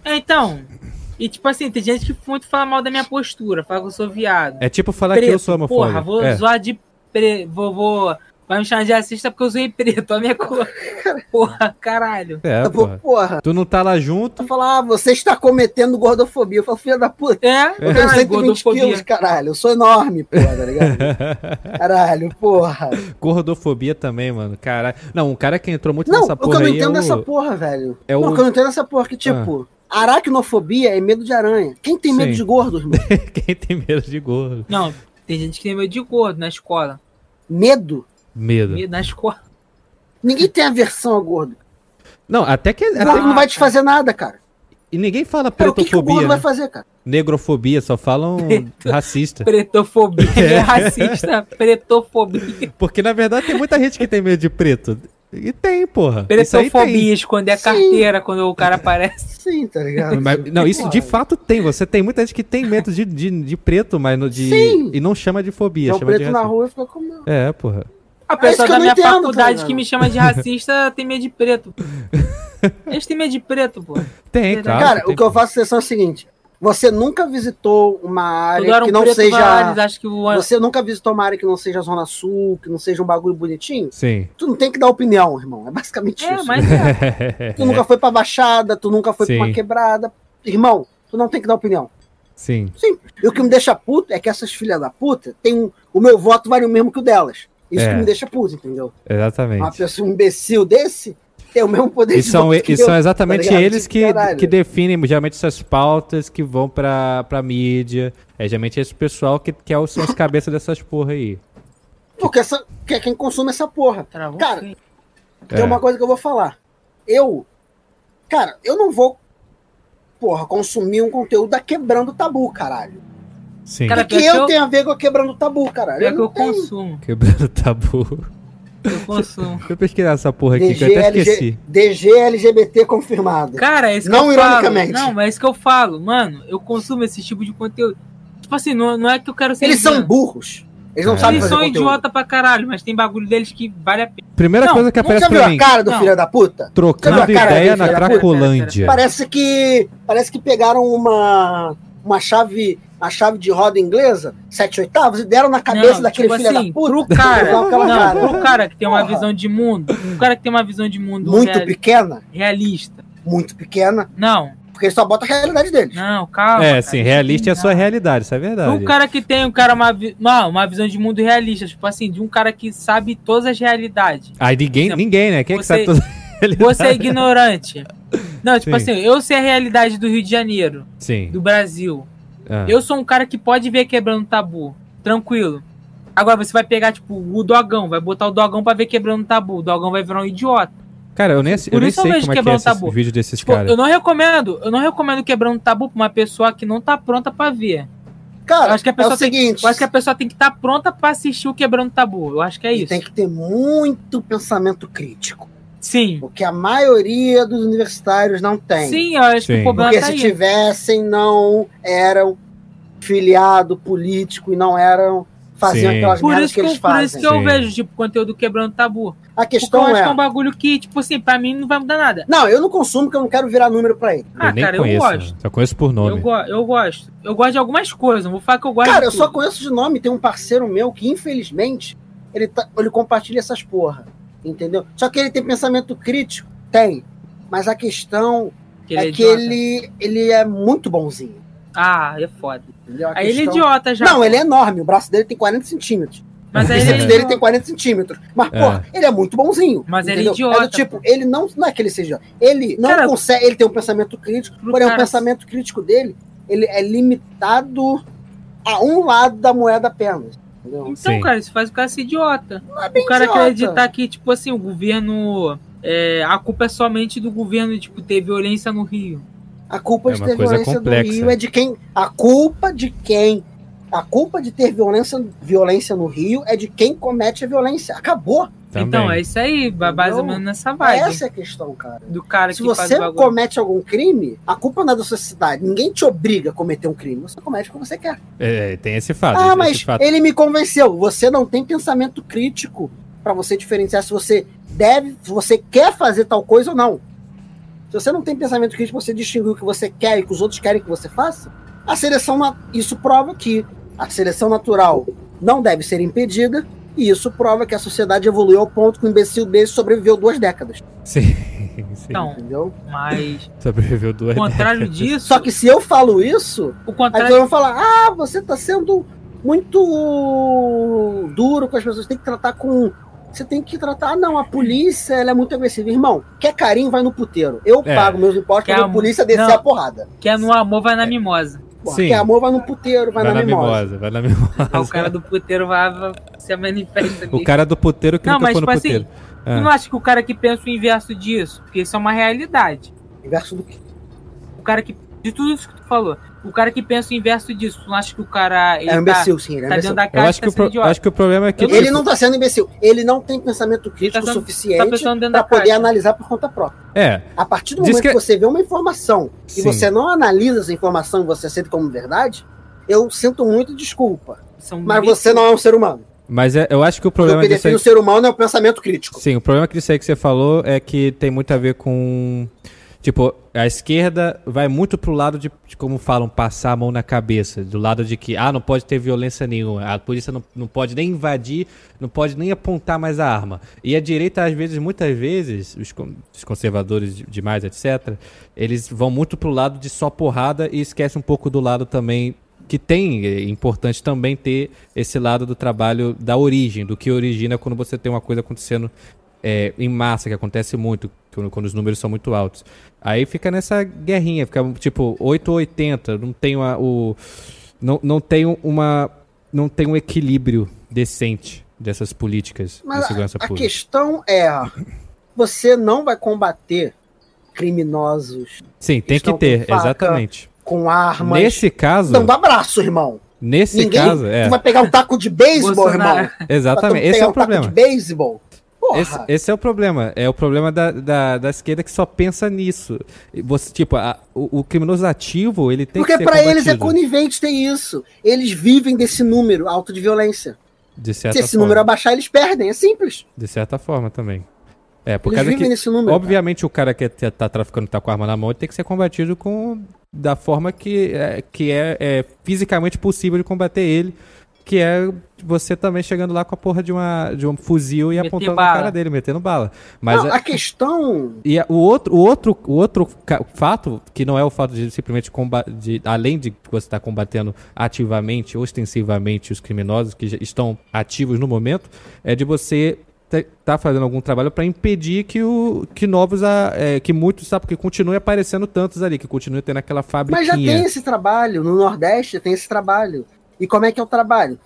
É, então. E tipo assim, tem gente que muito fala mal da minha postura, fala que eu sou viado.
É tipo falar que eu
Preto,
sou homofóbico.
Porra, vou
é.
zoar de preto. Vou, vou. Vai me chamar de racista porque eu zoei preto, a
[laughs]
minha cor. Porra, caralho.
É,
Porra.
porra.
porra.
Tu não tá lá junto. [laughs]
Tu fala, ah, você está cometendo gordofobia. Eu falo, filha da puta.
É,
Eu tenho 120 quilos, caralho. Eu sou enorme, porra,
[laughs]
tá ligado? Caralho, porra.
Gordofobia também, mano. Caralho. Não, um cara que entrou muito
Não,
nessa
o que eu
porra
não
aí. é
entendo
o-
dessa porra, velho.
é
não,
o-
o que eu não entendo dessa porra, que tipo, aracnofobia é medo de aranha. Quem tem medo
Sim.
de gordo,
[laughs]
irmão?
[laughs] Quem tem medo de gordo?
Não, tem gente que tem medo de gordo na escola.
Medo?
Medo.
Medo na escola.
Ninguém tem aversão a gordo.
Não, até que.
O gordo
até-
não vai te fazer nada, cara.
E ninguém fala
Cara, o que, que o
pretofobia.
gordo
né?
vai fazer, cara?
Negrofobia, só
[laughs]
falam racista.
[laughs] Pretofobia, racista, pretofobia.
Porque na verdade tem muita gente que tem medo de preto. E tem, porra. Isso aí
Pretofobia, esconder a
Sim.
carteira quando o cara aparece.
Sim, tá ligado?
tem. Mas- não, isso de
Porra.
fato tem. Você tem muita gente que tem medo de, de, de preto, mas no, de,
Sim.
e não chama de fobia.
Então, o
chama de
preto na
racismo.
rua fica com medo.
É, porra.
A
É isso
pessoa
que eu
da
não
minha
entendo, tá
faculdade
ligado?
que me chama de racista [laughs] tem medo de preto. Eles têm medo de preto, pô.
Tem,
Verdade.
claro.
Cara,
Tá, tem.
o que eu faço sessão é o seguinte: você nunca visitou uma
Tudo
área
era
é
um
que não
preto
seja.
lá, eles acham que o ano.
Você nunca visitou uma área que não seja Zona Sul, que não seja um bagulho bonitinho?
Sim. [laughs]
Tu não tem que dar opinião, irmão. É basicamente
É,
isso.
mas é.
Tu nunca foi pra Baixada, tu nunca foi
Sim.
pra uma quebrada. Irmão, tu não tem que dar opinião.
Sim.
E o que me deixa puto é que essas filhas da puta tem um, o meu voto vale o mesmo que o delas. Isso
É.
que me deixa puto, entendeu? Uma
Exatamente.
pessoa um imbecil desse tem o mesmo poder
E são,
voto que
e
eu.
são exatamente
ligado?
eles
Tipo,
que,
caralho.
que definem geralmente essas pautas que vão pra, pra mídia. É geralmente esse pessoal que, que é os- são os cabeças dessas porra aí.
Porque essa, que é quem consome essa porra.
Travou?
Cara,
É.
Tem uma coisa que eu vou falar. Eu, cara, eu não vou, porra, consumir um conteúdo da quebrando tabu, caralho.
Sim.
Cara,
O que,
pior que
eu
eu-
tenho a ver com a quebrando tabu, caralho?
Pior
Eu
É que eu
não tenho.
consumo.
Quebrando tabu.
Eu consumo.
[laughs]
Deixa eu pesquisar essa porra aqui, que eu
DG,
até
LG,
esqueci.
DG LGBT confirmado.
Cara, é isso
Não
que eu
ironicamente.
falo. Não, mas é isso que eu falo. Mano, eu consumo esse tipo de conteúdo. Tipo assim, não, não é que eu quero ser.
Eles são
idiota.
burros. Eles não
É.
sabem
Eles
fazer
são
conteúdo.
idiota pra caralho, mas tem bagulho deles que vale a pena.
Primeira
Não,
coisa que
não
aparece
Já viu
pra
a
mim.
cara do
Não.
filho da puta?
Trocando
Não, cara,
ideia
gente,
na
pera, pera,
Cracolândia.
Parece que parece que pegaram uma uma chave a chave de roda inglesa, sete oitavos, e deram na cabeça
Não,
daquele
tipo
filho
assim,
da puta.
Pro cara,
Não, aquela
não,
cara.
pro cara que tem uma
Porra.
visão de mundo, o cara que tem uma visão de mundo
Muito
real-
pequena,
realista.
muito pequena,
Não,
porque ele só bota a realidade deles.
não, calma.
É,
cara,
sim,
isso
realista é a
não.
sua realidade, isso é verdade.
Um cara que tem um cara uma, vi- não, uma visão de mundo realista, tipo assim, de um cara que sabe todas as realidades.
Aí ninguém,
Por exemplo,
ninguém, né? Quem é que [laughs] sabe
você-
todas
Você é ignorante. Não, tipo
Sim.
assim, eu sei a realidade do Rio de Janeiro,
Sim.
do Brasil.
Ah.
Eu sou um cara que pode ver quebrando tabu, tranquilo. Agora você vai pegar, tipo, o dogão, vai botar o dogão pra ver quebrando tabu. O dogão vai virar um idiota.
Cara, eu nem, eu
Por
nem
isso eu
sei
vejo
como é que
quebrar
é
o
esse
tabu.
vídeo desses
Tipo,
caras.
eu não recomendo, eu não recomendo quebrando tabu pra uma pessoa que não tá pronta pra ver. Eu
Cara,
acho que a
é
pessoa
o seguinte,
Eu acho que a pessoa tem que estar pronta pra assistir o quebrando tabu. Eu acho que é
e
isso.
tem que ter muito pensamento crítico,
Sim.
o que a maioria dos universitários não tem.
Sim, eu acho que
Sim.
o problema
Porque
tá
se
aí.
tivessem, não eram filiado político e não eram faziam
Sim.
aquelas
Por
merdas
isso
que
que,
eles
eu, por isso
fazem.
que eu
Sim.
vejo, tipo, conteúdo quebrando tabu.
A
Porque eu
questão
acho que é
é.
um bagulho que, tipo assim, pra mim não vai mudar nada.
Não, eu não consumo porque eu não quero virar número pra ele.
Eu
Ah,
nem
cara, eu
conheço.
gosto.
né? Só conheço por
Eu,
nome.
go eu gosto. Eu gosto de algumas coisas, não vou falar que eu gosto
Cara, eu
de
só
tudo.
conheço de nome, tem um parceiro meu que, infelizmente, ele, tá- ele compartilha essas porra. Entendeu? Só que ele tem pensamento crítico? Tem. Mas a questão
Que ele
é,
é
que
idiota.
ele, ele é muito bonzinho.
Ah, é foda.
Entendeu? A
Aí ele é
questão-
idiota já.
Não, ele é enorme. O braço dele tem 40 centímetros.
Mas
O
aí ele
bíceps
é
dele
idiota.
tem 40 centímetros. Mas, porra, ele é muito bonzinho.
Mas ele é
entendeu?
idiota,
É do tipo,
pô.
ele não. Não é que ele seja. Ele não
Cara,
consegue. Ele tem um pensamento crítico,
pro
porém, o
cara-
pensamento crítico dele, ele é limitado a um lado da moeda apenas. Entendeu?
Então,
Sim.
cara, isso faz o cara ser idiota.
Não é bem
O cara
idiota.
acreditar que, tipo assim, o governo. é, a culpa é somente do governo, tipo, ter violência no Rio.
A culpa
É
de
uma
ter
coisa
violência
complexa.
no Rio é de quem? A culpa de quem? A culpa de ter violência, violência no Rio é de quem comete a violência. Acabou.
Também.
Então, é isso aí, ba- mais ou
Não.
menos nessa vibe.
Essa é a questão, cara.
Do cara
Se
que faz o
você
bagulho.
comete algum crime, a culpa não é da sociedade. Ninguém te obriga a cometer um crime. Você comete o que você quer.
É, é, tem esse fato.
ah,
esse
mas
fato.
ele me convenceu. Você não tem pensamento crítico pra você diferenciar se você deve, se você quer fazer tal coisa ou não. Se você não tem pensamento crítico, pra você distinguir o que você quer e o que os outros querem que você faça. A seleção na- isso prova que a seleção natural não deve ser impedida. E isso prova que a sociedade evoluiu ao ponto que o imbecil desse sobreviveu duas décadas.
Sim, sim.
Então,
Entendeu?
[laughs]
mas.
Sobreviveu duas
O contrário disso.
Só que se eu falo isso,
O
Aí
contrário.
vão falar, ah, você tá sendo muito duro com as pessoas, tem que tratar com. um." Você tem que tratar, ah, não, a polícia ela é muito agressiva. Irmão, quer carinho, vai no puteiro. Eu
É.
pago meus impostos
Quer
pra a
amor-
polícia descer
não.
a porrada.
Que é no amor, vai na
[laughs]
mimosa.
Porra,
Sim.
Quer amor, vai no puteiro, vai, na, mimosa.
Vai na mimosa.
Aí o cara do puteiro vai, vai se manifesta.
O cara do puteiro que
Não,
nunca
mas,
foi no
tipo
puteiro. Ah.
Tu não acha que o cara que pensa o inverso disso? Porque isso é uma realidade.
Inverso do que?
O cara que. De tudo isso que tu falou. O cara que pensa o inverso disso. Tu não acha que o cara. Ele
É um
tá-
imbecil, sim, ele é
Tá,
um imbecil.
dentro da
Eu
caixa
acho
tá
que, o
sendo
pro-
idiota.
acho que o problema é que.
Ele não tá sendo imbecil, ele não tem pensamento crítico
Tá sendo- tá
suficiente
pensando dentro
pra
da
poder
caixa.
analisar por conta própria.
É,
A partir do
Diz
momento
que-
que... você vê uma informação
sim.
e você não analisa essa informação e você aceita como verdade, eu sinto muito desculpa.
São
Mas
imbecil.
você não é um ser humano.
Mas é- eu acho que o
O
problema
que
disso aí.
define o ser humano é o pensamento crítico.
Sim, o problema disso aí que você falou é que tem muito a ver com. Tipo, a esquerda vai muito pro lado de, de como falam, passar a mão na cabeça. Do lado de que, ah, não pode ter violência nenhuma. A polícia não, não pode nem invadir, não pode nem apontar mais a arma. E a direita, às vezes, muitas vezes, os, con- os conservadores de- demais, etc., eles vão muito pro lado de só porrada e esquece um pouco do lado também que tem, é importante também ter esse lado do trabalho da origem, do que origina quando você tem uma coisa acontecendo é, em massa, que acontece muito, quando, quando os números são muito altos. Aí fica nessa guerrinha, fica tipo 8 ou 80, não tem uma, o. Não, não tem uma. Não tem um equilíbrio decente dessas políticas
Mas
de segurança
a
pública.
questão é: você não vai combater criminosos
Sim, tem que
estão
ter,
com faca,
exatamente.
com armas. tá
Nesse caso,
Dando abraço, irmão.
nesse
Ninguém
caso, é,
tu vai pegar um taco de beisebol,
Bolsonaro.
irmão.
exatamente,
Pra tu
esse
pegar
é o
um taco de
problema.
beisebol. Porra.
Esse, esse é o problema. É o problema da, da, da esquerda que só pensa nisso. E Você, tipo, a- o, o criminoso ativo, ele tem
Porque
que ser
pra eles é
combatido,
conivente ter isso. Eles vivem desse número alto de violência.
de certa
Se esse
forma.
número abaixar, eles perdem. É simples.
De certa forma também. É, por
eles
causa
vivem
que.
nesse número.
Obviamente o cara que tá, tá traficando tá com a arma na mão ele tem que ser combatido com da forma que é, que é, é fisicamente possível de combater ele, que é você também chegando lá com a porra de uma de um fuzil e
Meter
apontando na
bala.
cara dele, metendo bala. Mas
Não,
é-
a questão
e a- o outro o outro o outro ca- fato que não é o fato de simplesmente comba- de além de você estar combatendo ativamente, ostensivamente os criminosos que já estão ativos no momento, é de você te- tá fazendo algum trabalho pra impedir que, o, que novos, a, é, que muitos, sabe, porque continue aparecendo tantos ali, que continue tendo aquela
Mas já tem
fabriquinha.
esse trabalho, no Nordeste tem esse trabalho. E como é que é o trabalho?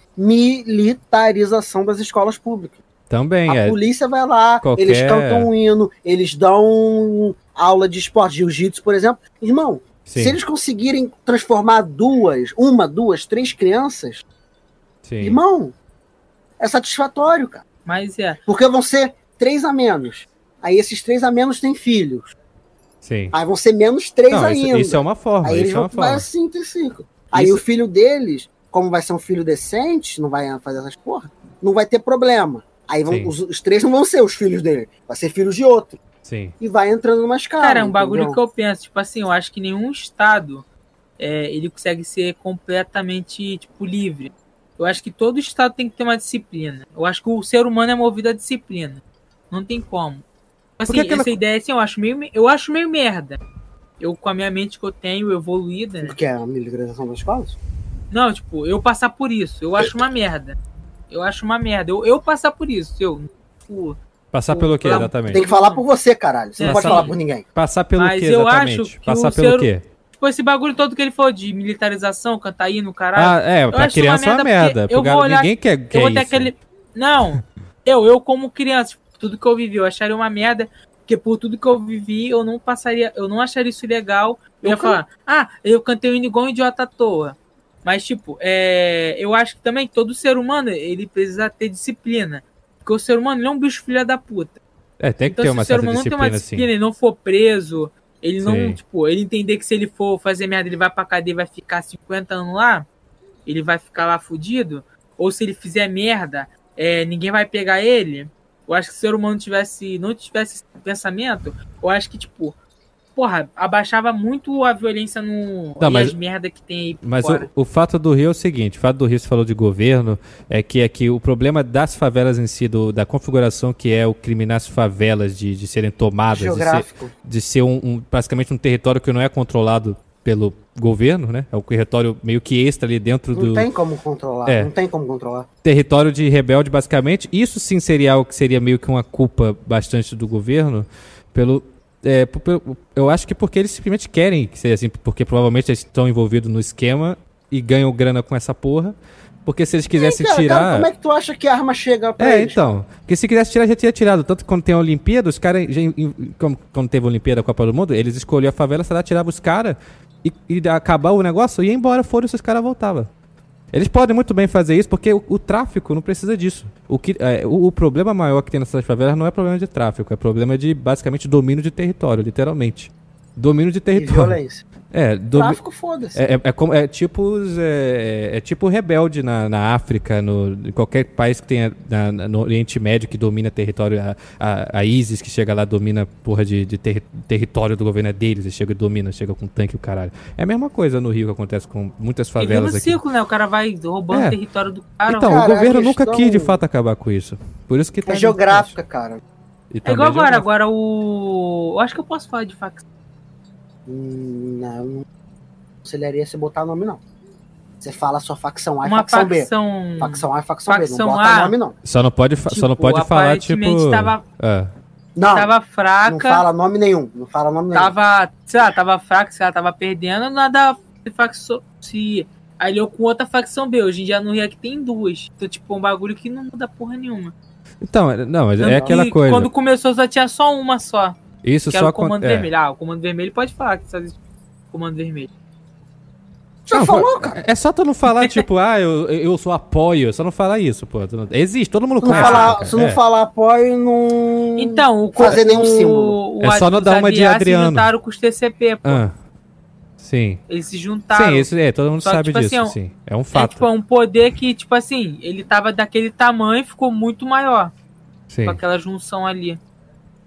Militarização das escolas públicas.
Também,
a
é.
polícia vai lá,
Qualquer-
eles cantam um hino, eles dão aula de esporte, jiu-jitsu, por exemplo. Irmão, se
Sim,
eles conseguirem transformar duas, uma, duas, três crianças,
sim.
irmão, é satisfatório, cara.
Mas é.
Porque vão ser três a menos. Aí esses três a menos têm filhos.
Sim.
Aí vão ser menos três
Não, isso-
ainda.
isso, é uma forma,
Aí eles
isso é
vão
uma
vai
forma.
assim, tem cinco. Aí
Isso-
o filho deles, como vai ser um filho decente, não vai fazer essas porra, não vai ter problema. Aí vão-
Sim.
os, os três não vão ser os filhos dele, vai ser filhos de outro.
Sim.
E vai entrando numa escala.
Cara, é um bagulho
entendeu?
que eu penso, tipo assim, eu acho que nenhum estado é, ele consegue ser completamente tipo livre. Eu acho que todo estado tem que ter uma disciplina. Eu acho que o ser humano é movido à disciplina. Não tem como. Assim,
Porque aquela-
essa ideia assim, eu acho meio, me- eu acho meio merda. Eu com a minha mente que eu tenho evoluída, né?
Porque é a militarização das escolas?
Não, tipo, eu passar por isso, eu acho uma merda. Eu acho uma merda. Eu, eu passar por isso, eu. tipo,
Passar
O-
pelo quê,
Não,
Então, Tem
exatamente?
que falar por você, caralho. Você
É,
não pode
sim.
falar por ninguém.
Passar pelo
Mas
quê,
eu acho
exatamente?
que
Passar
o
pelo
ser-
quê?
tipo, esse bagulho todo que ele falou de militarização, cantar hino, caralho.
Ah, é, pra
acho
criança é uma
uma merda,
merda.
porque
pro
eu
garoto-
vou olhar-
Ninguém quer, quer
eu vou
isso. né?
ter aquele. Não, eu, eu como criança, tipo, tudo que eu vivi, eu acharia uma merda, porque por tudo que eu vivi, eu não passaria, eu não acharia isso legal.
Eu
Eu, ia
can-
falar, ah, eu cantei o hino igual um idiota à toa. Mas, tipo, é, eu acho que também todo ser humano, ele precisa ter disciplina. Porque o ser humano ele é um bicho filha da puta.
É, tem que
então,
ter
se
uma
o ser
certa
humano não tem uma
disciplina,
disciplina,
assim.
ele não for preso, ele
Sim.
não, tipo, ele entender que se ele for fazer merda, ele vai pra cadeia e vai ficar 50 anos lá, ele vai ficar lá fudido, ou se ele fizer merda, é, ninguém vai pegar ele. Eu acho que se o ser humano tivesse, não tivesse esse pensamento, eu acho que, tipo, porra, abaixava muito a violência no,
Não,
e
mas-
as merda que tem aí por
Mas
fora.
o, o fato do Rio é o seguinte: o fato do Rio, você falou de governo, é que, é que o problema das favelas em si, do- da configuração que é o crime nas favelas, de, de serem tomadas, de ser,
Geográfico.
de ser um, um- basicamente um território que não é controlado pelo governo, né? É um território meio que extra ali dentro
Não
do
tem como controlar.
É.
Não tem como controlar.
território de rebelde, basicamente. Isso sim seria algo que seria meio que uma culpa bastante do governo, pelo. é, por- pelo- eu acho que porque eles simplesmente querem que seja assim, porque provavelmente eles estão envolvidos no esquema e ganham grana com essa porra. Porque se eles quisessem
Cara,
tirar.
cara, como é que tu acha que a arma chega pra
É,
eles?
então. Porque se quisesse tirar, já tinha tirado. Tanto que quando tem a Olimpíada, os caras. já em- em- como- Quando teve a Olimpíada, a Copa do Mundo, eles escolhiam a favela, sei lá, tiravam os caras e, e acabar o negócio, ia embora, foram esses caras voltavam. Eles podem muito bem fazer isso porque o, o tráfico não precisa disso. O, que, é, o, o problema maior que tem nessas favelas não é problema de tráfico, é problema de basicamente domínio de território, literalmente. Domínio de
E
território.
violência.
É, então, domi
Tráfico, foda-se.
é, é, é como- é tipo os, é, é tipo rebelde na, na África, no, em qualquer país que tenha na- na- no Oriente Médio que domina território, a, a, a ISIS que chega lá domina porra de, de terri- território do governo é deles, eles chegam e domina, chega com tanque e o caralho. É a mesma coisa no Rio que acontece com muitas
E vive no
favelas aqui.
ciclo, né? O cara vai roubando
É.
o território do cara.
Então,
Cara,
o governo
a
nunca
questão-
quis de fato acabar com isso. Por isso que tá
É geográfica, cara.
E
é
também
igual agora,
geográfico.
agora o. Eu acho que eu posso falar de facção.
Hum, Não, não aconselharia você botar nome, não. Você fala só facção A e
Uma
facção B.
facção.
Facção A e facção, B.
Facção
Não bota
A.
nome, não.
Só não pode, fa- só não pode falar tipo,
aparentemente Tava,
é,
Não,
tava
não
fraca,
fala nome nenhum. Não fala nome nenhum.
tava, sei lá, tava fraca, sei lá, tava perdendo, nada se facção se aliou com outra facção B. Hoje em dia no Rio aqui tem duas. Então, tipo, é um bagulho que não muda porra nenhuma.
Então, é- não, mas é
Tanto
aquela
que
coisa.
Quando começou só tinha só uma só,
Isso
que era
só é.
o Comando
acontece.
Vermelho. Ah, o Comando Vermelho pode falar que só existe Comando Vermelho.
Já
Não,
falou,
foi-
cara.
É só tu não falar, tipo, ah, eu, eu sou apoio, só não falar isso, pô. Tu não- Existe, todo mundo
Se não,
conhece.
falar,
cara.
se não
é.
falar apoio, não.
Então, o
Fazer
o-
nenhum símbolo.
o-
É só não
os
dar uma de
ADA
Adriano.
Se juntaram com os TCP, pô.
Ah, sim.
Eles se juntaram.
Sim, isso é, todo mundo
Tá. Só que,
sabe
tipo
disso,
assim, ó,
sim. É um
É,
fato.
tipo, é um poder que, tipo assim, ele tava daquele tamanho e ficou muito maior
sim.
com aquela junção ali.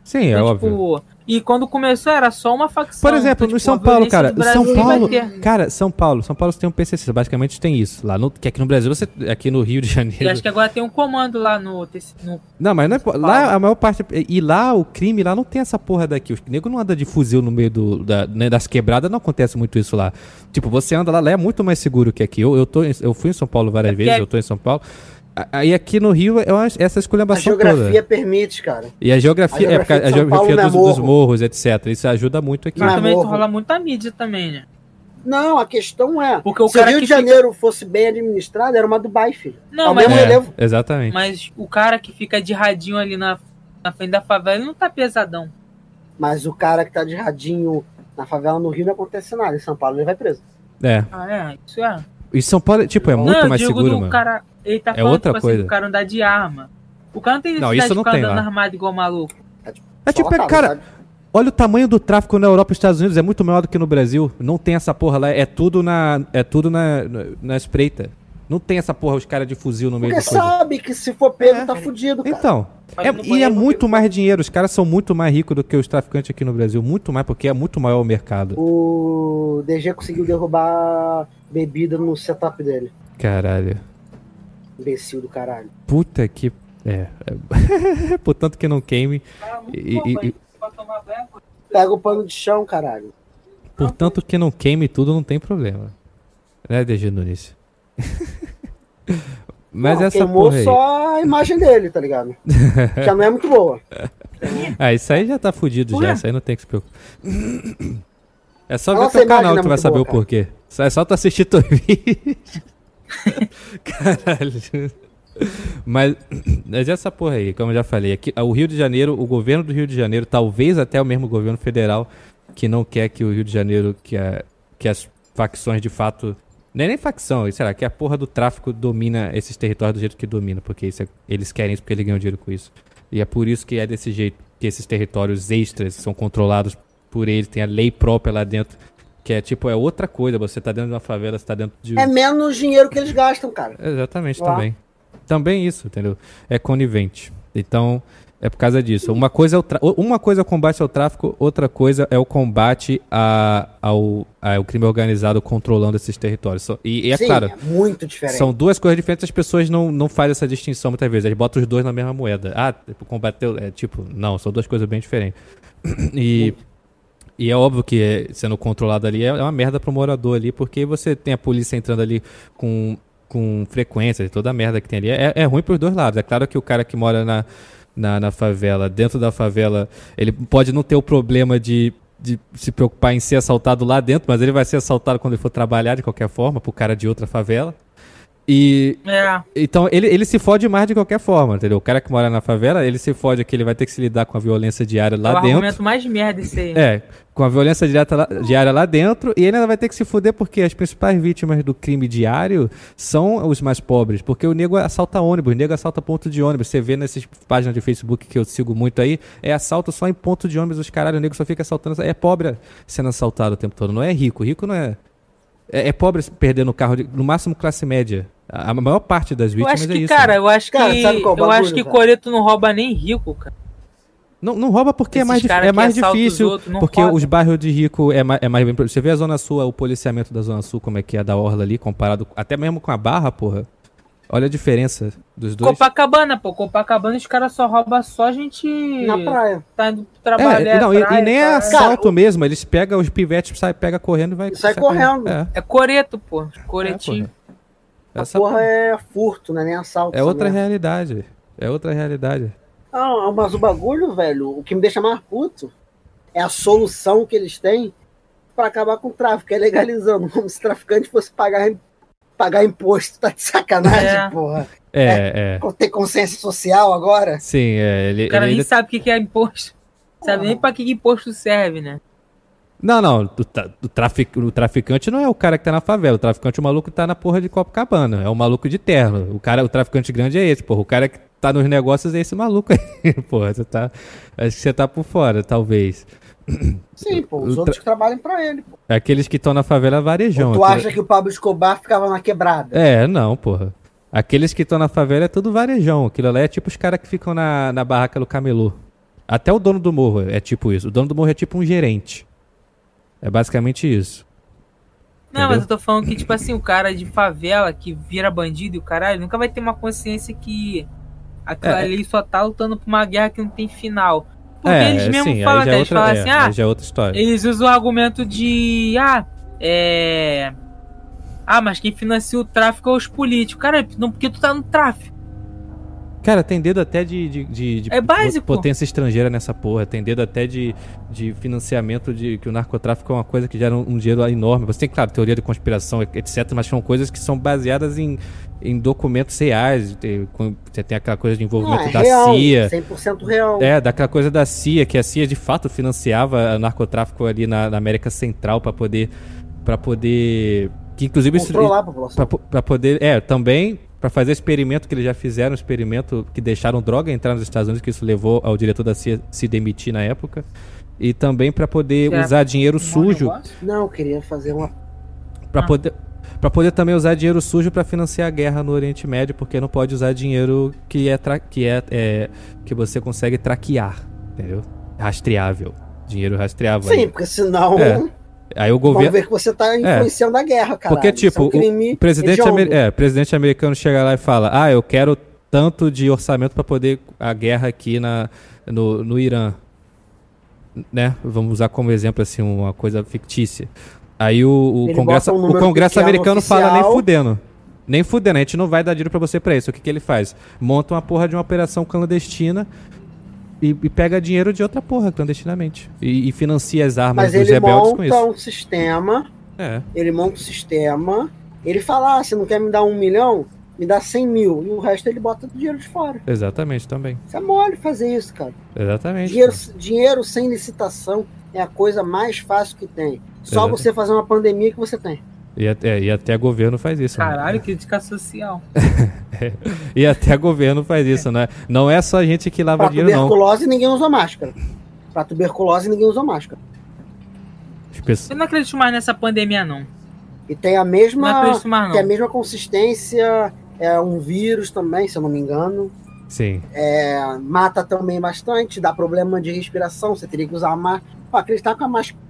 sim, é
Então,
óbvio.
um tipo, e quando começou era só uma facção.
Por exemplo,
Então,
no
tipo,
São
a
Paulo,
violência
cara,
do
São
Brasil
Paulo,
vai ter.
cara, São Paulo, São Paulo tem um PCC, basicamente tem isso. Lá no, que aqui no Brasil, você, aqui no Rio de
E
Janeiro,
acho que agora tem um comando lá no, TC no
Não, mas não é, po- lá
Paulo.
a maior parte. E lá o crime lá não tem essa porra daqui. Os negros não andam de fuzil no meio do, da- né, das quebradas, não acontece muito isso lá. Tipo, você anda lá, lá é muito mais seguro que aqui. Eu, eu, tô, em- eu fui em São Paulo várias
É porque
vezes,
é-
eu tô em São Paulo. a- Aí aqui no Rio é uma, essa
A
esculhambação toda.
geografia permite, cara.
E a geografia,
a
é, porque a- a
geografia de São
geografia
Paulo
dos,
não é
dos morros, etc. Isso ajuda muito aqui.
Não
Mas
é
também tu
morro.
rola muita mídia também, né?
Não, a questão é.
Porque o
se o
cara
Rio de
que
Janeiro fosse bem administrado, era uma Dubai, filho.
fica... Não,
ao
mas,
mesmo-
É,
relevo.
exatamente.
mas o cara que fica de radinho ali na, na frente da favela, ele não tá pesadão.
Mas o cara que tá de radinho na favela no Rio não acontece nada. Em São Paulo ele vai preso.
É.
Ah, é? Isso é.
E São Paulo, tipo, é muito
não, eu
mais
digo
seguro,
do
mano.
cara... Ele tá
É
falando,
outra
tipo
coisa.
assim, do cara andar de arma. O cara não tem
Não,
necessidade
isso
de
não
ficar
tem
andando
lá.
armado igual maluco.
É
Só tá
tipo, é,
lá,
cara,
sabe?
Olha o tamanho do tráfico na Europa e nos Estados Unidos, é muito maior do que no Brasil. Não tem essa porra lá, é tudo na, é tudo na, na- na espreita. Não tem essa porra, os caras de fuzil no meio
Porque
da coisa.
sabe que se for pego,
É.
tá fudido, cara.
Então,
Mas
é-
no
e é
banheiro-
muito mais dinheiro, os caras são muito mais ricos do que os traficantes aqui no Brasil, muito mais, porque é muito maior o mercado.
O DG conseguiu derrubar bebida no setup dele.
Caralho,
Imbecil do caralho.
puta que... É, é. [laughs] portanto que não queime,
Tá
E- e- e-
Pega o pano de chão, caralho.
portanto que não queime tudo, não tem problema. Né, DG
[laughs]
Nunes? Mas
Não,
essa
queimou
porra aí...
só a imagem dele, tá ligado? Já não é muito
[laughs]
boa.
Ah, isso aí já tá fudido
Ué?
já, isso aí não tem que se preocupar. É só
Nossa,
ver teu
a imagem
canal
não
que
é
tu vai
muito
saber
boa,
o porquê. Só- É só tu assistir teu [laughs] vídeo. Caralho. Mas, mas essa porra aí, como eu já falei, aqui, o Rio de Janeiro, o governo do Rio de Janeiro, talvez até o mesmo governo federal, que não quer que o Rio de Janeiro, que, a, que as facções de fato. Não é nem facção, sei lá, que a porra do tráfico domina esses territórios do jeito que domina, porque isso é- eles querem isso porque eles ganham dinheiro com isso. E é por isso que é desse jeito que esses territórios extras são controlados por eles, tem a lei própria lá dentro, que é tipo, é outra coisa, você tá dentro de uma favela, você tá dentro de...
É menos dinheiro que eles gastam, cara.
Exatamente,
Lá.
também. Também isso, entendeu? É conivente. Então, é por causa disso. Uma coisa é o, tra- uma coisa é o combate ao tráfico, outra coisa é o combate a, ao, ao crime organizado controlando esses territórios. Só- E, e é
Sim,
claro,
é muito diferente.
são duas coisas diferentes, as pessoas não, não fazem essa distinção muitas vezes. Eles botam os dois na mesma moeda. Ah, tipo, combateu. É tipo, não, são duas coisas bem diferentes. [clears throat] E, e é óbvio que é, sendo controlado ali é uma merda pro morador ali, porque você tem a polícia entrando ali com, com frequência, e toda a merda que tem ali. É, é ruim pros dois lados. É claro que o cara que mora na, na, na favela, dentro da favela, ele pode não ter o problema de. De se preocupar em ser assaltado lá dentro, mas ele vai ser assaltado quando ele for trabalhar de qualquer forma, pro cara de outra favela. E,
É,
então, ele, ele se fode mais de qualquer forma, entendeu? O cara que mora na favela, ele se fode que ele vai ter que se lidar com a violência diária
é o
lá dentro.
argumento mais merda esse aí. né?
É, com a violência direta lá- diária lá dentro, e ele ainda vai ter que se fuder porque as principais vítimas do crime diário são os mais pobres, porque o nego assalta ônibus, o nego assalta ponto de ônibus. Você vê nessas páginas de Facebook que eu sigo muito aí, é assalto só em ponto de ônibus, os caralho, o nego só fica assaltando, é pobre sendo assaltado o tempo todo, não é rico, rico não é... É, é pobre perdendo o carro, de- no máximo classe média. A, a maior parte das
Eu
vítimas
acho
é
que,
isso.
cara,
né?
eu acho
Cara,
que.
sabe qual é o
eu acho
bagulho,
que
cara?
Coreto não rouba nem rico, cara.
Não, não rouba porque é
Esses
mais, dif-
cara
é
que
mais
assalta os
difícil.
outros não
porque
roda.
os bairros de rico é mais, é mais bem. pro- Você vê a Zona Sul, é o policiamento da Zona Sul, como é que é da Orla ali, comparado até mesmo com a Barra, porra. Olha a diferença dos dois.
Copacabana, pô. Copacabana os caras só roubam só a gente.
Na praia.
Tá indo pro trabalho.
É,
É,
não, e-
né?
praia,
e, nem é
praia.
assalto mesmo, eles pegam os pivetes, sai, pega correndo e vai.
E sai correndo.
É,
É coreto, pô.
é,
Coretinho.
porra. Essa
Essa porra é furto, né? Nem assalto.
é
essa
outra
merda.
realidade. É outra realidade.
Ah, mas o bagulho, velho, o que me deixa mais puto é a solução que eles têm pra acabar com o tráfico, é legalizando. Como se traficante fosse pagar, pagar imposto, tá de sacanagem,
É.
porra.
É, é.
Ter consciência social agora.
Sim, é. Ele,
O cara
ele
nem
ainda-
sabe o que que é imposto. Sabe nem pra que que imposto serve, né?
Não, não. O, tra- o trafic- o traficante não é o cara que tá na favela. O traficante, o maluco que tá na porra de Copacabana. É o maluco de terno. O cara, o traficante grande é esse, porra. O cara que tá nos negócios é esse maluco aí, [laughs] porra. Você tá. Acho que você tá por fora, talvez.
Sim, pô, os
Tra-
outros que trabalham pra ele. Pô.
Aqueles que estão na favela é varejão.
Ou tu
Aquele-
acha que o Pablo Escobar ficava na quebrada?
É, não, porra. Aqueles que estão na favela é tudo varejão. Aquilo lá é tipo os caras que ficam na, na barraca do camelô. Até o dono do morro é tipo isso. O dono do morro é tipo um gerente. É basicamente isso.
Não,
Entendeu?
mas eu tô falando que, tipo assim, o cara de favela que vira bandido e o caralho nunca vai ter uma consciência que aquilo
É.
ali só tá lutando por uma guerra que não tem final. Porque
é,
eles mesmos
sim,
falam,
aí já
até,
é
eles
outra,
falam
é,
assim, ah,
aí já é outra história.
Eles usam o argumento de. Ah, é. Ah, mas quem financia o tráfico é os políticos. Cara, não porque tu tá no tráfico.
Cara, tem dedo até de, de, de- de
É básico.
potência estrangeira nessa porra. Tem dedo até de, de financiamento de que o narcotráfico é uma coisa que gera um, um dinheiro enorme. Você tem, claro, teoria de conspiração, etc., mas são coisas que são baseadas em, em documentos reais. Tem- com- Você tem aquela coisa de envolvimento
é
da
real,
CIA.
100% real.
É, daquela coisa da CIA, que a CIA de fato financiava o narcotráfico ali na, na América Central pra poder. para poder. Que inclusive isso.
Controlar a população.
Pra, po- pra poder. É, também. Pra fazer experimento que eles já fizeram, um experimento que deixaram droga entrar nos Estados Unidos, que isso levou ao diretor da CIA se demitir na época. E também pra poder
Já
usar dinheiro um sujo.
Não, eu queria fazer uma.
Pra
Ah.
poder. Pra poder também usar dinheiro sujo pra financiar a guerra no Oriente Médio, porque não pode usar dinheiro que é, tra- que, é, é- que você consegue traquear, entendeu? Rastreável. Dinheiro rastreável.
Sim, porque senão
É, Aí o
vão
governo. É.
ver que você tá influenciando a guerra, cara.
Porque, tipo, o
um crime
o presidente,
hediondo.
amer- é, o presidente americano chega lá e fala: Ah, eu quero tanto de orçamento pra poder a guerra aqui na, no, no Irã. Né? Vamos usar como exemplo assim, uma coisa fictícia. Aí o, o
Ele
Congresso,
bota um
o
número
Congresso
pequeno
americano fala: Nem
oficial."
fudendo. Nem fudendo, a gente não vai dar dinheiro pra você pra isso. O que, que ele faz? Monta uma porra de uma operação clandestina e, e pega dinheiro de outra porra clandestinamente. E, e financia as armas
Mas
dos
ele
rebeldes com
monta
isso.
um sistema,
É.
ele monta um sistema, ele fala, ah, você não quer me dar um milhão? Me dá 100 mil. E o resto ele bota do dinheiro de fora.
Exatamente, também.
Isso é mole fazer isso, cara.
Exatamente.
Dinheiro, dinheiro sem licitação é a coisa mais fácil que tem. Só
Exato.
você fazer uma pandemia que você tem.
E até, e até governo faz isso. né?
Caralho, crítica social.
E até governo faz isso, né? Não é só gente que lava
Pra
dinheiro, não.
tuberculose, ninguém usa máscara. Pra tuberculose, ninguém usa máscara.
As pessoas-
Eu não acredito mais nessa pandemia, não.
E tem a
Não
mesma.
acredito mais,
Tem a
não.
mesma consistência, é um vírus também, se eu não me engano.
Sim.
É, mata também bastante, dá problema de respiração, você teria que usar a máscara. Acreditar com a máscara.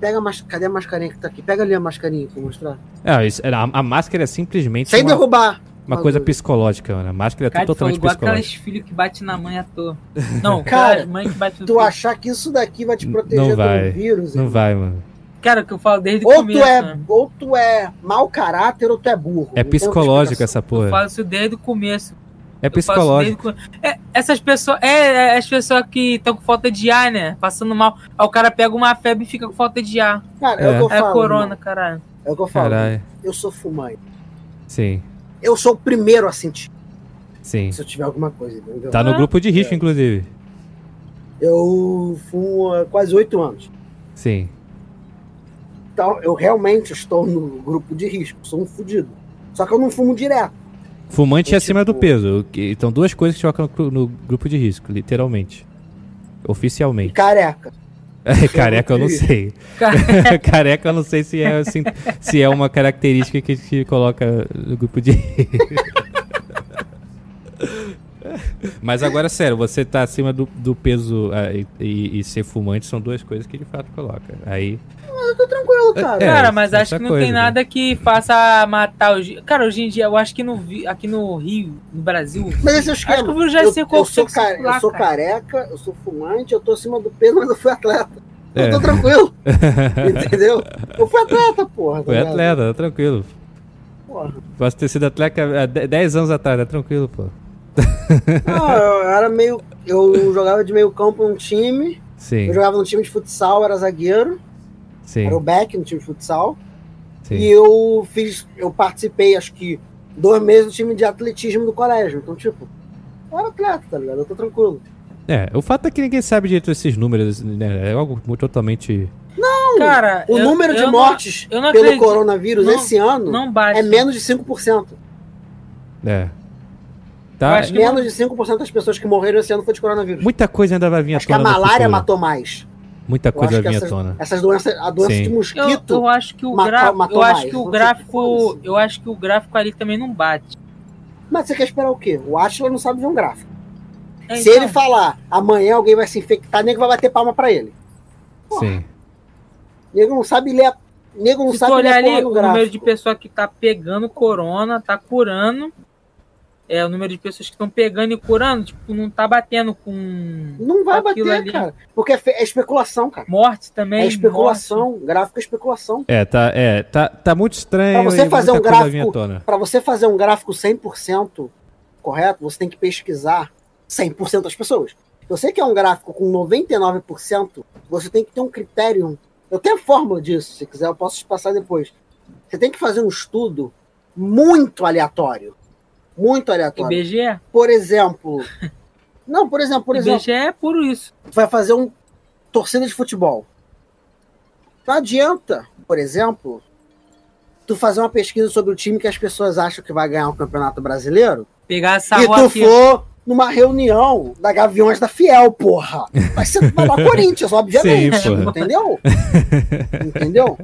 Pega a máscara. Cadê a mascarinha que tá aqui? Pega ali a mascarinha pra eu mostrar.
É, isso- a, a máscara é simplesmente
Sem
uma,
derrubar.
uma coisa psicológica, né? A máscara é
Cara, tu falou
totalmente
igual
psicológica.
aquelas filhos que bate na mãe à toa. Não,
Cara,
cara, mãe que bate no
Tu
filho.
achar que isso daqui vai te
Não
proteger
vai.
do vírus.
Não
irmão.
vai, mano.
Cara, o que eu falo desde o
Ou tu,
começo.
é,
né?
ou tu é mau caráter ou tu é burro. assim,
É
Não tem outra
psicológica
explicação.
essa
Eu
porra.
falo isso desde o começo.
É
Eu faço desde
psicológica.
o come- É, essas pessoas. É, é, as pessoas que estão com falta de ar, né? Passando mal. Aí o cara pega uma febre e fica com falta de ar.
Cara, é, o que
É
eu falo.
corona,
irmão.
caralho.
É o que eu falo.
assim. Caralho.
Eu sou fumante.
Sim,
Eu sou o primeiro a sentir
sim.
se eu tiver alguma coisa, entendeu?
Tá no
Ah.
grupo de risco, inclusive.
Eu fumo há quase oito anos.
Sim.
Então, eu realmente estou no grupo de risco. Sou um fudido. Só que eu não fumo direto.
Fumante
É
é acima do
tipo-
peso. que- Então, duas coisas que colocam no no grupo de risco, literalmente.
E
Oficialmente.
careca.
Careca, eu não sei.
Cara,
[laughs] Careca, eu não sei se é, assim, se é uma característica que te coloca no grupo de. [laughs] Mas agora, sério, você tá acima do, do peso ah, e, e- e ser fumante são duas coisas que de fato coloca. Aí.
Tranquilo, cara.
É,
cara, mas
essa
acho que não
coisa,
tem
né?
nada que faça matar os. Cara, hoje em dia, eu acho que no, vi- aqui no Rio, no Brasil.
Mas esse é o
Acho que
esquema.
eu vou já
eu,
ser
eu sou,
circular,
care- eu sou
cara.
careca, eu sou fumante, eu tô acima do peso, mas eu fui atleta.
É.
Eu
[laughs]
tô tranquilo. entendeu? Eu fui atleta, porra. tá
Foi
ligado?
atleta, tá tranquilo.
Porra.
Posso ter sido atleta há 10 anos atrás, tá tranquilo, pô.
Não, eu era meio. Eu jogava de meio campo num time.
Sim,
Eu jogava num time de futsal, era zagueiro.
sim,
Era o back no time de futsal. E
sim.
eu fiz, eu participei, acho que dois meses do time de atletismo do colégio. Então, tipo, eu era atleta, tá ligado? Eu tô tranquilo.
É, o fato é que ninguém sabe direito esses números, né? É algo mu- totalmente.
Cara,
O
eu-
número de
eu não-
mortes
eu não
pelo
acredito.
coronavírus
Não,
esse ano
Não bate.
é menos de 5%.
É.
Eu
Tá?
acho que não-
Menos de 5% das pessoas que morreram esse ano foi de coronavírus.
Muita coisa ainda vai vir à
acho que a
tona. no
malária
futuro.
matou mais.
Muita
Eu
coisa vai
acho que é
vir à
essas,
tona.
essas doenças, a doença
Sim.
de
Eu,
mosquito.
eu acho que o
matou-
gráfico,
matou
eu acho
mais.
que o
Não,
gráfico,
foda-se.
eu acho que o gráfico ali também não bate.
Mas você quer esperar o quê? O Atila não sabe ver um gráfico.
É,
Se
então,
ele falar amanhã alguém vai se infectar, nego vai bater palma pra ele.
Sim.
Nego não sabe ler. Nego não
se tu
sabe ler
olhar
a porra
ali,
do
o
gráfico.
número de pessoas que tá pegando corona, tá curando, é o número de pessoas que estão pegando e curando, tipo, não tá batendo com
Não vai
Aquilo
bater,
ali.
cara. Porque é, fe- é especulação, cara.
morte também.
É especulação. Gráfico é especulação.
É, tá, é, tá, tá muito estranho.
Pra você
e
fazer
muita
um
coisa vai vir à
gráfico-
tona.
Pra você fazer um gráfico 100%, correto, você tem que pesquisar 100% das pessoas. Se você quer um gráfico com 99%, você tem que ter um critério. Eu tenho a fórmula disso, se quiser eu posso te passar depois. Você tem que fazer um estudo muito aleatório. Muito
É
aleatório.
IBGE?
Por
[laughs]
exemplo. Não, por exemplo, por exemplo.
IBGE é puro isso.
tu vai fazer um torcida de futebol. Não adianta, por exemplo, tu fazer uma pesquisa sobre o time que as pessoas acham que vai ganhar o Campeonato Brasileiro
Pegar essa
e
rua
tu
aqui.
for numa reunião da Gaviões da Fiel, porra. Vai ser
[laughs]
vai dar Corinthians, obviamente,
Sim, porra.
entendeu? entendeu?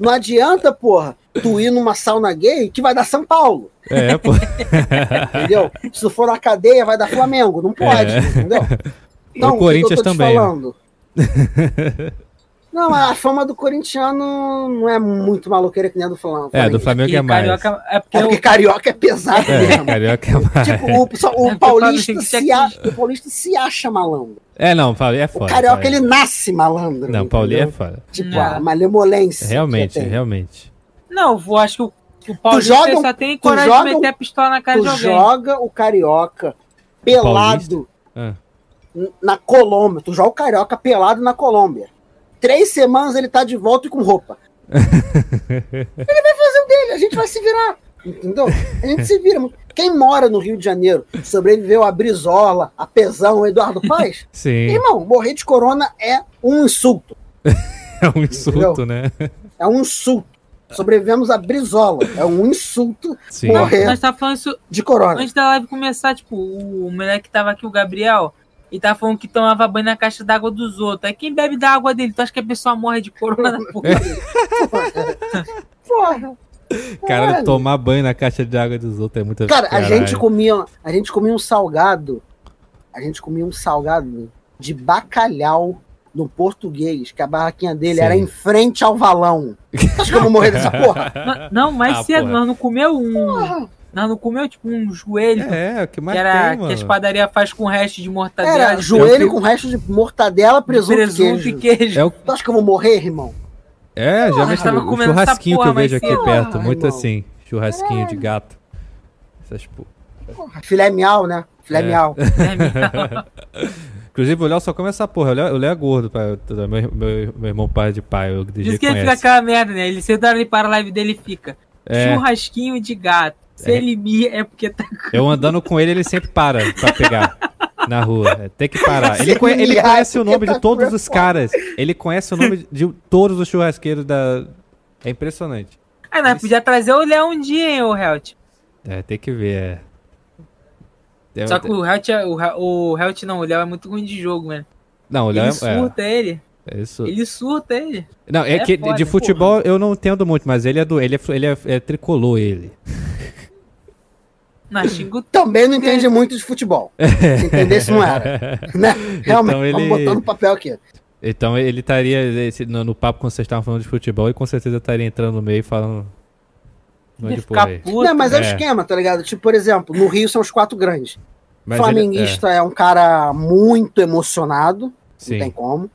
Não adianta, porra, tu ir numa sauna gay que vai dar São Paulo,
É,
[laughs]
pô.
entendeu?
[laughs]
Se tu for na cadeia, vai dar Flamengo, não pode,
É.
entendeu? Então,
o
que
Corinthians
eu tô te
também. né? [laughs]
falando? não, a fama do corintiano não é muito maloqueira que nem a do Flamengo.
É, do Flamengo
que
é mais.
Carioca, é porque
É porque carioca é pesado
É,
mesmo.
carioca é mais.
Tipo, o, pessoal- o
É porque o
paulista
Flamengo
se
tem
a- o paulista se acha malandro.
É, não, Paulo é
O
foda.
carioca,
Paulo.
ele nasce malandro.
Não,
entendeu?
Paulinho é foda.
Tipo,
Não.
a malemolência.
Realmente,
que tem.
realmente.
Não, eu vou- acho que o, o Paulista
joga um-
só tem coragem
joga
de meter a pistola na cara
Tu
de alguém.
joga um o carioca pelado
Ah.
n- na Colômbia. Tu joga o carioca pelado na Colômbia. Três semanas ele tá de volta e
[laughs]
com roupa. ele vai fazer o dele, a gente vai se virar. Entendeu? A gente se vira. Quem mora no Rio de Janeiro sobreviveu a Brizola, a Pesão, o Eduardo Paz,
Sim,
irmão, morrer de corona é um insulto.
[laughs] é um insulto, né?
É um insulto. Sobrevivemos a brisola. É um insulto
Sim.
Não, é-
Nós tá falando isso
de corona.
antes da live começar, tipo, o moleque que tava aqui, o Gabriel, e tava falando que tomava banho na caixa d'água dos outros. Aí quem bebe da água dele? Tu acha que a pessoa morre de
[laughs]
corona na porra?
Porra.
Caralho,
Caralho.
tomar banho na caixa de água dos outros é muita
Cara, a
Caralho.
gente comia, a gente comia um salgado. A gente comia um salgado de bacalhau no português, que a barraquinha dele
Sim.
era em frente ao valão. Acho que eu vou morrer
[laughs]
dessa porra.
Ma- Não, mais
Ah,
cedo,
porra.
nós não comeu um.
Porra.
Nós não comeu, tipo, um joelho.
É, o que mais
que, era,
tem, mano.
que as padarias faz com o resto de mortadela. assim,
Era
de
joelho
eu-
com resto de mortadela, presunto,
presunto
e queijo.
e queijo.
É, o...
Tu acha que eu vou morrer, irmão?
é já me
nós tava
o
comendo essa
churrasquinho que
porra É.
eu vejo
mais
aqui
cedo.
perto,
Ah,
muito
irmão.
assim. Churrasquinho de gato. Essas porra.
Filé miau, né? Filé
É.
miau.
Inclusive, o Léo só come essa porra. O Léo, o Léo é gordo, pai. Meu, meu, meu irmão pai de pai, o DJ
Diz que ele fica
conhece.
aquela merda, né? Ele senta ali para a live dele e fica.
É.
Churrasquinho de gato. Se
É.
ele mia, é porque tá.
Eu andando com ele, ele sempre para pra pegar na rua. É, Tem que parar. Ele,
Você
conhe- ele
miado,
conhece o
porque
nome
tá
de todos
com
os caras. Ele conhece o nome de- de todos os churrasqueiros da. É impressionante.
Ah, nós podia trazer o Léo um dia, hein, o Helt.
É, tem que ver. É... É,
Só que o Helt, é- o, Hel- o Helt não, o Léo é muito ruim de jogo, mano.
Não, o Léo
Ele
é,
surta ele.
é, é isso.
Ele surta ele.
Não, é,
é
que
foda,
de futebol eu não entendo muito, mas ele é do. Ele é, ele é, é tricolor, ele. [laughs]
Na xingo.
Também não [laughs] entende muito de futebol. Se entendesse, não era. né? Realmente,
Então ele-
vamos botar no papel aqui.
[laughs] Então ele estaria esse- no, no papo quando vocês estavam falando de futebol e com certeza estaria entrando no meio e falando. Não é
Ele
de
fica
porra aí.
puto.
não, mas é o
é.
esquema, tá ligado? Tipo, por exemplo, no Rio são os quatro grandes.
Mas ele-
Flamenguista é. um cara muito emocionado,
é,
não tem
sim.
como.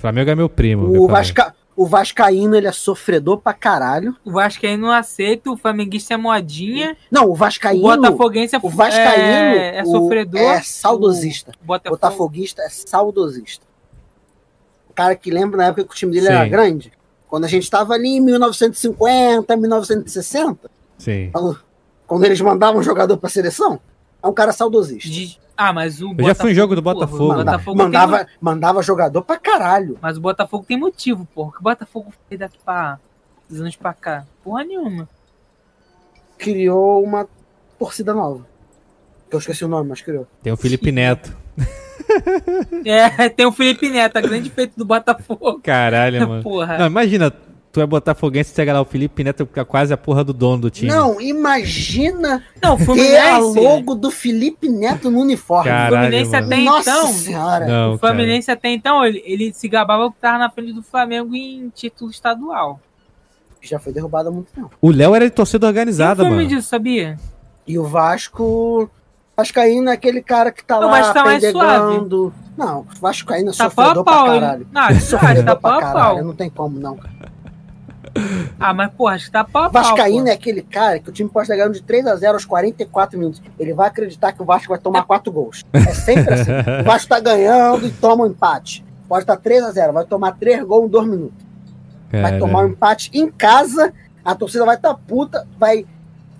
Flamengo é meu primo. meu
O,
Flamengo.
Vasca... o Vascaíno, ele é sofredor pra caralho.
O Vasco aí não aceita, o Flamenguista é modinha.
Não, o
O
Vascaíno.
Botafoguense é
O Vascaíno
é, é
o-
sofredor.
é saudosista.
O Botafogo.
Botafoguista é saudosista. O cara que lembra na época que o time dele era
Sim.
grande. Quando a gente tava ali em 1950, 1960,
Sim.
quando eles mandavam jogador pra seleção, é um cara saudosista.
De- Ah, mas o
Eu já fui em jogo do Botafogo. né?
porra, o
Manda-
Botafogo
mandava,
tem
mandava jogador pra caralho.
Mas o Botafogo tem motivo, porra. Que o Botafogo fez daqui pra. dos anos pra cá? Porra
[laughs]
nenhuma.
Criou uma torcida nova. Que eu esqueci o nome, mas criou.
Tem o Felipe Neto.
É, tem o Felipe Neto, a grande feito do Botafogo.
Caralho, mano.
[laughs] Porra.
Não, imagina, tu é botafoguense, chega lá, o Felipe Neto fica quase a porra do dono do time.
Não, imagina
Não, o
ter a
Fluminense.
logo do Felipe Neto no uniforme.
Cara,
o Fluminense
Caralho,
até
mano.
Nossa
então.
senhora.
Não,
O Fluminense até então, ele, ele se gabava que tava na frente do Flamengo em título estadual.
Já foi derrubado há muito tempo.
cara. O Léo era de torcida organizada,
Nada,
mano.
disso, sabia?
E o Vasco. Vascaíno é aquele cara que tá
Não,
lá
mas tá mais
pendegando. Não, o Vascaíno é
Tá pau a
sofredor pra
pau,
caralho.
hein? Não, isso acho,
Sofredor
tá
pra
pau a
caralho.
pau.
Não tem como, não. cara.
Ah, mas porra, acho que tá pau a pau,
Vascaíno
pô.
é aquele cara que o time pode estar ganhando de 3x0 aos 44 minutos. Ele vai acreditar que o Vasco vai tomar 4 gols. É
[laughs]
sempre assim. O Vasco tá ganhando e toma um empate. Pode tá estar 3x0, vai tomar 3 gols em 2 minutos. Vai
Cara,
tomar um empate em casa, a torcida vai estar puta, vai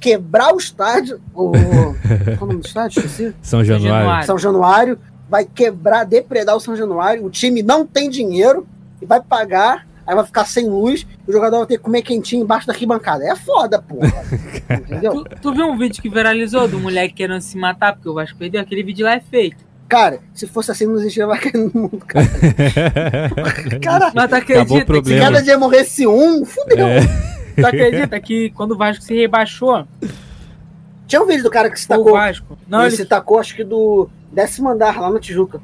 quebrar o estádio. O... Qual é o nome do estádio? Esqueci.
São Januário.
Januário.
São Januário. Vai quebrar, depredar o São Januário. O time não tem dinheiro e vai pagar. Aí vai ficar sem luz, o jogador vai ter que comer quentinho embaixo da arquibancada. É foda, porra. Entendeu?
Tu, tu viu um vídeo que viralizou do moleque querendo se matar porque o Vasco perdeu? Aquele vídeo lá é fake.
Cara, se fosse assim, não existia vaca no mundo, cara. [laughs] Caralho,
Mas tu
Acabou o
acredita que
problema.
se cada dia morresse um, fudeu.
É,
Tu acredita que quando o Vasco se rebaixou,
Tinha um vídeo do cara que se
o
tacou.
Vasco. Não,
ele
ele,
se tacou, acho que do décimo andar lá no Tijuca.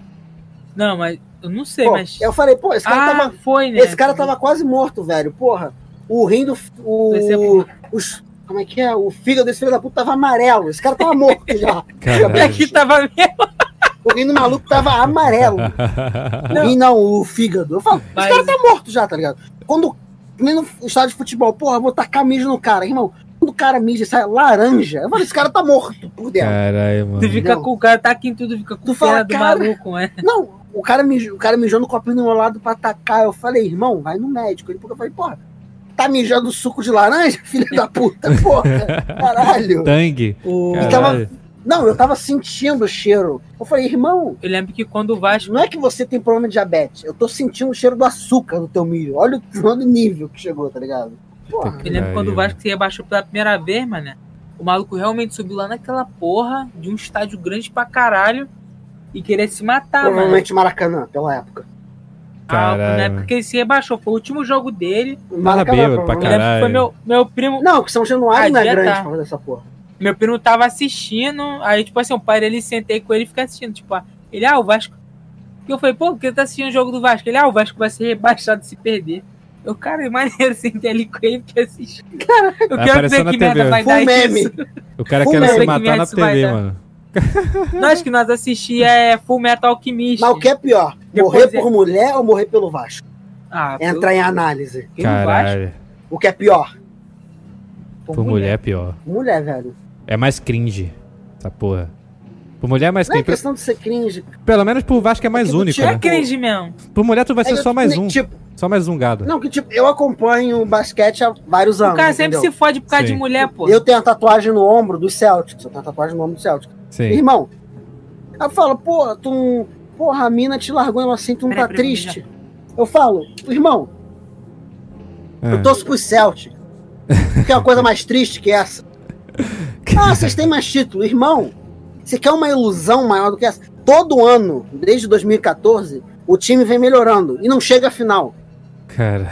não, mas eu não sei,
Pô,
mas.
Eu falei, pô, esse cara,
ah,
tava,
foi, né?
esse cara tava quase morto, velho. Porra, o rim do.
Vai ser
O, os, como é que é? O fígado desse filho da puta tava amarelo. Esse cara tava morto já.
Até
[laughs] caralho.
aqui tava mesmo.
O rim do maluco tava amarelo.
[laughs]
O rim não, o fígado. Eu falo,
Mas-
esse cara tá morto já, tá ligado? Quando. que Nem no estádio de futebol, porra, eu vou tacar mídia no cara, irmão. Quando o cara mídia sai laranja, eu falo, esse cara tá morto por dentro.
Caralho, mano.
Tu fica
Não.
com o cara, tá aqui em tudo, fica com
Tu
o cara
fala,
do
cara.
maluco, né?
Não, o cara, mijou, o cara mijou no copinho do meu lado pra atacar. Eu falei, irmão, vai no médico. Ele porque eu falei, porra, tá mijando suco de laranja, [laughs] filho da puta, porra, caralho.
Tangue.
O...
Caralho. Não, eu tava sentindo o cheiro. Eu falei, irmão,
Eu lembro que quando o Vasco.
não é que você tem problema de diabetes. Eu tô sentindo o cheiro do açúcar no teu milho. Olha o olha o nível que chegou, tá ligado? Porra.
Eu lembro
Caralho.
quando o Vasco se rebaixou pela primeira vez, mano. O maluco realmente subiu lá naquela porra de um estádio grande pra caralho e queria se matar, mano.
Provavelmente Maracanã, pela época.
Ah,
Caralho.
na
né?
época que ele se rebaixou, foi o último jogo dele.
bêbado pra
Eu
provavelmente.
lembro que foi
Caralho.
meu, meu primo.
Não, que São Januário
Ah,
não é
devia
grande
tá.
pra fazer essa porra.
Meu primo tava assistindo. Aí, tipo assim, o pai dele sentei com ele e fiquei assistindo. Tipo, ah, ele, ah, o Vasco. E eu falei, pô, por que tá assistindo o jogo do Vasco? Ele, ah, o Vasco vai ser rebaixado se perder. Eu, cara, é maneiro [laughs] sentei ali com ele que assistir. Eu quero
apareceu
ver
na
que merda
TV.
vai
Full
dar
meme.
isso.
O cara
Full
quer
metal. é
se matar na
Isso vai
TV,
dar.
mano.
Nós que nós assistia é Full Metal Alchemist.
Mas o que é pior?
Depois
Morrer
é-
por mulher ou morrer pelo Vasco?
Ah, pelo-
É Entrar em análise.
pelo Vasco,
Caralho.
O que é pior?
por
Por mulher é pior.
Mulher, velho.
É mais cringe. Essa porra. Por mulher é mais
Não é
cringe.
questão de ser cringe.
Pelo menos pro Vasco é mais
É que do
único.
Thiago-
né?
É cringe mesmo.
Por mulher tu vai ser
É,
só mais
nem-
um.
Tipo,
Só mais um gado.
não, que tipo, eu acompanho o basquete há vários anos.
o cara sempre
entendeu?
se fode por causa
Sim.
de mulher, pô.
Eu tenho a tatuagem no ombro do Celtics. Eu tenho a tatuagem no ombro do Celtics.
Sim.
Irmão, ela fala, pô, tu. não- Porra, a mina te largou ela assim, tu não tá
Peraí, peraí,
triste. Eu falo, irmão, eu
Ah.
torço
[laughs]
pro Celtics. Tem uma coisa mais triste que é essa. Ah, vocês têm mais título. Irmão, você quer uma ilusão maior do que essa? Todo ano, desde 2014, o time vem melhorando e não chega à final.
[laughs] Cara.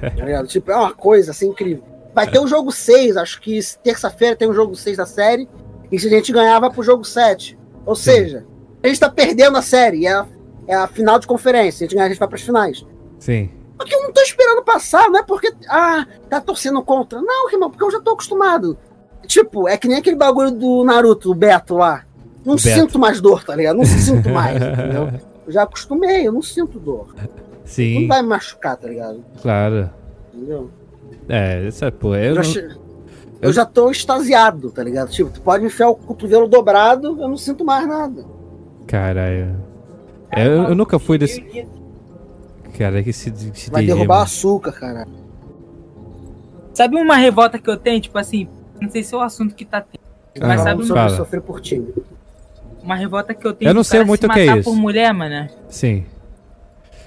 tá ligado? Tipo, é uma coisa assim incrível. Vai ter o jogo 6, acho que terça-feira tem o jogo 6 da série. E se a gente ganhar, vai pro jogo 7. Ou seja, a gente tá perdendo a série. É a, é a final de conferência. Se a gente ganhar, a gente vai pras finais.
Sim.
Porque eu não tô esperando passar, não é porque. Ah, tá torcendo contra. Não, irmão, porque eu já tô acostumado. Tipo, é que nem aquele bagulho do Naruto, o Beto lá. Não
Beto.
sinto mais dor, tá ligado? Não sinto
[laughs]
mais, entendeu? Eu já acostumei, eu não sinto dor. Não
Sim,
vai me machucar, tá ligado?
claro.
Entendeu?
É, essa porra. Eu
Eu já,
não-
che- eu já tô extasiado, tá ligado? Tipo, tu pode me enfiar o cotovelo dobrado, eu não sinto mais nada.
Caralho. É, Eu, eu nunca fui desse. Cara, que se, se
Vai derrubar o açúcar, cara.
Sabe uma revolta que eu tenho? Tipo assim, não sei se é o assunto que tá tendo. Mas
Ah,
sabe um-
sobre
uma,
fala.
sofrer por time.
uma revolta que eu tenho
Eu não
do
sei
cara
muito
se
o que é
matar
isso.
por mulher, mano.
Sim.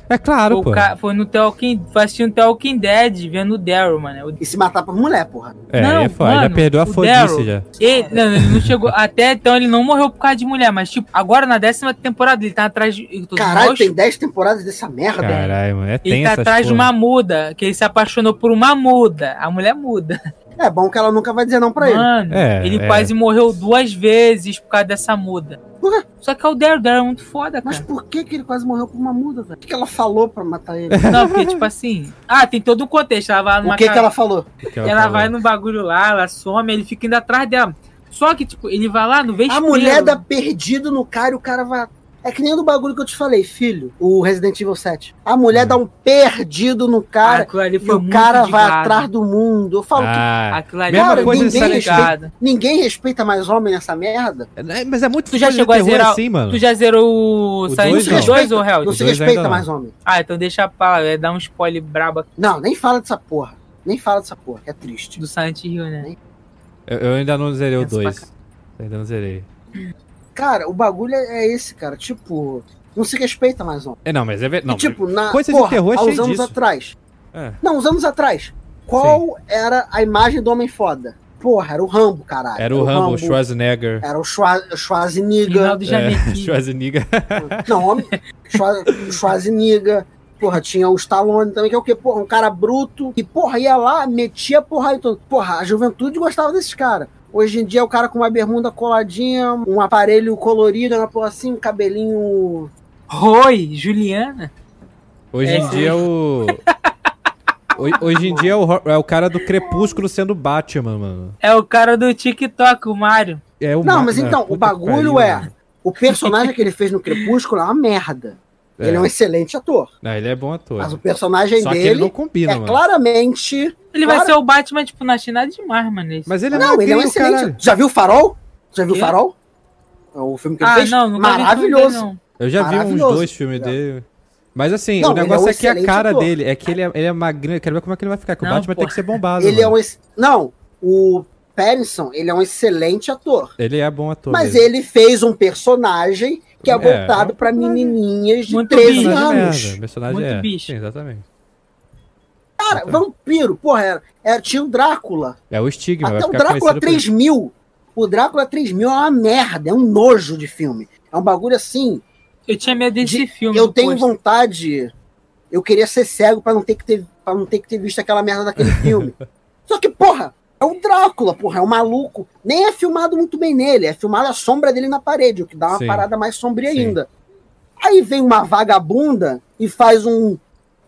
É claro,
O
pô.
ca- Foi no Talking, foi assistindo Talking Dead, vendo o Daryl, mano. O
E se matar por mulher, porra.
É,
Não,
é foda. Já
mano,
perdeu a
o
fodice
Daryl.
já.
Ele, não, ele não chegou. Até então ele não morreu por causa de mulher, mas tipo, agora na décima temporada ele tá atrás de. eu tô
Caralho,
mal
tem 10 temporadas dessa merda.
Caralho, mano. É
Ele
tenso
tá
essas
atrás de
porra.
uma muda, que ele se apaixonou por uma muda. A mulher muda.
É bom que ela nunca vai dizer não pra ele.
Mano,
É,
ele
é.
quase morreu duas vezes por causa dessa muda.
Por quê?
Só que é o Daryl, o Daryl é muito foda,
Mas
cara.
por que, que ele quase morreu por uma muda, velho? O que, que ela falou pra
[laughs]
matar ele?
Não, porque tipo assim. Ah, tem todo um contexto. Ela vai numa
o que,
ca-
que ela falou?
é Que
ela
falou.
vai no bagulho lá, ela some, ele fica indo atrás dela. Só que, tipo, ele vai lá no
A
vespeiro.
mulher dá perdido no cara e o cara vai. É que nem do bagulho que eu te falei, filho, o Resident Evil 7. A
Hum.
mulher dá um perdido no cara
aquilo ali
e
foi
o
muito
cara vai
ligado.
atrás do mundo. Eu falo
Ah,
Aquilo ali
Mesma
foi
coisa
muito
de Silent
ligado.
que ninguém respeita mais homem nessa merda.
é- mas é muito
Tu já
coisa de
chegou a
terror
zerar-
assim, mano.
Tu já zerou o
O
Silent
dois,
Hill
não.
2 ou
Não
Ah, Os
Hell?
se
dois
respeita
ainda não.
mais homem.
Ah, então deixa pra lá, é dar um spoiler brabo aqui
Não, nem fala dessa porra. Nem fala dessa porra, que é triste.
do Silent Hill, né?
Eu, eu ainda não zerei o
Pensa pra
2. Ainda não zerei.
Cara, o bagulho é é esse, cara. Tipo, não se respeita mais homem.
É, não, mas é verdade.
E, tipo, na
coisa de
porra,
terror é
há uns
cheio
anos
disso.
atrás.
É.
Não, uns anos atrás. Qual era a imagem do homem foda? Porra, era o Rambo, caralho.
Era o Rambo, o Schwarzenegger.
Era o Schwa- Schwarzenegger.
Rinaldo
É, [laughs]
Janequim.
Schwarzenegger.
[laughs] Não, homem. Schwa- Schwarzenegger. Porra, tinha o Stallone também, que é o quê? Porra, um cara bruto. E, porra, ia lá, metia porra e tudo. Porra, a juventude gostava desses caras. Hoje em dia é o cara com uma bermuda coladinha, um aparelho colorido, uma porra assim, um cabelinho.
Roy, Juliana.
Hoje
É.
em dia é o. Ho- Hoje em dia é o, Ro- é o cara do Crepúsculo sendo Batman, mano.
É o cara do TikTok, o Mário.
É o
Não,
Ma-
mas
é,
então, o
puta que
bagulho
pariu,
é-
mano.
O personagem que ele fez no Crepúsculo é uma merda.
É.
Ele é um excelente ator.
Não, ele é bom ator.
Mas o personagem
Só que ele
dele
não combina,
é
mano.
claramente.
Ele vai
Claro.
ser o Batman, tipo, na China demais, mano. Esse.
Mas ele é
Não, ele é um
magrinho,
excelente.
caralho.
Já viu o Farol? Já viu o
Quê?
Farol? É o filme que ele
ah,
fez?
não, nunca vi
Maravilhoso.
tudo, não.
Eu já vi uns
Maravilhoso.
dois filmes dele. Mas assim,
Não,
o
ele é um
negócio é, que a
excelente
cara
ator.
dele é que ele é, ele é magrinho. Eu quero ver como é que ele vai ficar. Que o
Não,
Batman tem
porra.
que ser bombado.
Ele é
mano.
um. ex- Não, o Pattinson, ele é um excelente ator.
Ele é bom ator.
um Mas
mesmo.
ele fez um personagem que é
É,
voltado
é um
pra menininhas de
Muito né,
13
bicho.
Personagem
anos.
merda, Personagem
Muito
é.
bicho.
Sim, exatamente.
Cara, vampiro, porra, era, era- tinha o Drácula.
É o estigma. vai
Até o
ficar
Drácula
conhecido por-
3000. O Drácula 3000 é uma merda, é um nojo de filme. É um bagulho assim.
Eu tinha medo desse
de-
filme.
eu
do
tenho
pôster.
vontade. Eu queria ser cego pra não ter que ter para não ter que ter visto aquela merda
[laughs]
daquele filme. Só que porra, é o Drácula, porra, é um maluco. Nem é filmado muito bem nele, é filmado a sombra dele na parede, o que dá uma
Sim.
parada mais sombria
Sim.
ainda. Aí vem uma vagabunda e faz um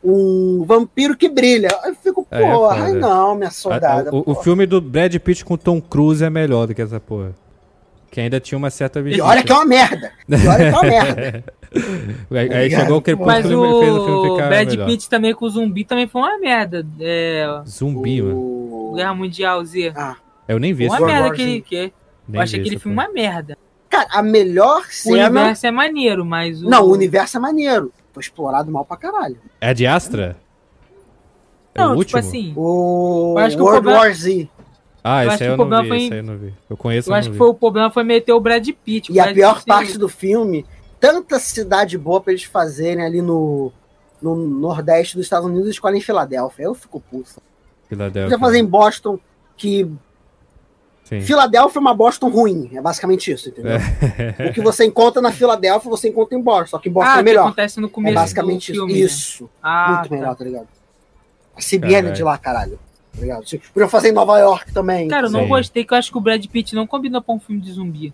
um vampiro que brilha. Aí eu fico,
É, é
porra,
foda.
ai não, minha
A- a-
soldada.
o, o
porra.
filme do Brad Pitt com Tom Cruise é melhor do que essa porra. Que ainda tinha uma certa
E
vigilância.
olha que é uma merda. E olha
[laughs]
que é uma merda.
Aí, aí
ligado?
chegou o Crepúsculo
Mas
e fez o filme
o
ficar
Brad
melhor.
Pitt também com o zumbi também foi uma merda. É,
Zumbi, mano.
O-
Guerra Mundial Z.
Ah,
Eu nem vi
Foi
esse
uma
filme.
War
merda
Wars,
aquele
né?
que
nem
Eu acho
vi
aquele
essa
filme
porra.
uma merda.
cara, a melhor
O
cena.
universo é maneiro, mas o.
Não, o universo é maneiro. Foi explorado mal pra caralho.
É de Astra? é o
Não, tipo
último?
assim.
O
Eu acho que o
World
problema-
War Z.
Ah,
eu
esse
acho
aí
que
eu não vi,
o problema foi-
esse é aí eu não vi. Eu conheço,
Eu
mas
acho
não vi.
que foi o problema foi meter o Brad Pitt. O
E a
Brad
pior
Pitt-
parte do filme, tanta cidade boa pra eles fazerem ali no, no Nordeste dos Estados Unidos, escolhem Filadélfia. Eu fico puto.
É, Filadélfia.
Podia fazer em Boston, que
Sim.
Filadélfia é uma Boston ruim. É basicamente isso, entendeu?
É.
O que você encontra na Filadélfia, você encontra em Boston. Só que Boston
Ah,
é
o que
melhor.
acontece no
É
começo
basicamente
do
isso.
filme. né?
Isso.
Ah,
Muito
tá.
melhor, tá ligado? A CBN é de
Caralho.
lá, caralho. Tá ligado? Se- Podiam fazer em Nova York também.
Cara, eu não
Sim.
gostei, que eu acho que o Brad Pitt não combinou pra um filme de zumbi.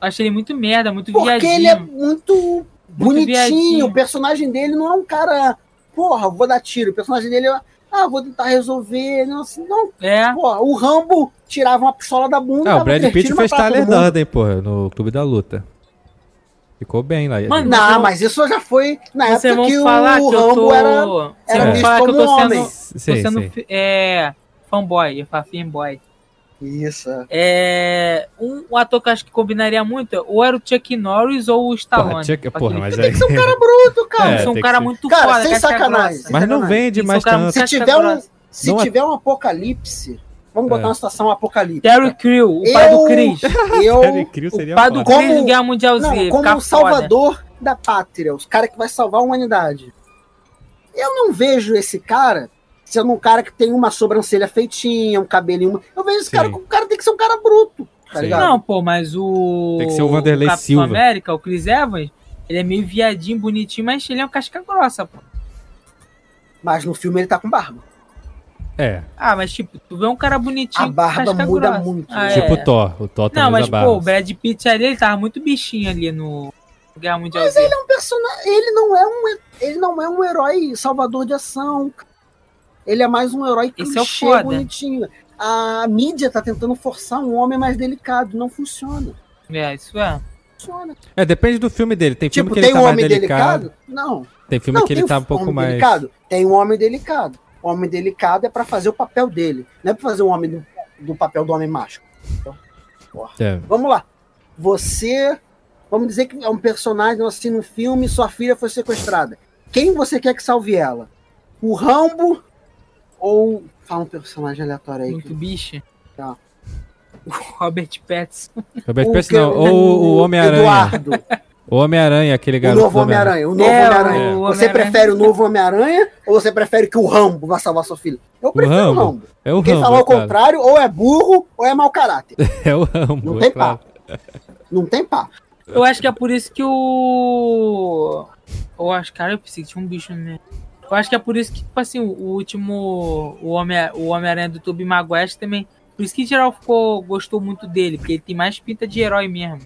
Achei ele muito merda, muito
Porque
viadinho.
ele é muito bonitinho.
viadinho.
O personagem dele não é um cara. Porra, vou dar tiro. O personagem dele é. Ah, vou tentar resolver. Não, assim, não,
É,
porra. O Rambo tirava uma pistola da bunda.
Ah, o
dava
Brad
três
Pitt
tiros,
fez
matava
Tyler
todo mundo.
Durden, porra, no Clube da Luta. Ficou bem lá.
Mano,
Não, mas isso já foi na
vocês
época
vão
que o
falar que
Rambo
eu tô.
era.
Vocês
era
vão
visto
falar que eu tô
como
sendo.
homem.
Tô
sim,
sendo
sim.
fi- é, fanboy, eu falo fanboy.
Isso.
É, um, um ator que eu acho que combinaria muito, ou era o Chuck Norris ou o Stallone.
Porra, tinha que-
Aquele-
porra, mas
Tem
aí...
que ser um cara
[laughs]
bruto, cara.
Tem que ser
É,
um
tem
cara
que ser.
muito
Cara,
foda, é
sem
casca
sacanagem.
grossa.
Mas não vende
Tem que
mais
ser um cara
tanto.
muito-
Se
Casca
tiver um,
grossa.
se
Não é-
tiver um apocalipse, vamos botar
É.
uma situação apocalíptica.
Terry Crew, o pai
Eu-
do Chris.
Terry
[laughs] Eu,
Crews
O
seria
pai do
foda.
Como-
Chris do Guerra Mundial Z.
não, como
ficar
o salvador da pátria, os cara que vai salvar a humanidade. Eu não vejo esse cara sendo um cara que tem uma sobrancelha feitinha, um cabelinho. Eu vejo esse
Sim.
cara como o cara tem que ser um cara bruto, tá
Sim.
ligado?
Não, pô, mas o.
Tem que ser o Vanderlei
Capitão
Silva.
América, o Chris Evans, ele é meio viadinho, bonitinho, mas ele é um casca grossa, pô.
Mas no filme ele tá com barba.
É,
Ah, mas tipo, tu vê um cara bonitinho.
A barba
casca
muda
grossa.
muito,
Ah,
né?
tipo
é.
o Thor. O Thor
Não,
também
mas
usa
pô, o
barba.
Brad Pitt ali, ele tava muito bichinho ali no Guerra Mundial Z.
É um personagem, ele não é um, he- ele não é um herói salvador de ação. Ele é mais um herói que
Esse é o foda.
bonitinho. A mídia tá tentando forçar um homem mais delicado, não funciona.
É, isso é.
funciona.
É, depende do filme dele. Tem filme
Tipo,
que ele
tem
tá
um
mais
homem
delicado.
delicado? Não.
Tem filme
não,
que ele
tem
tá um
homem
pouco mais.
Delicado? Tem um homem delicado. O homem delicado é pra fazer o papel dele. Não é pra fazer o homem do, do papel do homem macho.
É.
Vamos lá. Você. Vamos dizer que é um personagem assim no filme, sua filha foi sequestrada. Quem você quer que salve ela? O Rambo ou. Fala um personagem aleatório aí.
Muito bicha.
Tá.
O Robert Pattinson.
Roberto Pattinson, não. Ou o- o Homem-Aranha.
Eduardo.
O Homem-Aranha, aquele
O
garoto. do
novo Homem-Aranha. O novo
É,
Homem-Aranha.
o
Você
Homem-Aranha.
prefere o novo Homem-Aranha ou você prefere que o Rambo vá salvar sua filha? Eu prefiro o
Rambo.
Rambo.
É o
Quem
Rambo.
falar o
cara.
contrário, ou é burro, ou é
[laughs]
mau caráter.
É o Rambo.
Não
é
tem
claro.
papo. Não tem papo.
Eu acho que é por isso que o. Eu acho, cara, eu pensei que tinha um bicho mesmo. Eu acho que é por isso que, tipo assim, o último. O Homem- o Homem-Aranha do Tobey Maguire também. Por isso que geral ficou, gostou muito dele, porque ele tem mais pinta de herói mesmo.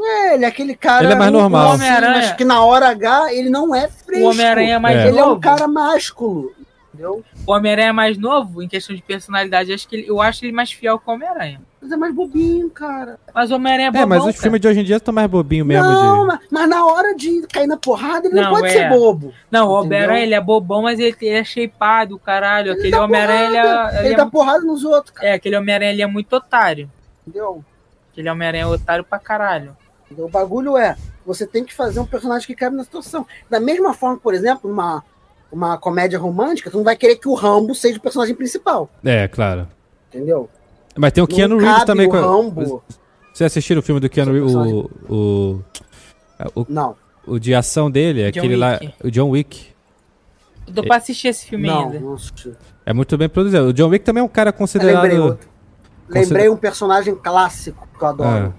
É, ele é aquele cara.
Ele é mais
muito
normal.
assim,
Homem-Aranha-
Acho que na hora H ele não é fresco.
O Homem-Aranha é mais
É.
Ele é
novo.
um cara másculo. Entendeu?
O Homem-Aranha é mais novo, em questão de personalidade, acho que ele- eu acho ele mais fiel que o Homem-Aranha.
Mas é mais bobinho, cara.
Mas o Homem-Aranha é bom.
É, mas os filmes de hoje em dia estão mais bobinhos mesmo.
não,
de...
ma- mas na hora de cair na porrada, ele não,
Não,
pode
é.
ser bobo.
Não, o
Entendeu?
Homem-Aranha ele é bobão, mas ele, ele é shapeado, caralho. Aquele
dá
Homem-Aranha ele
porrada.
é-
Ele
ele
dá porrada nos outros, cara.
é. É, aquele Homem-Aranha ele é muito otário.
Entendeu?
Aquele Homem-Aranha é otário pra caralho.
Entendeu? O bagulho é, você tem que fazer um personagem que cabe na situação. Da mesma forma, por exemplo, uma, uma comédia romântica, tu não vai querer que o Rambo seja o personagem principal.
É, claro.
Entendeu?
Mas tem o
Não
Keanu Reeves
cabe
também.
O
com a-
Rambo.
Vocês assistiram o filme do Keanu Reeves? O, o,
Não.
o, o de ação dele,
John
aquele lá.
Wick.
O John Wick.
Eu tô pra assistir esse filme
Não,
ainda.
não assisti.
É muito bem produzido. O John Wick também é um cara
Eu Lembrei
considerado.
outro. Lembrei um personagem clássico que eu
Ah.
adoro.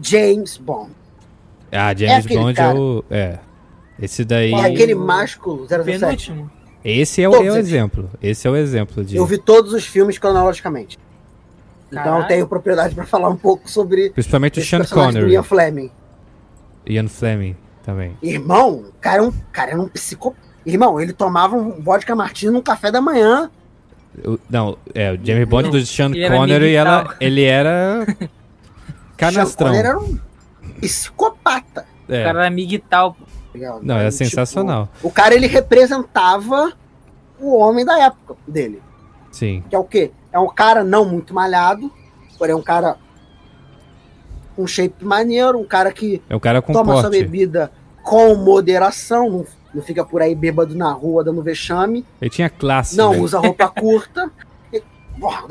James Bond.
Ah, James
aquele
Bond
cara.
é o. É. Esse daí.
É aquele másculo 007.
Penúltimo.
Esse é o,
Todos
é o
eles.
exemplo. Esse é o exemplo de.
Eu vi todos os filmes cronologicamente. Então
Caralho.
eu tenho propriedade pra falar um pouco sobre
Principalmente o
esse
Sean
personagem do
Connery.
Ian Fleming.
Ian Fleming também.
Irmão, o cara, é um, o cara era um psicopata. Irmão, ele tomava um vodka martini no café da manhã.
O- não, é, o James Bond do Sean
ele era
Connery,
militar.
ela, ele
[laughs]
era. Canastrão.
Sean Connery era um psicopata.
É.
O cara era miguital.
Legal?
Não, era
Tipo,
sensacional.
o cara, ele representava o homem da época dele.
Sim.
que é o quê? É um cara não muito malhado, porém é um cara com shape maneiro, um cara que
É um cara com
toma sua
porte.
bebida com moderação, não, não fica por aí bêbado na rua dando vexame,
Ele tinha classe.
não
né?
usa roupa curta. E, porra,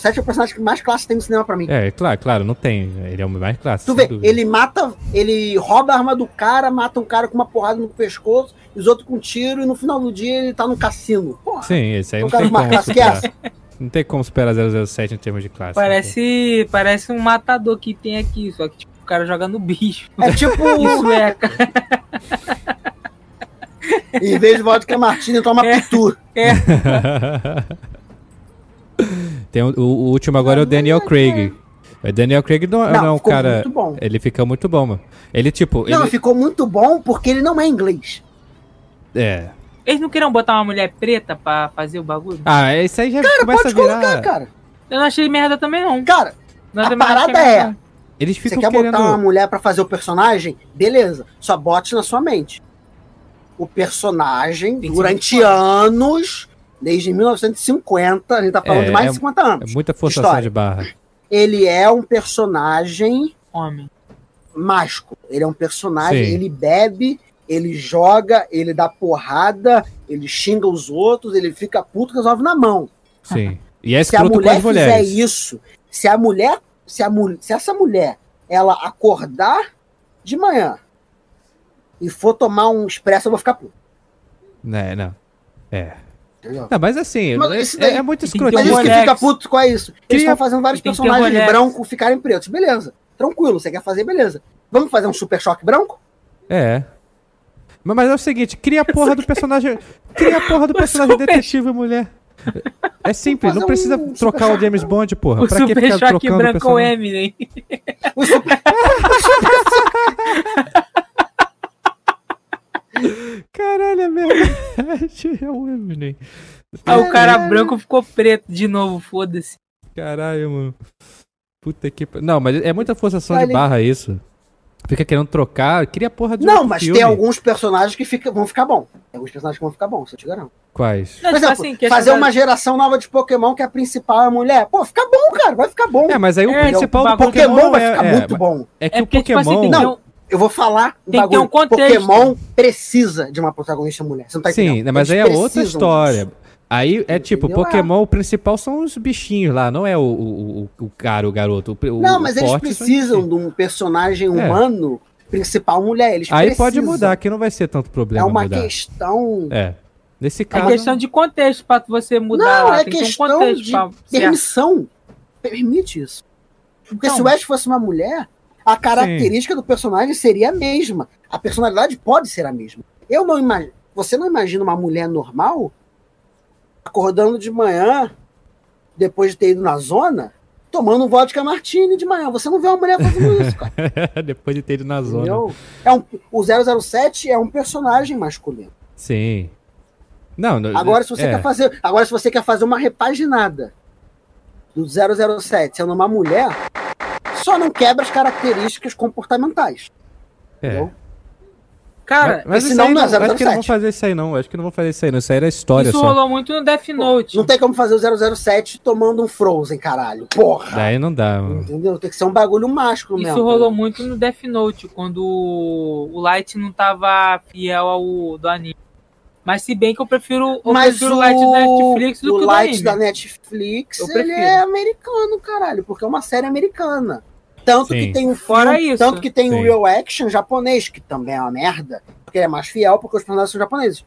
007 é o personagem que mais classe tem no cinema pra mim.
É, claro, claro, não tem. Ele é o mais clássico.
Tu
sem
vê,
dúvida.
ele mata, ele rouba a arma do cara, mata um cara com uma porrada no pescoço, e os outros com um tiro, e no final do dia ele tá no cassino. Porra,
Sim, esse aí
é um
não
cara
tem
com uma
como
classe que é
superar.
essa.
Não tem como superar 007 em termos de classe.
Parece, parece um matador que tem aqui, só que tipo, o cara joga no bicho.
É tipo,
[laughs] Isso é, cara.
em vez de vodka
[laughs]
martini, toma
É.
pitu.
né? Tem o, o último agora é o Daniel Craig. O Daniel Craig não, não é um
ficou
cara.
muito bom.
Ele fica muito bom, mano. Ele, tipo.
Não,
ele-
ficou muito bom porque ele não é inglês.
É.
Eles não queriam botar uma mulher preta pra fazer o bagulho?
Ah, é isso aí já começa a
Pode
virar.
colocar, cara.
Eu não achei merda também, não.
Cara,
não
a
também não achei
parada
merda,
é-
não.
Eles
você
ficam
quer
querendo.
botar uma mulher pra fazer o personagem? Beleza, só bote na sua mente. O personagem,
Tem que ser
durante
muito foda.
anos, desde 1950, a gente tá falando
É,
de mais
é-
de 50
É
anos.
muita forçação
História.
de barra.
Ele é um personagem
Homem.
mágico. Ele é um personagem,
Sim.
ele bebe, ele joga, ele dá porrada, ele xinga os outros, ele fica puto, resolve na mão.
Sim. E é
se a
escroto com
mulher
as
fizer
mulheres.
isso, se a mulher, se a mulher, se essa mulher, ela acordar de manhã e for tomar um expresso, eu vou ficar puto.
Não, não. É.
entendeu?
Né, Não, mas assim,
Mas
é-
isso
é,
daí-
muito
tem que
escroto.
ter
Mas
um
isso que
Rolex.
fica puto com é isso. Eles
Cria-
estão fazendo vários
tem que ter
um
personagens
Rolex.
brancos ficarem pretos. Beleza. Tranquilo, você quer fazer, beleza. Vamos fazer um super choque branco?
É. Mas, mas é o seguinte, cria a porra do personagem. Cria a porra do personagem
super-
detetive, mulher. É simples,
Fazer
não precisa
um
trocar o James Bond, porra.
O
pra que
Super
ficar
Choque
trocando o
Branco ou
personagem?
Eminem.
Caralho, é verdade. [laughs] É o Eminem.
Ah, o cara
Caralho.
branco ficou preto de novo, foda-se.
Caralho, mano. Puta que. pa- Não, mas é muita forçação de
Olha-
barra isso. Fica querendo trocar, queria porra de
Não,
um
mas
filme.
tem alguns personagens que fica- vão ficar bom. Tem alguns personagens que vão ficar bons, eu te garanto.
Quais?
Não,
Por
tipo
exemplo,
assim, que
fazer
essa-
uma geração nova de Pokémon que a principal é mulher. Pô, fica bom, cara, vai ficar bom.
É, mas aí o
É,
principal
o
do
Pokémon,
Pokémon,
vai
é,
ficar
é,
muito bom.
é que
É
o
porque, tipo
Pokémon.
assim, tem
Não, Eu vou falar um
Tem que ter
bagulho.
um contexto.
Pokémon precisa de uma protagonista mulher. Você não tá
Sim,
entendendo?
né, mas aí
Eles
é outra
precisam
história.
disso.
Aí é tipo,
Entendeu?
Pokémon, o principal são os bichinhos lá, não é o, o, o, o cara, o garoto. o pri- o-
Não,
o
mas eles
forte são os
precisam
bichinhos.
de um personagem
É.
humano principal mulher. Eles
Aí
precisam.
pode mudar, que não vai ser tanto
É
problema
uma
mudar.
questão de
É. Nesse
É
caso.
questão de contexto pra você mudar.
Não,
lá,
é
tem que ter um
questão
contexto
de
pra- certo.
permissão. Permite isso. Porque
Então.
se o Ash fosse uma mulher, a característica do personagem seria a mesma. A personalidade pode ser a mesma. Eu não imagino. Você não imagina uma mulher normal acordando de manhã, depois de ter ido na zona, tomando um vodka martini de manhã. Você não vê uma mulher
[laughs]
fazendo isso, cara.
Depois de ter ido na zona.
entendeu? É um, o 007 é um personagem masculino.
Sim. Não, não-
Agora se você tá
é.
quer fazer, agora se você quer fazer uma repaginada do 007 sendo uma mulher, só não quebra as características comportamentais.
É.
entendeu?
Cara,
mas
esse
isso
não
aí
não é
acho que não vão
007.
fazer isso aí, não. Acho que não vão fazer isso aí, não. Isso aí era história
isso
só.
rolou muito no Death Note.
Não tem como fazer o 007 tomando um Frozen, caralho. Porra.
Daí não dá, mano.
Entendeu? Tem que ser um bagulho másculo
Isso
mesmo.
rolou um muito no Death Note, quando o Light não tava fiel ao do anime. Mas se bem que eu prefiro, eu
Mas
prefiro
o
o Light da Netflix do
o
que o do
Light
anime.
da Netflix,
Eu
ele
prefiro.
é americano, caralho, porque é uma série americana. Tanto
Sim.
que tem o
Fora
filme,
isso.
tanto que tem
Sim.
o real action japonês, que também é uma merda, porque ele é mais fiel porque os personagens são japoneses.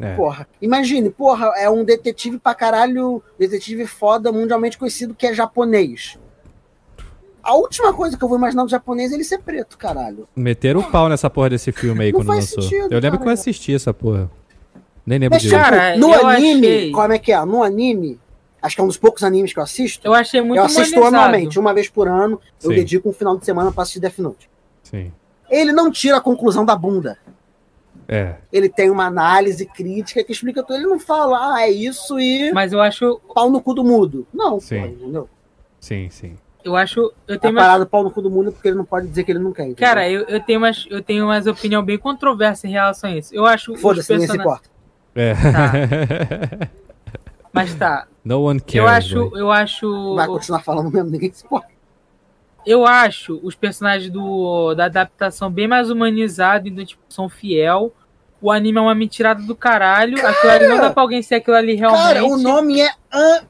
É.
Porra, imagine, porra, é um detetive pra caralho, detetive foda, mundialmente conhecido, que é japonês. A última coisa que eu vou imaginar do japonês é ele ser preto, caralho.
Meteram o pau nessa porra desse filme aí
Não
quando
faz
lançou.
sentido,
eu lembro que eu
cara.
assisti essa porra. Nem lembro
Mas,
disso.
cara,
tipo, no
eu
anime,
achei-
como é que é? No anime, acho que é um dos poucos animes que eu assisto.
Eu achei muito
eu assisto
humanizado.
anualmente, uma vez por ano, eu
Sim.
dedico um final de semana pra assistir Death Note.
Sim.
Ele não tira a conclusão da bunda.
É.
Ele tem uma análise crítica que explica tudo. Ele não fala, ah, é isso e
Mas eu acho,
pau no cu do mudo. Não,
Sim.
pô, entendeu?
Sim, sim.
eu acho, eu
A
tenho mais,
parada Tá é pau no cu do mudo é porque ele não pode dizer que ele não quer. entendeu?
cara, eu, eu tenho mais, eu tenho mais opinião bem controversa em relação a isso. Eu tipo, acho os
Foda-se, ninguém se
persona-
importa.
É.
Tá.
mas tá.
[laughs] no one cares.
Eu acho,
velho.
eu acho,
Vai continuar falando mesmo, ninguém se importa.
eu acho os personagens do, da adaptação bem mais humanizados, então, tipo, são fiel. O anime é uma mentirada do caralho. aquilo ali não dá pra alguém ser aquilo ali realmente.
Cara, o nome é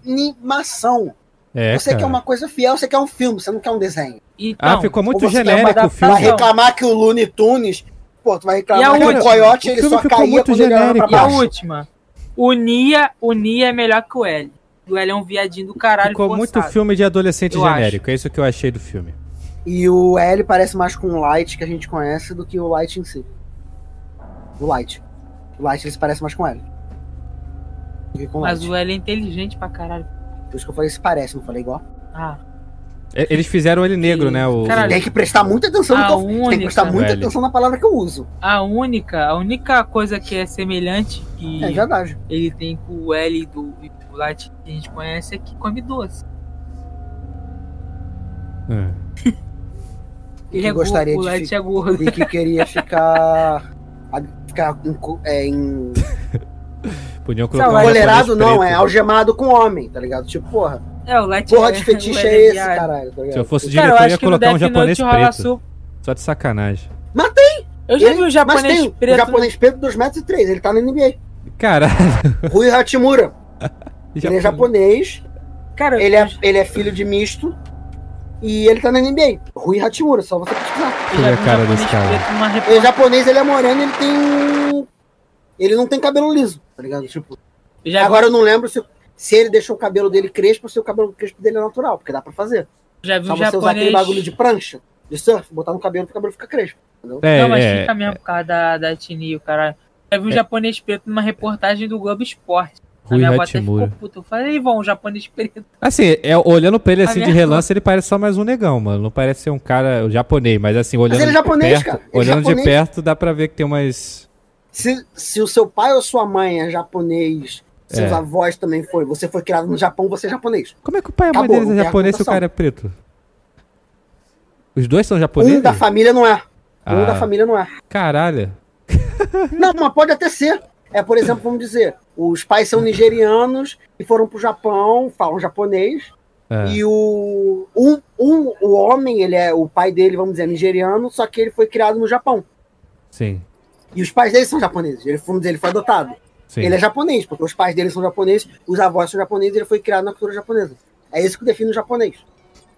animação.
É,
você
cara.
quer uma coisa fiel, você quer um filme, você não quer um desenho.
Então,
Ah, ficou muito
Ou você quer uma
genérico o
Vai
filme.
adaptação.
reclamar que o Looney Tunes. Pô, tu vai
E a
reclamar que
outra?
o coiote
O
ele
filme
só
ficou
caía
muito
quando ele olhava pra
genérico.
E a
baixo.
última. O Nia, o Nia é melhor que o L. O L é um viadinho do caralho.
Ficou muito
forçado.
filme de adolescente
Eu
genérico. É isso que eu achei do filme.
E o L parece mais com o Light que a gente conhece do que o Light em si. O Light. O Light ele se parece mais com o L. Do que com o Light.
Mas o L é inteligente pra caralho.
Por isso que eu falei se parece, não falei igual.
Ah,
E- Eles fizeram ele negro, né? O...
Caralho.
Tem que prestar muita atenção no
A
que Então eu- Tem que prestar
única.
muita
L.
atenção na palavra que eu uso.
a única, a única coisa que é semelhante que
É verdade.
ele tem com o L do, e do Light que a gente conhece é que come doce.
É.
E
Ele
que
é
gostaria
gordo, o
de
Light é gordo.
e que queria ficar. a- ficar em. co- é, em-
Podiam colocar um
Colerado
japonês
não,
preto.
é algemado com homem, tá ligado? Tipo, porra,
É, o Light
porra
é,
de fetiche
[laughs] o L
é esse,
viado.
caralho, tá ligado?
Se eu fosse
Cara, eu
diretor, eu
acho
ia
que no
colocar um
Death
japonês
Note o
preto.
Halasu...
Só de sacanagem.
Eu já
Ele-
vi um
Mas
japonês
tem
preto.
o japonês preto 2 metros e 3, ele tá na NBA.
[laughs] Caralho.
Rui Hachimura, ele é japonês,
Cara,
ele é, ele é filho de misto e ele tá na NBA. Rui Hachimura, só você pesquisar.
eu já
Olha a
vi um
cara
japonês
desse cara.
preto numa
Ele é
reportagem.
japonês, ele é moreno, ele tem. um- Ele não tem cabelo liso, tá ligado? Tipo,
Eu já vi
Agora eu não lembro se, se ele deixou o cabelo dele crespo ou se o cabelo crespo dele é natural, porque dá pra fazer.
Já vi
Só
um
você usar aquele
japonês.
bagulho de prancha, de surf, botar no cabelo, o cabelo fica crespo. entendeu?
É,
não, mas
é,
fica mesmo por causa da, da etnia, o cara. Já vi um
É.
japonês preto numa reportagem do Globo Esporte.
Rui
a minha avó até
Hachimura.
ficou puta. Eu falei, vão, um japonês preto.
Assim, é, olhando pra ele
A
assim de
minha-
relance, ele parece só mais um negão, mano. Não parece ser um cara japonês, mas assim, olhando
ele é
de
japonês,
perto,
cara. Ele é
olhando de
japonês.
perto, dá pra ver que tem umas
Se, se o seu pai ou sua mãe é japonês, seus
É.
avós também foi, você foi criado no Japão, você é japonês.
Como é que o pai e a mãe
Acabou,
deles
não
é
tem
japonês se o
argumentação.
cara é preto? Os dois são japoneses?
Um da família não é. Um
Ah,
da família não é.
Caralho.
Não, mas pode até ser. É, por exemplo, vamos dizer, os pais são nigerianos e foram pro Japão, falam japonês,
É.
e o um, um o homem, ele é o pai dele, vamos dizer, é nigeriano, só que ele foi criado no Japão.
Sim,
E os pais dele são japoneses. Ele, vamos dizer, ele foi adotado.
sim.
Ele é japonês, porque os pais dele são japoneses, os avós são japoneses, ele foi criado na cultura japonesa. É isso que define o japonês.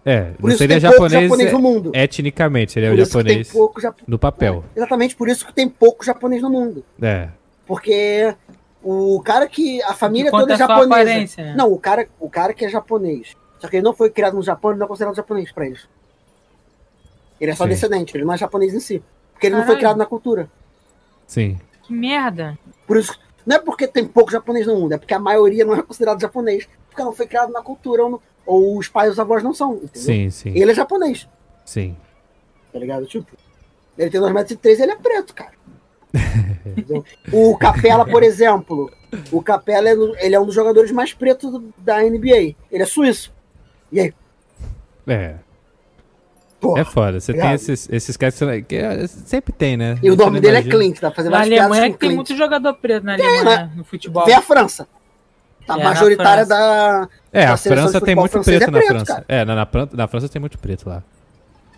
É,
Por
não
isso
seria
que tem pouco
japonês,
japonês no mundo.
etnicamente, seria
por
o
isso que tem
japonês
pouco japo-
no papel.
Exatamente por isso que tem pouco japonês no mundo.
É.
Porque o cara que. A família
Enquanto
toda é
a sua
japonesa.
aparência, né?
Não, o cara, o cara que é japonês. Só que ele não foi criado no Japão, ele não é considerado japonês pra eles. Ele é só
Sim.
descendente, ele não é japonês em si. Porque ele não foi
Caralho.
criado na cultura.
Sim.
Que merda.
Por isso. Não é porque tem pouco japonês no mundo, é porque a maioria não é considerado japonês. Porque não foi criado na cultura, ou, no- ou os pais e os avós não são. Entendeu?
Sim, sim.
Ele é japonês,
Sim.
tá ligado? Tipo, ele tem 2,3m, ele é preto,
[laughs]
cara. Entendeu? o Capela, por exemplo. O Capela, é no- ele é um dos jogadores mais pretos do- da NBA. Ele é suíço.
É.
Pô.
É foda. Você tem
Obrigado.
esses, esses caras que, você- que é- sempre tem, né?
E o
Você
nome
não
dele é
imagina.
Clint, tá fazendo
Na
várias piadas
Alemanha é
com
que tem
Clint.
muito jogador preto na Alemanha, no futebol.
Vê a França. Tá
É, na
majoritária
França.
da.
É, a
A seleção de
França tem
futebol
muito
francês
preto,
é
na
preto,
França.
cara.
É, na, na, Fran- na França tem muito preto lá.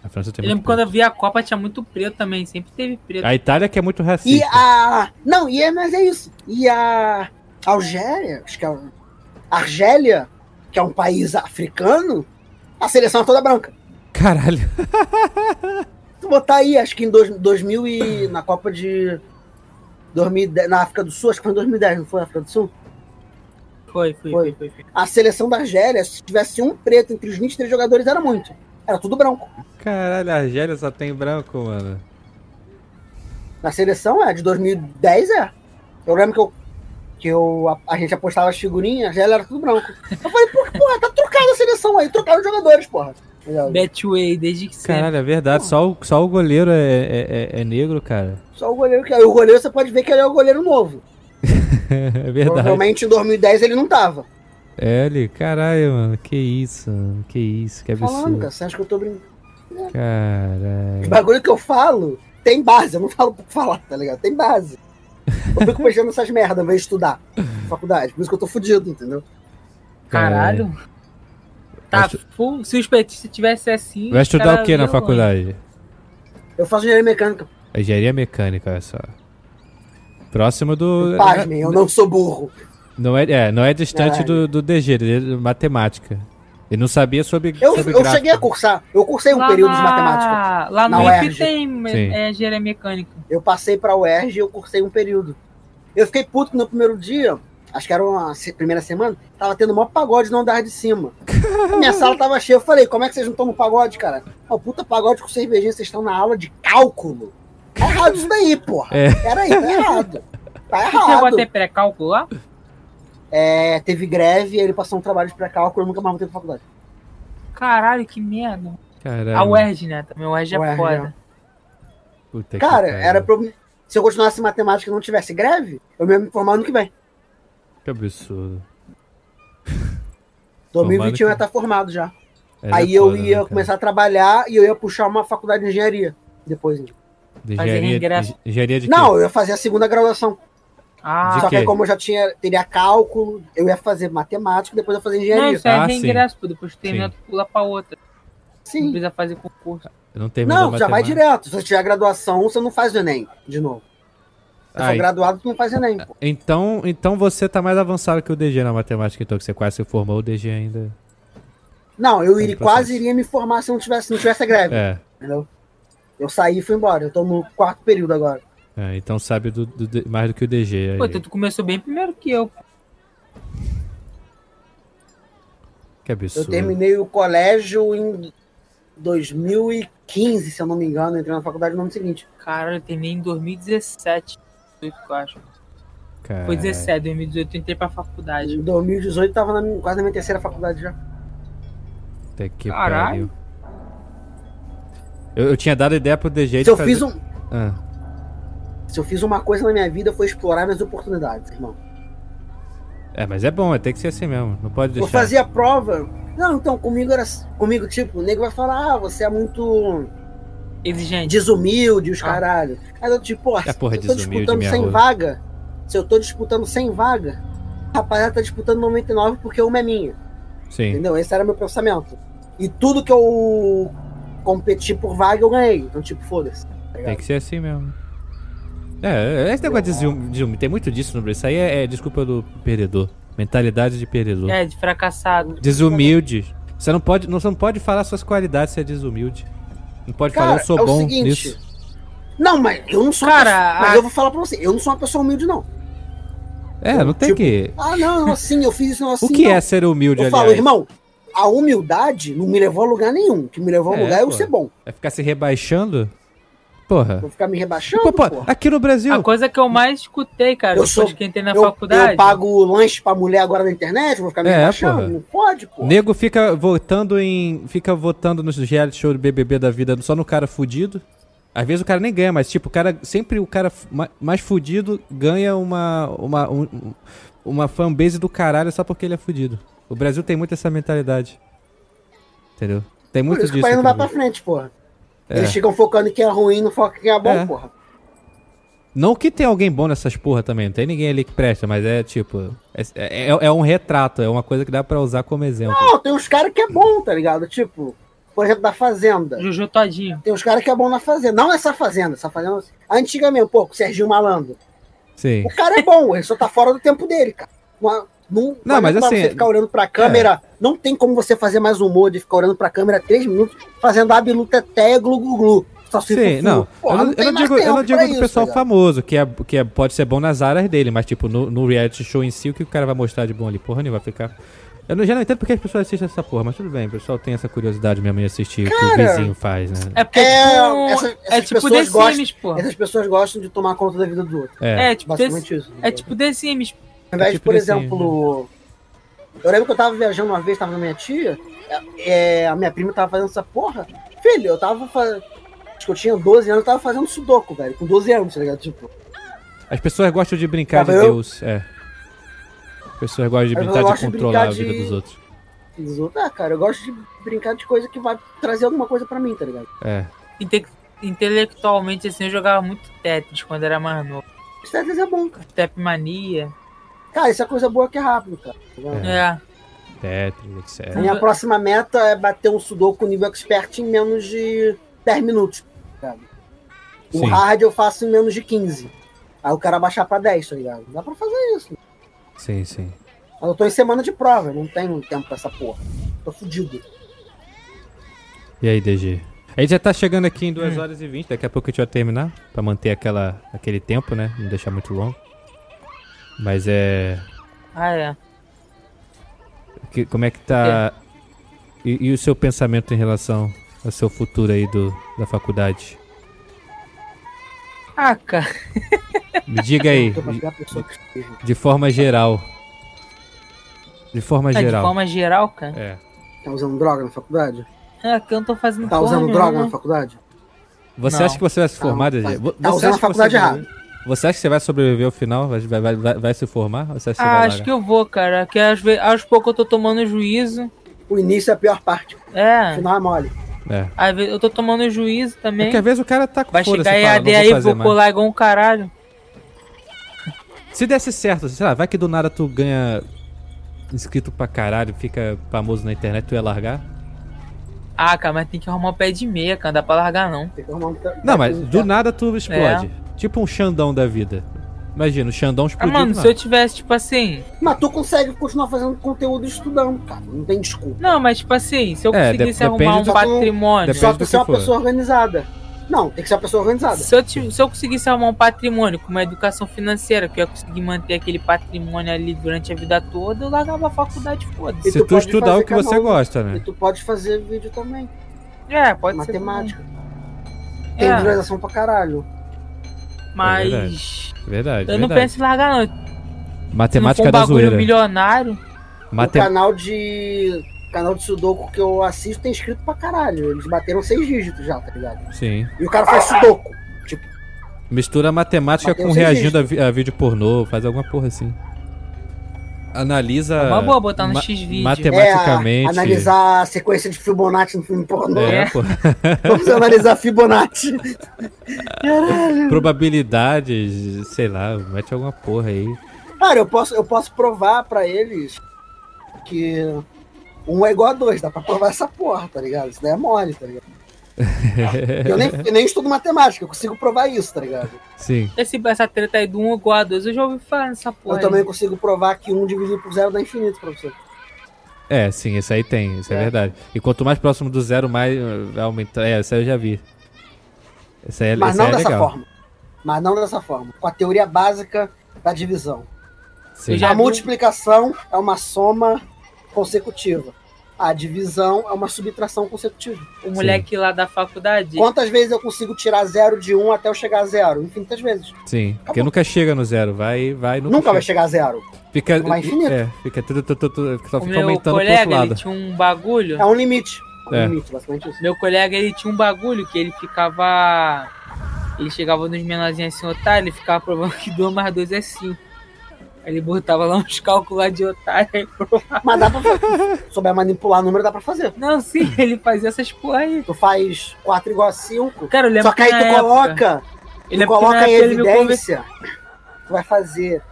Na França tem
Eu
muito
lembro quando
preto.
eu vi a Copa, tinha muito preto também. Sempre teve preto.
A Itália que é muito racista.
E a. Não, e é, mas é isso. E a. Algéria, acho que é. a Argélia, que é um país africano, a seleção é toda branca.
Caralho.
Tu botar aí, acho que em dois- 2000 e. na Copa de. 2010, na África do Sul, acho que foi em 2010, não foi na África do Sul?
Foi, foi, foi, foi. foi.
A seleção da Argélia, se tivesse um preto entre os 23 jogadores, era muito. Era tudo branco.
Caralho, a Argélia só tem branco, mano.
Na seleção, é, de 2010 é. Eu lembro que eu. Que eu, a, a gente apostava as figurinhas, a Argélia era tudo branco. Eu falei, pô, porra, tá trocada a seleção aí, trocaram os jogadores, porra. Entendeu?
Betway, desde que sempre.
Caralho, é verdade. Só o, só o goleiro é, é- é- é negro, cara. [laughs]
Só o goleiro que. O goleiro você pode ver que ele é o goleiro novo.
É verdade.
Provavelmente em 2010 ele não tava.
É, ele, caralho, mano. Que isso, mano. Que isso, que
Falando,
absurdo.
cara, você acha que eu tô brincando?
Caralho.
Os bagulho que eu falo tem base, eu não falo por falar, tá ligado? Tem base. Eu fico mexendo nessas merdas ao invés de estudar na faculdade, por isso que eu tô fudido, entendeu?
Caralho. Tá
É, Acho-
full. Se os petistas tivessem assim.
Vai
os
estudar
caras
o que na
iam longe.
faculdade?
Eu faço engenharia mecânica,
Engenharia mecânica, olha só. Próximo do.
pasmem, eu não sou burro.
Não é, é, não é distante
Caralho.
do, do DG, ele é matemática. Ele não sabia sobre.
Eu,
sobre
eu
gráfico.
cheguei a cursar, eu cursei um
Lá
período de
na-
matemática.
Lá no
Na
IP
UERJ.
tem
Sim.
é, engenharia mecânica.
Eu passei pra UERJ e eu cursei um período. Eu fiquei puto que no primeiro dia, acho que era uma se- primeira semana, tava tendo o maior pagode no andar de cima. A minha sala tava cheia, eu falei, como é que vocês não estão no pagode, cara? Ó, puta pagode com cervejinha, vocês estão na aula de cálculo. Tá errado isso daí, porra.
[laughs] É.
Peraí, tá errado.
[laughs]
Tá
Você chegou a
errado.
ter pré-cálculo lá?
É, teve greve, ele passou um trabalho de pré-cálculo, eu nunca mais voltei pra faculdade.
Caralho, que merda.
Caralho.
A UERJ, né? Também a UERJ é
UERJ,
foda.
Puta que
Cara,
pariu.
era pra eu... Se eu continuasse em matemática e não tivesse greve, eu ia me formar ano que vem.
Que absurdo.
2021 eu ia
que-
estar formado já.
Era
aí eu
foda, né,
ia
cara?
começar a trabalhar e eu ia puxar uma faculdade de engenharia depois. né?
De
fazer
Engenharia,
ingresso.
engenharia de quê?
Não, eu ia fazer a segunda graduação.
De
Ah,
Só que
quê?
aí, como eu já tinha, teria cálculo, eu ia fazer matemática e depois eu ia fazer
não,
engenharia.
isso é
Ah,
reingresso, pô. Depois tu termina,
Sim.
tu pula pra outra. Não
Sim.
precisa fazer concurso.
Eu não terminou
Não, já vai
matemática.
direto. Se você tiver graduação, você não faz o Enem de novo. Eu
Ah,
sou graduado, tu não faz Enem. pô.
então, então você tá mais avançado que o DG na matemática, então, que você quase se formou o DG ainda.
Não, eu iria,
Tem processo.
quase iria me formar se não tivesse, não tivesse a greve.
É.
Entendeu? Eu saí e fui embora. Eu tô no quarto período agora.
é, então sabe do- do- do- mais do que o DG. aí.
Pô, então tu começou bem primeiro que eu.
que
Eu
absurdo.
terminei o colégio em 2015, se eu não me engano. Entrei na faculdade no ano seguinte.
Caralho, eu terminei em 2017. 18, eu acho. Foi
Caralho.
17, 2018 eu entrei pra faculdade.
Em 2018 tava na minha- quase na minha terceira faculdade já.
Puta que
Caralho.
pariu. Eu, eu tinha dado ideia pro DG de
Se eu,
fazer-
fiz um,
Ah.
se eu fiz uma coisa na minha vida foi explorar minhas oportunidades, irmão.
É, mas é bom, tem que ser assim mesmo. Não pode
Eu
deixar.
fazia prova. Não, então comigo era. Comigo, tipo, o nego vai falar, ah, você é muito É.
Exigente.
desumilde, os
Ah.
caralho. Aí eu, tipo, ó,
É, porra,
se eu tô
desumilde,
disputando
minha
100
rua.
vaga, se eu tô disputando 100 vaga, a rapaziada tá disputando 99 porque uma é minha.
Sim.
Entendeu? Esse era meu pensamento. E tudo que eu competi por vaga, eu ganhei. Então, tipo, foda-se.
Tem que ser assim mesmo. É, esse negócio de ciúme, ciúme, tem muito disso no Brasil. Isso aí é, é desculpa do perdedor. Mentalidade de perdedor.
É, de fracassado.
Desumilde. Você não pode, não, você não pode falar suas qualidades, você é desumilde. Não pode
Cara,
falar, eu sou
é o
bom
seguinte.
nisso.
Não, mas eu não sou. uma
Cara,
pessoa- mas
a-
eu vou falar pra você, eu não sou uma pessoa humilde, não.
É, não tem
Tipo,
que.
Ah, não, não, assim, eu fiz isso, não, assim.
O que
não.
é ser humilde,
Eu
aliás?
falo, irmão, a humildade não me levou a lugar nenhum. O que me levou a
É,
lugar é eu
pô.
ser bom.
É ficar se rebaixando? Porra.
Vou ficar me rebaixando,
Pô, pô,
porra.
aqui no Brasil.
A coisa que eu mais escutei, cara,
Eu
depois
sou-
que entrei na
eu,
faculdade.
eu pago lanche pra mulher agora na internet, vou ficar me
É,
rebaixando?
porra.
Não pode, pô.
Nego fica votando em. Fica votando nos reality show do BBB da vida só no cara fudido. Às vezes o cara nem ganha, mas tipo, o cara. Sempre o cara fu- ma- mais fudido ganha uma. Uma, um- um- uma fanbase do caralho só porque ele é fudido. O Brasil tem muito essa mentalidade. Entendeu? Tem
Por
muito
isso que
disso.
o país não vai
aqui no
pra
Brasil.
frente, porra.
É.
Eles ficam focando em quem é ruim, não focam em quem é bom,
É.
porra.
Não que tem alguém bom nessas porra também, não tem ninguém ali que presta, mas é tipo. É, é, é um retrato, é uma coisa que dá pra usar como exemplo.
Não, tem uns caras que é bom, tá ligado? Tipo, por exemplo, da Fazenda.
Juju Todinho.
Tem uns caras que é bom na Fazenda. Não essa Fazenda, essa Fazenda... é Antiga mesmo, pô, com o Serginho Malandro.
Sim.
O cara é bom, ele só tá fora do tempo dele, cara. Não, não,
Não, mas
pra
assim, é.
Você ficar olhando pra câmera, não tem como você fazer mais humor de ficar olhando pra câmera três minutos, fazendo abilu teté, glu glu glu. Só se
Sim,
fufu.
não.
Porra,
eu não,
tem
eu não
mais
digo, eu
tempo
não digo
pra
do
isso,
pessoal
tá ligado?
famoso, que, é, que é, pode ser bom nas áreas dele, mas tipo, no, no reality show em si, o que o cara vai mostrar de bom ali? Porra, nem vai ficar. Eu não, já não entendo porque as pessoas assistem essa porra, mas tudo bem, o pessoal tem essa curiosidade mesmo de assistir o que o
Cara,
vizinho faz, né?
É porque
É,
é, tipo,
essa-
é
essas
tipo
pessoas
The
gostam-
Sims, pô.
Essas pessoas gostam de tomar conta da vida do outro.
É.
É, tipo The,
Basicamente isso.
é tipo The Sims.
Ao invés de,
tipo
por
desse-
exemplo. Eu lembro que eu tava viajando uma vez, tava na minha tia, é, a minha prima tava fazendo essa porra. Filho, eu tava fazendo. Acho que eu tinha 12 anos, eu tava fazendo sudoku, velho. Com 12 anos, tá ligado? Tipo,
As pessoas gostam de brincar de
Tá, eu-
Deus, é. As pessoas gostam de
Eu
brincar de
gosto de
controlar
brincar
a vida
de-
dos outros.
Fiz outro. Ah, cara, eu gosto de brincar de coisa que vai trazer alguma coisa pra mim, tá ligado?
É.
Inte- intelectualmente, assim, eu jogava muito Tetris quando era mais novo.
Isso às vezes é bom, cara.
Step Mania.
Cara, isso é coisa boa que é rápido, cara. tá ligado?
É.
É.
Tetris, etc.
A minha próxima meta é bater um sudoku nível expert em menos de 10 minutos, tá ligado? O
Sim.
hard eu faço em menos de 15. Aí o cara baixar pra 10, tá ligado? Dá pra fazer isso.
Sim, sim.
Mas eu tô em semana de prova, eu não tenho tempo pra essa porra. Tô fudido.
E aí, DG? A gente já tá chegando aqui em 2 horas e 20, daqui a pouco a gente vai terminar, pra manter aquela, aquele tempo, né? Não deixar muito longo. Mas é.
Ah, é.
que- como é que tá. E, e o seu pensamento em relação ao seu futuro aí do, da faculdade?
Ah, cara.
Me diga
[laughs]
aí,
Tô pra
de,
pegar a pessoa que esteja.
de forma geral. De forma
Ah, de
geral.
forma geral, cara.
É.
Tá usando droga na faculdade?
É que eu não tô fazendo
Tá
porra
usando
nenhuma.
droga
né?
na faculdade?
Você
Não.
acha que você vai se
Tá,
formar, DG?
tá-
Vo-
tá
você
usando
acha
a
que
faculdade
você-
errada.
Você acha que você vai sobreviver ao final? Vai, vai, vai- vai, vai se formar? Ou Você acha que você
Ah,
vai
acho
largar?
que eu vou, cara. Que às, ve- aos poucos eu tô tomando juízo.
O início é a pior parte. O
É.
final é mole.
É.
Às vezes eu tô tomando juízo também.
Porque às vezes o cara tá com
Vai
foda-se,
chegar
fala,
EAD
"Não vou
aí,
fazer
vou
mais."
colar igual um caralho.
Se desse certo, sei lá, vai que do nada tu ganha inscrito pra caralho, fica famoso na internet, tu ia largar?
Ah, cara, mas tem que arrumar um pé de meia, cara. Não dá pra largar, não.
Tem que arrumar um te-
É,
Não, mas
um
então.
do nada tu explode. Tipo um Xandão da vida. Imagina, o Xandão
Ah,
explodiu.
mano,
do
se eu
nada.
tivesse, tipo assim.
Mas tu consegue continuar fazendo conteúdo e estudando, cara. Não tem desculpa.
Não, mas tipo assim, se eu
É,
conseguisse
de-
arrumar um
depende
do-
patrimônio.
depende
Só
É do
tu
que
ser uma
for.
pessoa organizada. Não, tem que ser uma pessoa organizada.
Se eu, ti- se eu conseguisse arrumar um patrimônio com uma educação financeira, que eu ia conseguir manter aquele patrimônio ali durante a vida toda, eu largava a faculdade, foda-se.
Esse-
Se
tu
tu
pode
estudar
fazer
o que você
canal.
gosta,
E
né?
tu pode fazer vídeo também.
É, pode
matemática.
ser.
Tem
também. É,
visualização pra caralho.
mas.
verdade. Verdade,
eu não
verdade.
penso em largar, não. Se
Matemática
não for um
da
bagulho
zoeira.
milionário.
Mate-
O canal de. canal de Sudoku que eu assisto tem inscrito pra caralho. Eles bateram seis dígitos já, tá ligado?
Sim.
E o cara faz Sudoku.
Mistura matemática
Mateus
com
existe.
reagindo a, vi- a vídeo pornô, faz alguma porra assim. analisa.
É uma boa botar no
ma-
X-Video.
Matematicamente.
É, a- analisar a sequência de Fibonacci no filme pornô.
É, pô.
[laughs] Vamos analisar Fibonacci. Caralho.
probabilidades, sei lá, mete alguma porra aí.
Cara, eu posso, eu posso provar pra eles que um é igual a dois. Dá pra provar essa porra, tá ligado? Isso daí é mole,
[laughs]
tá ligado? Eu nem, eu nem estudo matemática, eu consigo provar isso, tá ligado?
Sim.
Esse, essa treta aí do 1 igual a 2, eu já ouvi falar nessa porra.
Eu
aí.
também consigo provar que um dividido por zero dá infinito pra você.
É, sim, isso aí tem, isso é,
É.
verdade. E quanto mais próximo do zero, mais uh, aumenta. É, isso aí eu já vi. Isso aí, é-
Mas
isso aí
não
é
dessa
legal.
forma. Mas não dessa forma. Com a teoria básica da divisão.
Sim.
Eu já-
a
vi.
multiplicação é uma soma consecutiva. A divisão é uma subtração consecutiva.
O moleque lá da faculdade.
Quantas vezes eu consigo tirar zero de um até eu chegar a zero? Infinitas vezes.
Sim. Porque nunca chega no zero. Vai, vai, nunca.
Tá Nunca vai
chega.
chegar a zero.
Fica,
Vai infinito.
É, fica tudo, tudo, tudo, tudo- só
o
fica
meu
aumentando pro outro
colega, ele
lado.
tinha um bagulho.
É um limite. É um
É.
limite, basicamente isso.
Meu colega, ele tinha um bagulho que ele ficava. Ele chegava nos menorzinhos assim, otário, ele ficava provando que 2 mais 2 é 5. Aí ele botava lá uns cálculos lá de otário. aí provava.
Mas dá pra fazer. Se souber manipular número, dá pra fazer.
Não, sim, [laughs] ele fazia essas porra aí.
Tu faz 4 igual a 5.
Cara, eu lembro
Só que aí
na
tu
época-
coloca,
eu
tu
lembro que na
coloca em
época ele me convenceu.
evidência. Tu vai fazer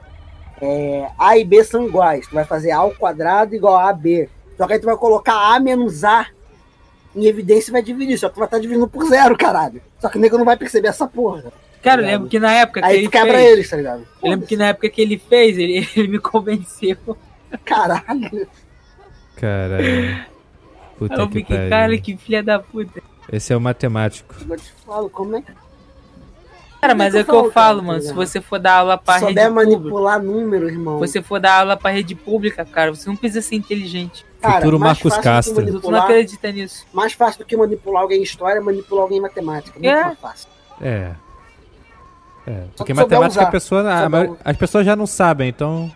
é, A e B são iguais. Tu vai fazer A ao quadrado igual a AB. Só que aí tu vai colocar A menos A em evidência e vai dividir. Só que tu vai estar dividindo por zero, caralho. Só que o nego não vai perceber essa porra.
Cara, eu lembro que na época que
tá Aí
ele
tu quebra
fez.
eles, tá ligado?
Eu lembro que na época que ele fez, ele, [laughs] ele me convenceu.
Caralho.
Caralho.
[laughs]
Puta
Aí eu
que
fiquei,
pariu.
cara, que filha da puta.
Esse é o matemático.
Eu te falo, como é que
Cara,
Como é
mas
que
é
eu
o que
falo,
eu
cara,
falo,
tá
mano. Se
ligado?
você for dar aula pra rede
souber
pública,
manipular número, irmão?
você for dar aula pra rede pública, cara, você não precisa ser inteligente.
Futuro
mais
Marcos
fácil do que
Castro.
é Os outros não
manipular-
acreditam nisso.
Mais fácil do que manipular alguém em história é manipular alguém em matemática. Muito
É.
mais fácil.
É. É. Porque
souber
matemática
usar.
a pessoa. a
Souber
maioria- as pessoas já não sabem, então.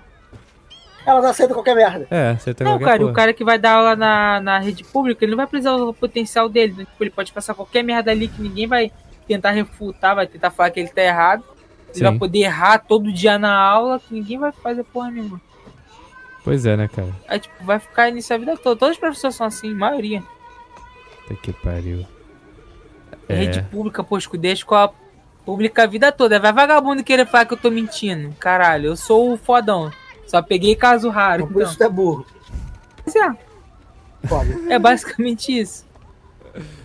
Elas aceitam qualquer merda.
É, você tem
Não,
qualquer
cara,
porra.
o cara que vai dar aula na, na rede pública, ele não vai precisar usar o potencial dele. né? Tipo, ele pode passar qualquer merda ali que ninguém vai tentar refutar, vai tentar falar que ele tá errado. Ele
Sim.
vai poder errar todo dia na aula, que ninguém vai fazer porra nenhuma.
Pois é, né, cara?
Aí, tipo, vai ficar nisso a vida toda. Todos os professores são assim, maioria.
Puta que pariu. É.
Rede pública, pô, escudei a escola pública a vida toda. Aí Vai vagabundo querer falar que eu tô mentindo. Caralho, eu sou o fodão. Só peguei caso raro.
Por isso tu é burro.
Então,
Foda.
é, é basicamente isso.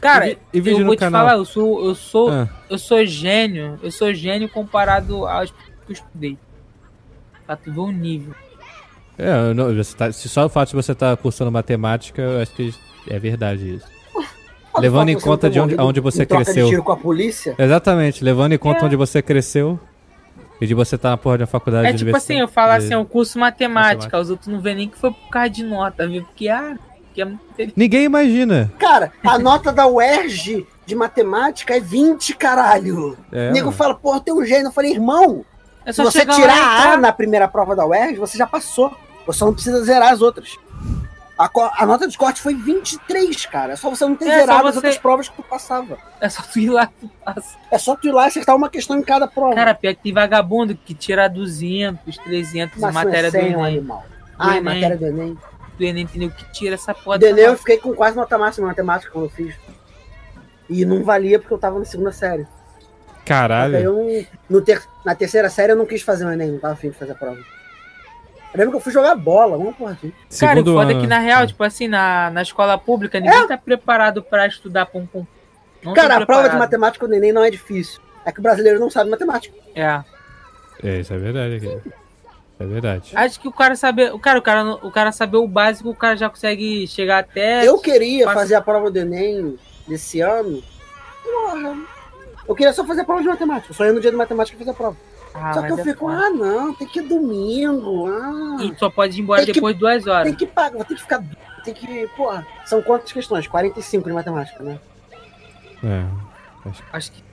Cara,
E vi- e vídeo
eu
no
vou te
canal?
falar, eu sou, eu sou
Ah,
eu sou gênio, eu sou gênio comparado aos que eu estudei. Pra tu ver o nível.
é, eu não, você tá- se só o fato de você estar cursando matemática, eu acho que é verdade isso.
Foda
Levando
o fato
em
você
conta
não ter
de onde-
morrido
aonde você
em troca
cresceu.
De tiro com a polícia.
Exatamente, levando em conta
É.
onde você cresceu e de você estar na porra de uma faculdade
É
de
tipo assim, eu falo
falar
assim, eu curso matemática,
Matemática.
os outros não vê nem que foi por causa de nota, viu? Porque, ah, porque é muito inteligente.
Ninguém imagina.
Cara, a nota da UERJ de matemática é 20, caralho.
É,
o nego
mano.
fala, porra, tem um gênio. Eu falei, irmão,
É
se
só
você
chegar lá
tirar
e
a A
entrar.
na primeira prova da UERJ, você já passou. Você não precisa zerar as outras. A, co- a nota de corte foi 23, cara. É só você não ter
É, só
zerado as
você-
outras provas que tu passava.
É só tu ir lá e tu passa.
É só tu ir lá e acertar uma questão em cada prova.
Cara, pior que tem vagabundo que tira 200, 300 em
Mas
matéria do
não é 100, um
Enem.
animal.
Do
Ah, em
Enem.
matéria do Enem.
Do Enem, entendeu? Que tira essa porra
Do Enem eu
nota.
fiquei com quase nota máxima em matemática quando eu fiz. E não valia porque eu tava na segunda série. Aí
Caralho.
eu não- no ter- na terceira série eu não quis fazer o Enem, não tava afim de fazer a prova. Eu lembro que eu fui jogar bola, uma porra assim.
Cara, o
Segundo
foda é
ano.
que na real, tipo assim, na, na escola pública, ninguém tá preparado pra estudar pra um concurso. Não tá
É. Cara, a prova de
preparado.
matemática do Enem não é difícil. É que o brasileiro não sabe matemática.
É.
É, isso é verdade. Cara. É verdade.
Acho que o cara saber, o cara, o cara, o cara saber o básico, o cara já consegue chegar até
Eu queria
Passa-
fazer a prova do Enem desse ano. Porra. Eu queria só fazer a prova de matemática. Eu só ia no dia de matemática e fazer a prova.
Ah,
só
mas
que eu
é
fico,
foda.
ah, não, tem que ir domingo. Ah.
e só pode ir embora
Tem que-
depois de duas horas.
Tem que pagar, vou ter que ficar. Tem que. Porra, são quantas questões? 45 de matemática, né?
É.
Acho que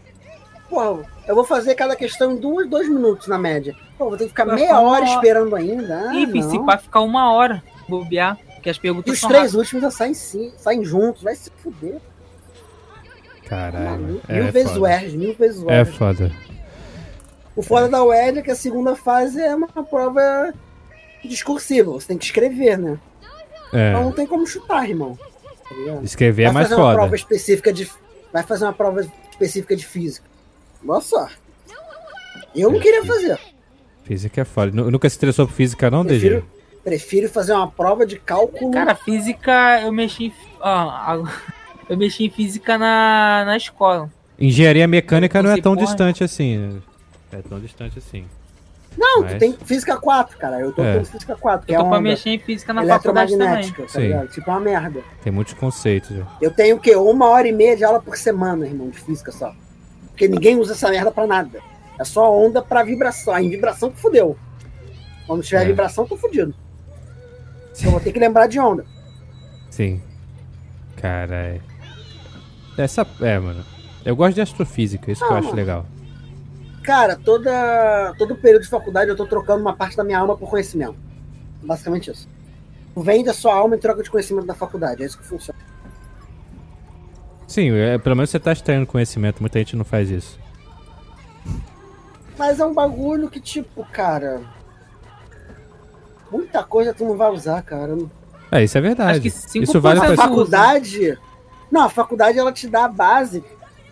Porra, eu vou fazer cada questão em duas, dois minutos na média. Pô, vou ter que ficar
Vai
meia
ficar uma
hora
hora.
esperando ainda. Ah,
Ih,
não.
se pá ficar uma hora bobear, porque as
E
perguntas
os
são
três últimos já saem, sim, saem juntos, vai se fuder. tá
Caralho.
maluco.
É,
mil
é
vezes o
foda.
ERG, mil vezes o
É
ERG.
foda.
o foda da UERJ é que a segunda fase é uma prova discursiva, você tem que escrever, né? Então
É.
não tem como chutar, irmão. Tá ligado?
Escrever é
Vai
mais
fazer uma prova
foda.
específica de. Vai fazer uma prova específica de física. Boa sorte. Eu não queria fazer.
Física é foda. Nu- Nunca se interessou por física, não, DG?
Prefiro, prefiro fazer uma prova de cálculo.
Cara, física, eu mexi em. fi- ah, a- [laughs] eu mexi em física na, na escola.
Engenharia mecânica não é tão
Porra.
distante assim. né? É tão distante assim.
não,
mas-
tu tem física 4, cara. Eu tô
É.
com física 4, que
Eu
é
tô pra
onda
mexer em física na faculdade também.
eletromagnética, tá
Sim.
ligado? Tipo uma merda.
Tem muitos conceitos. né?
Eu tenho o quê? Uma hora e meia de aula por semana, irmão, de física só. Porque ninguém usa essa merda pra nada. É só onda pra vibração. Aí em vibração que fudeu. Quando tiver
É.
vibração, tô fudido. Eu vou ter que lembrar de onda.
Sim. Caralho. Essa. É, mano. Eu gosto de astrofísica, isso que eu
Ah,
acho
mano.
legal.
Cara, toda, todo período de faculdade eu tô trocando uma parte da minha alma por conhecimento. Basicamente isso. Tu vende a sua alma em troca de conhecimento da faculdade. É isso que funciona.
Sim, é, pelo menos você tá extraindo conhecimento, muita gente não faz isso.
Mas é um bagulho que, tipo, cara. Muita coisa tu não vai usar, cara.
É, isso é verdade.
Acho que 5%
Isso vale
a
pra-
usa.
faculdade. Não, a faculdade ela te dá a base.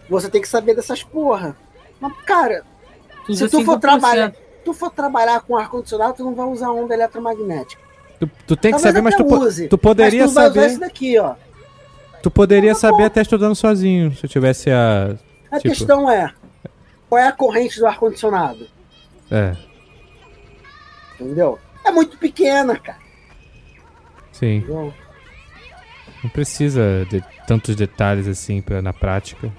Você tem que saber dessas porra. Mas, cara,
usa
se tu for
5%.
trabalhar, tu for trabalhar com ar-condicionado, tu não vai usar onda eletromagnética.
Tu, tu tem que
Talvez
saber, mas
até
tu, po-
use.
tu poderia
Mas tu não vai usar
saber.
isso daqui, ó.
Tu poderia saber até estudando sozinho, se eu tivesse a.
A
Tipo-
questão é, qual é a corrente do ar-condicionado?
É,
Entendeu? É muito pequena, cara. Então,
sim.
Entendeu?
Não precisa de tantos detalhes assim pra, na prática.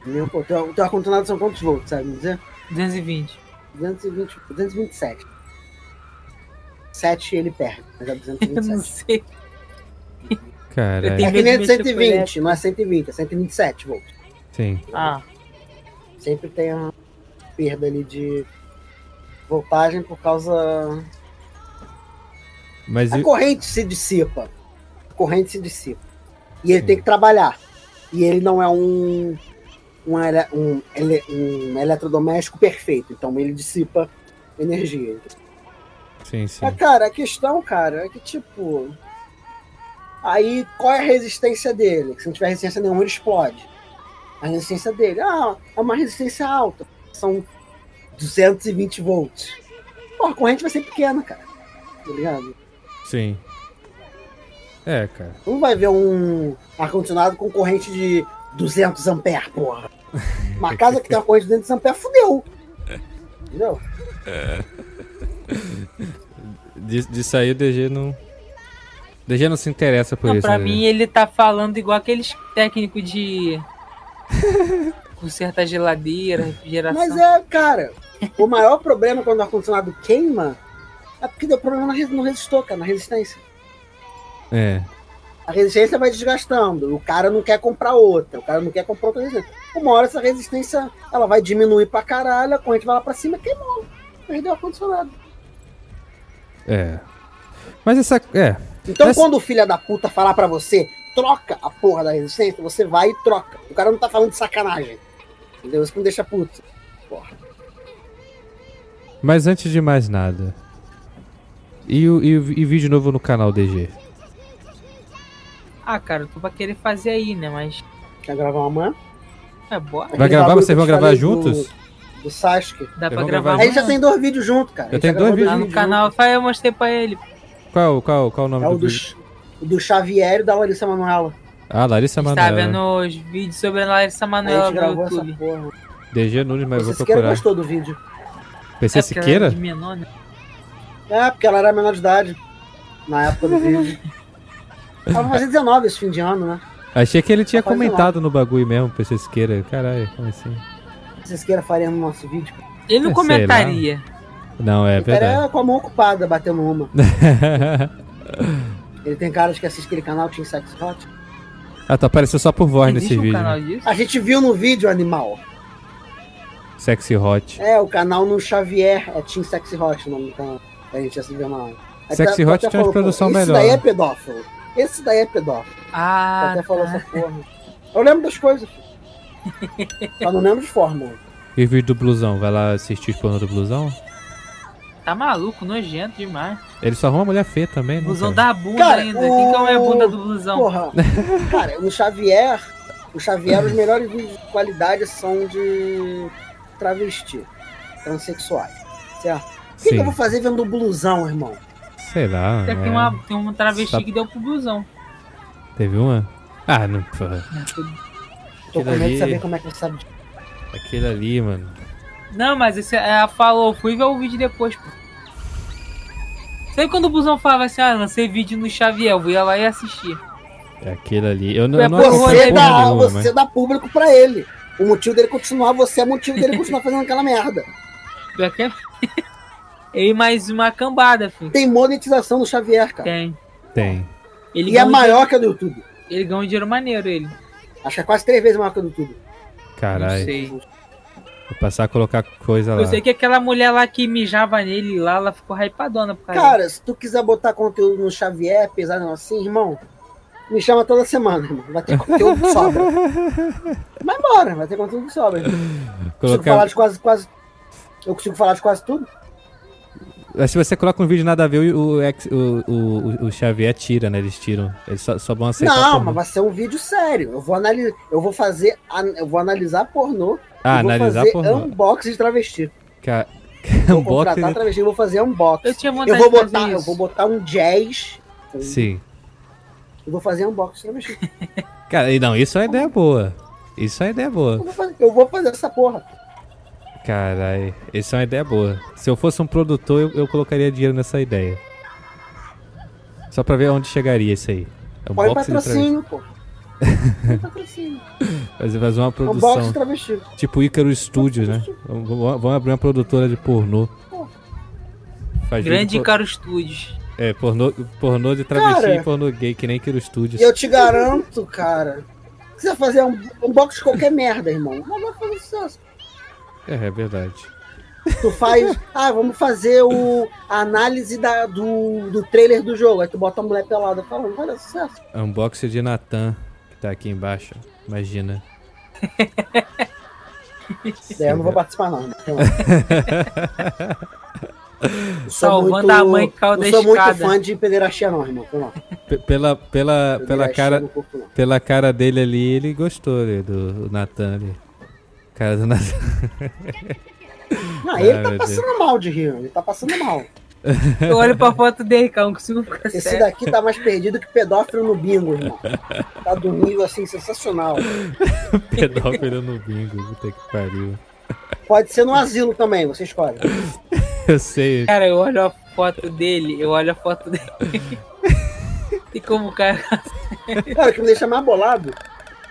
Entendeu? Pô, teu, teu ar-condicionado são quantos volts, sabe me dizer?
220.
220, 227. 7 ele perde, mas é
[laughs] [laughs] Eu não
227.
sei.
Cara,
É
tenho-
que nem de
Infelizmente,
120,
eu
não é 120, é 127 volts.
sim.
Ah,
Sempre tem uma perda ali de voltagem por causa.
Mas
A
e-
corrente se dissipa. A corrente se dissipa. E ele
Sim.
tem que trabalhar. E ele não é um. Um, ele- um, ele- um eletrodoméstico perfeito, então ele dissipa energia.
sim, sim.
Mas, cara, a questão, cara, é que tipo. Aí qual é a resistência dele? Que se não tiver resistência nenhuma, ele explode. A resistência dele, ah, é uma resistência alta. São 220 volts. Pô, a corrente vai ser pequena, cara. Tá ligado?
Sim. É, cara.
Tu Não vai ver um ar-condicionado com corrente de 200 amperes, porra. Uma casa que tem uma corrente de 200 amperes, fudeu. Entendeu?
De, de sair o DG não. DG não se interessa por
não,
isso.
pra
né?
mim ele tá falando igual aqueles técnicos
[laughs]
de. Consertar geladeira, refrigeração.
Mas é, cara, o maior problema quando o ar-condicionado queima é porque deu problema na res- no resistor, cara, na resistência.
É.
A resistência vai desgastando. O cara não quer comprar outra. O cara não quer comprar outra resistência. Uma hora essa resistência ela vai diminuir pra caralho, a corrente vai lá pra cima, queimou. Perdeu o ar-condicionado.
É. Mas essa. É.
Então
Mas-
quando o filho da puta falar pra você, troca a porra da resistência, você vai e troca. O cara não tá falando de sacanagem. Entendeu? Isso que me deixa puto.
Mas antes de mais nada. E, o- e, o- e vídeo novo no canal DG?
é-
Ah, cara, tu vai querer fazer aí, né? Mas.
Quer gravar uma mãe?
É, bora.
Vai gravar? Vocês vão gravar juntos?
Do, do Sasuke.
Dá
Eu
pra
vou
gravar.
gravar
Aí
amanhã.
já tem dois vídeos junto, cara.
Eu
Ele
tenho
já
dois
gravou
Lá no canal. Fala, eu mostrei pra ele.
Qual, qual, qual o nome
É o
do
do,
vídeo?
o do Xavier e da Larissa Manoela.
Ah, Larissa
Tá
Manoela.
vendo os vídeos sobre a Larissa
A gente
Manoela no
gravou essa
YouTube.
porra.
DG Nunes, mas eu
Você
vou
sequer
procurar.
gostou do vídeo.
PC
É porque ela era
Siqueira?
de menor, né?
É, porque ela era menor de idade na época
[laughs]
do vídeo. Ela vai fazer 19 esse fim de ano, né?
Achei que ele tinha
Rapaz, sei lá.
comentado no bagulho mesmo, PC Siqueira. Caralho, como assim?
Vocês queiram faria no nosso vídeo.
Ele não
É, sei
comentaria.
Não, é
o cara
verdade.
é com a mão ocupada batendo uma. Ele tem caras que assistem aquele canal Team Sex Hot.
[laughs] ah, tá aparecendo só por voz
Existe
nesse
um
vídeo.
canal
né?
disso?
A gente viu no vídeo, animal.
Sexy Hot.
É, o canal no Xavier. É Team Sex Hot o nome do canal. A gente assistiu na Aí
Sexy
tu- tu
Hot
até
tem uma
falou, pô,
produção
Esse
melhor,
daí é
né?"
pedófilo. Esse daí é pedófilo.
Ah,
até falou
tá.
essa porra. Eu lembro das coisas.
[laughs]
filho. Só não lembro de fórmula.
Então.
E o vídeo do blusão? Vai lá assistir os pornô do blusão?
Tá maluco, nojento demais.
Ele só arruma mulher feia também, né?
Blusão
cara?
da bunda
Cara,
ainda.
o-
Quem que é a bunda do blusão?
Porra. Cara, o Xavier, o Xavier, os melhores vídeos de qualidade são de travesti, transexuais, certo? O que, que eu vou
Sim.
fazer vendo blusão, irmão?
Sei lá.
Até que
é.
tem, uma, tem uma travesti
Só-
que deu pro blusão.
Teve uma? Ah, não. pô.
Tô
Aquilo
com medo de
ali-
saber como é que ele sabe de
Aquele ali, mano.
Não, mas esse, ela falou, fui ver o vídeo depois, pô. Sempre quando o busão falava assim, ah, lancei vídeo no Xavier, eu ia lá e assistia.
É Aquele ali. Eu não,
É
não
por
assisti
Você,
porra
rolê
dá,
nenhuma,
você dá público pra ele. O motivo dele continuar, você é motivo dele continuar fazendo aquela merda.
Pior que é- [laughs] E mais uma cambada, filho.
Tem monetização no Xavier, cara.
Tem.
mas tem.
Ele
E é
ganha, um
maior que a do YouTube.
dinheiro- ele ganha um dinheiro maneiro, ele.
Acho que é quase três vezes maior que a do YouTube.
Não
Caralho.
sei.
Vou passar a colocar coisa lá.
Eu sei que aquela mulher lá que mijava nele lá, ela ficou hypadona por causa
Cara, se tu quiser botar conteúdo no Xavier, pesado assim, irmão, me chama toda semana, irmão. Vai ter conteúdo que sobra. Vai embora, vai ter conteúdo que sobra. Eu consigo falar
Colocar...
de quase, quase. Eu consigo falar de quase tudo.
Mas Se você coloca um vídeo nada a ver, o, o, ex- o, o, o Xavier tira, né? Eles tiram. Eles só, só vão aceitar.
Não,
pornô.
mas vai ser um vídeo sério. Eu vou analisar. Eu vou fazer. an- Eu vou analisar pornô.
Ah,
e vou
analisar
fazer
pornô.
unboxing de travesti.
Ca... [laughs]
Vou
Unboxing,
contratar travesti, eu vou fazer unboxing.
Eu tinha
Eu
vontade
vou
de fazer
botar, eu
isso.
vou botar um jazz.
Sim.
Eu vou fazer unboxing de travesti.
Cara, e não, isso é uma ideia boa. Isso é uma ideia
Eu
boa.
vou fazer, eu vou fazer essa porra.
Caralho, isso é uma ideia boa. Se eu fosse um produtor, eu, eu colocaria dinheiro nessa ideia. Só pra ver onde chegaria isso aí. É um
Põe
Unboxing de
patrocínio, pô.
[laughs]
Põe patrocínio.
travesti. Fazer fazer uma
Unboxing
produção.
de travesti.
Tipo Ícaro Studio, né? Vamos- Vamos vamos abrir uma produtora de pornô. Faz
Grande
vídeo por-
Caro Studios.
É, pornô, pornô de travesti
Cara.
e pornô gay, que nem Ícaro Studio.
E eu te garanto, cara. que Você vai fazer um unboxing de qualquer merda, irmão. Mas vai fazer sucesso.
É, é verdade.
Tu faz. [laughs] Ah, vamos fazer o, a análise da, do, do trailer do jogo. Aí tu bota a mulher pelada falando, vai dar sucesso.
Unboxing É um de Natan, que tá aqui embaixo. Imagina.
Daí eu não vou participar, não.
[laughs]
Eu sou
Salvando a mãe que caiu
Não
da
sou muito
escada.
fã de pederastia, não, irmão. Foi mal.
P- pela, pela, pela
Pederastia
cara.
no corpo, não.
Pela cara dele ali, ele gostou né, do, do Natan ali. Cara do Natan. [laughs]
Não, ele
Ah,
tá
meu
passando mal de rir, ele tá passando mal.
[laughs] Eu olho pra foto dele, cara, um não consigo ficar
Esse
sério.
daqui tá mais perdido que pedófilo no bingo, irmão. Tá do nível assim sensacional.
pedófilo no bingo, puta que pariu.
Pode ser no asilo também, você escolhe.
Eu sei.
Cara, eu olho a foto dele, eu olho a
[laughs]
foto dele. Tem como o cara. [laughs]
Cara, o que me deixa mais bolado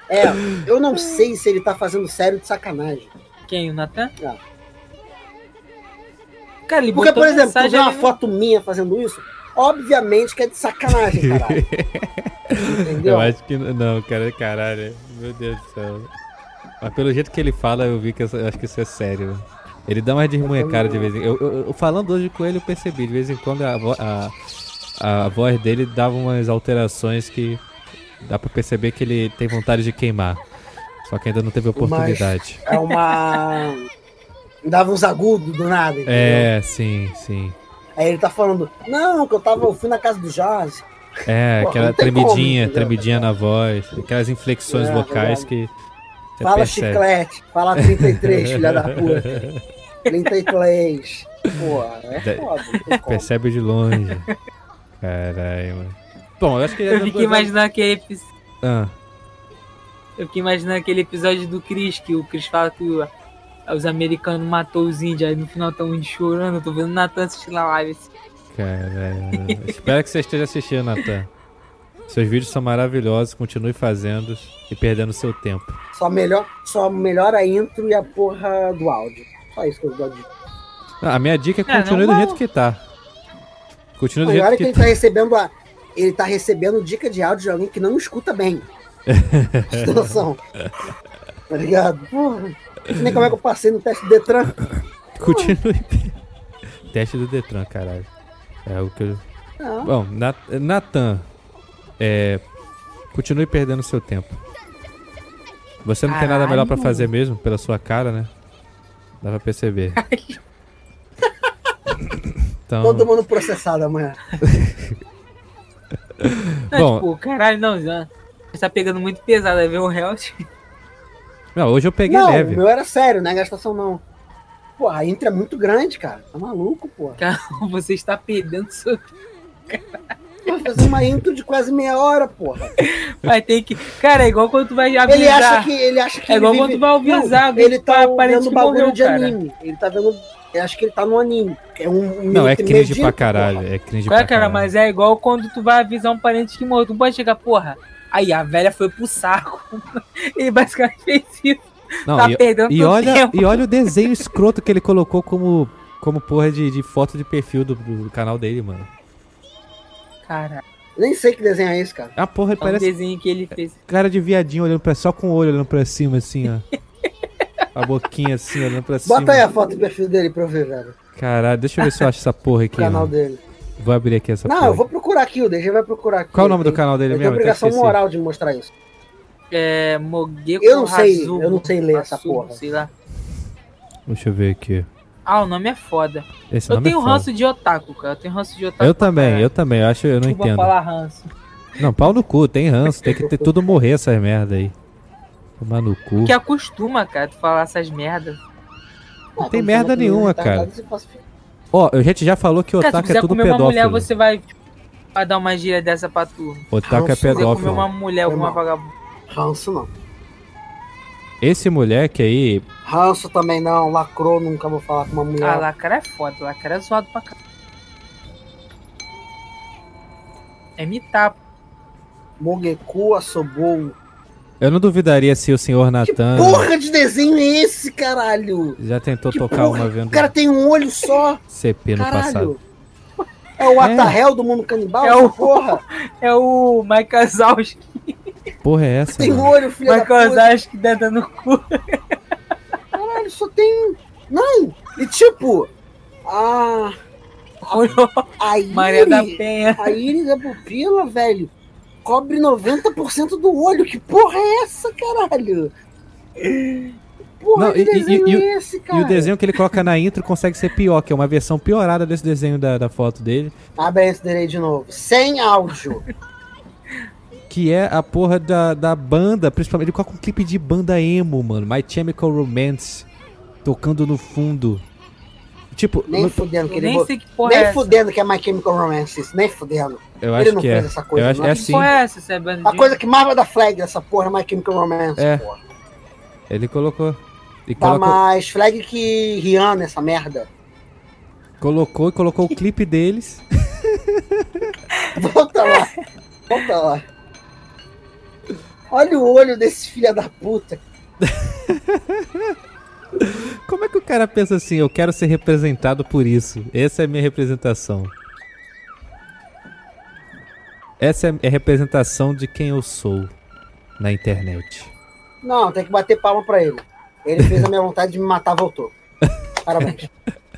é, eu não sei se ele tá fazendo sério de sacanagem.
Quem? O Natan?
Ah.
Cara, ele
Porque,
botou
por exemplo, tu vê
mensagem
uma
né?
ali no-
foto minha fazendo isso, obviamente que é de sacanagem,
[laughs]
caralho. Entendeu?
Eu acho que n- não, cara, caralho. Meu Deus do céu. Mas pelo jeito que ele fala, eu vi que eu, eu acho que isso é sério. Ele dá umas desmunhecada de vez em quando. Eu, eu- eu- falando hoje com ele, eu percebi. De vez em quando a, vo- a, a voz dele dava umas alterações que dá pra perceber que ele tem vontade de queimar. Só que ainda não teve oportunidade.
É uma. Dava uns agudos do nada, entendeu?
É, sim, sim.
Aí ele tá falando, não, que eu tava, eu fui na casa do Jazz.
É,
Pô,
aquela
não tem como,
tremidinha,
entendeu?
tremidinha na voz, aquelas inflexões
É,
vocais
verdade.
que. Você
Fala
percebe.
chiclete, fala
[laughs]
33, filha da puta. 33. Pô, é
Da-
foda.
[laughs]
não tem como.
Percebe de longe. Caralho, mano. Bom, eu acho que já
Eu
deu
fiquei
duas horas-
imaginando aquele episódio.
Ah,
Eu fiquei imaginando aquele episódio do Chris, que o Chris fala que o- os americanos matou os índios, aí no final estão indo chorando, eu tô vendo o Natan assistindo a live. assim.
caralho. Espero que você esteja assistindo, Natan. Seus vídeos são maravilhosos, continue fazendo e perdendo seu tempo.
Só, melhor, só melhora a intro e a porra do áudio. Só isso que eu gosto de.
Ah, A minha dica é
É,
continue
não
do
vou-
jeito que tá. Continue do
Olha
jeito
que
que
ele tá recebendo a. Ele tá recebendo dica de áudio de alguém que não
[laughs]
escuta bem. Tem noção. Tá ligado? Porra. Não sei nem como é que eu passei no teste do Detran. tá
[laughs] Continue. Teste do Detran, caralho. É o que eu.
Não.
Bom, Na- Natan, é, continue perdendo seu tempo. Você não tem nada melhor pra fazer mesmo,
[laughs]
pela sua cara, né? Dá pra perceber. Então,
Todo mundo processado amanhã. é
Bom.
Não, tipo, caralho, não, já. já Tá pegando muito pesado, aí vem um o [laughs] Hells.
não, hoje eu peguei
não,
É leve.
o meu era sério, não é gastação não. Pô, a intra é muito grande, cara. Tá maluco, pô.
então Você está perdendo seu.
Vai fazer uma intro de quase meia hora, porra.
Vai ter que. Cara, é igual quando tu vai avisar.
Ele acha que ele acha que
É igual
ele
quando vai avisar.
Não, ele tá
parece
vendo bagulho de anime. Ele tá vendo, eu acho que ele tá no anime. É um, um
Não, é
minuto e meio
cringe
de
pra
intro,
caralho.
porra.
É cringe
Qual é,
pra
cara?
caralho.
Mas é igual quando tu vai avisar um parente que morreu. Tu não pode chegar, porra. Aí a velha foi pro saco. [laughs] Ele basicamente fez isso.
Não,
tá
e,
perdendo
e
teu
olha,
tempo.
e olha o desenho escroto que ele colocou como, como porra de, de foto de perfil do, do canal dele, mano.
Cara,
Nem sei que desenho é esse, cara.
A Ah, porra
é um
parece
desenho que ele fez.
cara de viadinho olhando pra só com o olho olhando pra cima, assim,
[laughs]
ó. A boquinha assim, olhando pra cima.
Bota aí a foto do perfil dele pra eu ver, velho.
Caralho, deixa eu ver se eu acho essa porra
O
aqui.
canal
mano.
dele.
Vou abrir aqui essa
Não,
porra.
eu vou procurar aqui, o DG vai procurar aqui.
Qual é o nome do
Ele-
canal dele
Ele tem
mesmo? Eu até
obrigação
esqueci.
moral de mostrar isso.
É. Mogeko
Eu não sei,
Hazuno,
eu não sei ler essa
Hazuno,
porra.
Sei lá.
Deixa eu ver aqui.
Ah, o nome é foda.
Esse
eu
nome
tenho
é foda.
ranço de otaku, cara. Eu tenho ranço de otaku.
Eu
pra
também,
caralho.
eu também. Eu acho, eu não
Desculpa
entendo.
falar ranço.
Não, pau no cu, tem ranço. Tem que ter tudo morrer essas merda aí. Tomar no cu.
Que acostuma, cara, tu falar essas merdas.
Não
tem merda nenhuma, cara. Ó, a gente já falou que
Cara, se tu
otaku é
quiser
tudo
comer uma
pedófilo.
mulher, você vai, tipo, vai dar uma gíria dessa pra tu. Se
Otaku é
Ranço.
quiser comer
pedófilo.
uma mulher, alguma
Foi
vagabunda.
Ranço não.
Esse moleque aí,
Ranço também não, lacrou, nunca vou falar com uma mulher.
Ah, lá, cara é foda, lá, cara é zoado pra caralho. É imitar. pô.
Mogeku, assobou.
eu não duvidaria se o senhor
Que
Natan
porra de desenho é esse, caralho?
já tentou
Que
tocar
porra?
uma vendo
O cara tem um olho só,
CP no passado.
caralho. É o Atahel do mundo canibal?
É o-
porra.
É o Michael Zauski.
Porra é essa?
Tem um
mano?
olho, filho da
Michael
puta.
Zauski dentro no cu.
Caralho, só tem um. Não, e tipo... A...
Olhou
A íris,
Maria da Penha.
a íris da pupila, velho, cobre 90% do olho. Que porra é essa, caralho? Porra
Não,
de
e- e-
desenho
e- e o-
é esse, cara?
E o desenho que ele coloca na intro consegue ser pior, que é uma versão piorada desse desenho da, da foto dele,
Abre Tá esse dele aí de novo. Sem áudio.
que é a porra da, da banda, principalmente. Ele coloca um clipe de banda emo, mano. My Chemical Romance. Tocando no fundo. Tipo,
Nem
no-
fudendo que
Eu
ele
nem
bot-
sei que porra é
Nem
essa.
fudendo que é My Chemical Romance isso. Nem fudendo.
eu
ele
acho
não
que
fez
é.
essa coisa,
eu acho
não.
é
Que
assim.
porra é essa, você é bandido?
A coisa que mais vai dar flag dessa porra é My Chemical Romance,
É.
porra.
Ele colocou. E
Dá
colocou,
mais flag que Rihanna, essa merda. [laughs]
colocou e colocou o clipe deles.
Volta lá. Volta lá. Olha o olho desse filho da puta.
Como é que o cara pensa assim? Eu quero ser representado por isso. Essa é a minha representação. Essa é a representação de quem eu sou na internet.
Não, tem que bater palma pra ele. Ele fez a minha vontade de me matar, voltou. Parabéns.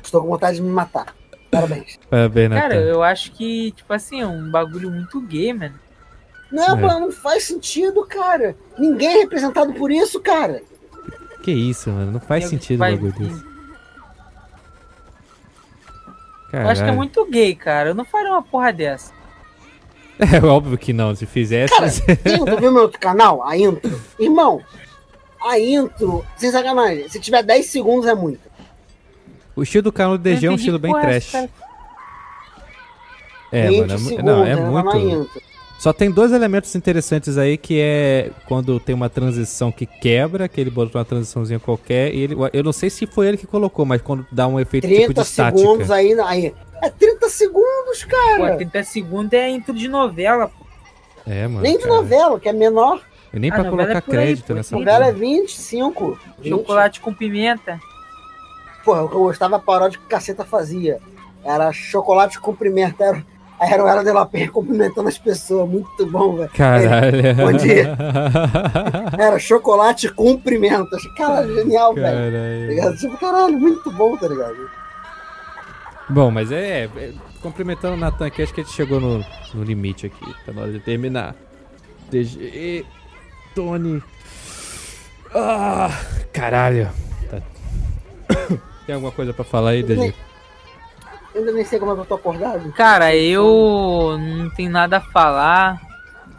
Estou com vontade de me matar. Parabéns.
Parabéns,
Cara,
Natan.
eu acho que, tipo assim, é um bagulho muito gay, mano.
Não,
É.
mano, não faz sentido, cara. Ninguém é representado por isso, cara.
Que isso, mano? Não faz
Eu-
sentido
vai-
um bagulho desse.
Eu acho que é
Caralho.
muito gay, cara. Eu não faria uma porra dessa.
[laughs] É óbvio que não. Se fizesse.
Cara, tem, tu viu meu outro canal? A intro. Irmão, a intro, sem sacanagem, se tiver 10 segundos é muito.
O estilo do canal do DG é um
entendi
estilo
que
bem
porra é
trash.
essa,
É,
20
mano. é mu-
segundos,
não, é
né, lá na
muito.
intro.
Só tem dois elementos interessantes aí, que é quando tem uma transição que quebra, que ele botou uma transiçãozinha qualquer, e ele, eu não sei se foi ele que colocou, mas quando dá um efeito tipo
30
de
segundos
estática.
aí, aí. É 30 segundos,
Pô,
cara.
30 segundos é intro de novela, pô.
É, mano.
Nem de
cara.
novela, que é menor.
Eu nem
Ah,
pra
novela
colocar
é por aí,
crédito
pô,
nessa
Novela é
porra.
25. 20.
Chocolate com pimenta.
Porra, o que eu gostava a paródia que o caceta fazia. Era chocolate cumprimento. Era, era o Era de la Penha cumprimentando as pessoas. Muito bom, velho.
Caralho.
[laughs] Bom dia. Era chocolate cumprimento. Cara,
[laughs]
genial, velho. Tá
Caralho.
ligado? Tipo, caralho, muito bom, tá ligado?
Bom, mas é, é, Cumprimentando o Natan aqui, acho que a gente chegou no, no limite aqui. Tá na hora de terminar. DG. Tony. Ah, [coughs] caralho. Tá. Tem alguma coisa pra falar aí, DG?
Eu Eu ainda nem sei como é que eu tô acordado.
Cara, eu não tenho nada a falar.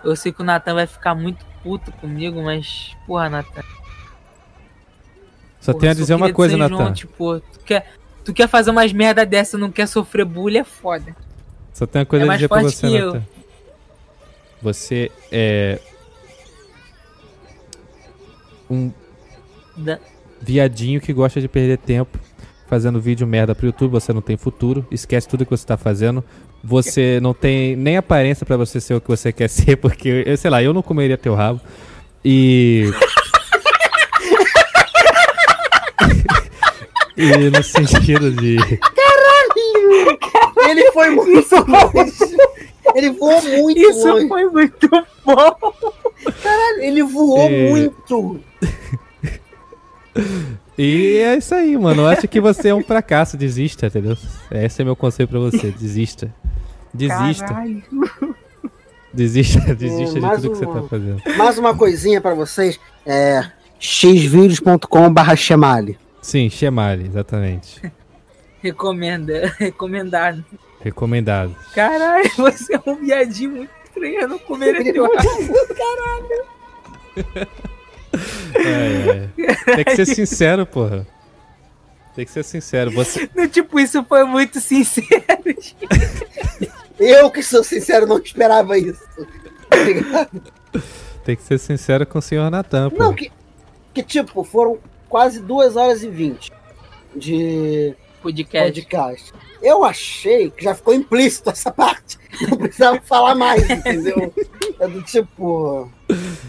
Eu sei que o Natan vai ficar muito puto comigo, mas, porra, Natan.
Só
porra,
tenho a
sou
dizer uma
filha de
coisa,
São João,
Natan.
Tipo, tu quer, tu quer fazer umas merda dessa não quer sofrer bullying, é foda.
Só tenho uma coisa
É
a
mais
dizer pra
forte
você,
que eu.
Natan. Você é. Um
Da-
viadinho que gosta de perder tempo fazendo vídeo merda pro YouTube, você não tem futuro, esquece tudo que você tá fazendo. Você não tem nem aparência pra você ser o que você quer [laughs] ser, porque, eu sei lá, eu não comeria teu rabo. E. [laughs] e no sentido de.
Ele foi muito longe. Ele voou muito
Isso
longe.
foi muito bom.
Ele voou
É.
muito.
E é isso aí, mano. Eu acho que você é um fracasso. Desista, entendeu? Esse é meu conselho pra você. Desista. Desista.
Caralho.
Desista, [laughs] desista de
mais
tudo que você
uma.
tá fazendo.
Mais uma coisinha pra vocês. É xvideos.com.br chemale.
Sim, Chemale, exatamente.
Recomenda, [laughs] recomendado.
Recomendado.
Caralho, [laughs] você é um viadinho muito estranho, eu não comeria teu [laughs] rabo.
É, é. Tem que ser sincero, porra. Tem que ser sincero.
[laughs]
Você,
Não, Tipo, isso foi muito sincero.
Eu que sou sincero, não esperava isso. Tá ligado?
tem que ser sincero com o senhor Natan,
Não,
porra.
que, que tipo, foram quase 2 horas e 20 de
Podcast.
podcast. Eu achei que já ficou implícito essa parte. Não precisava falar mais, entendeu? É do tipo.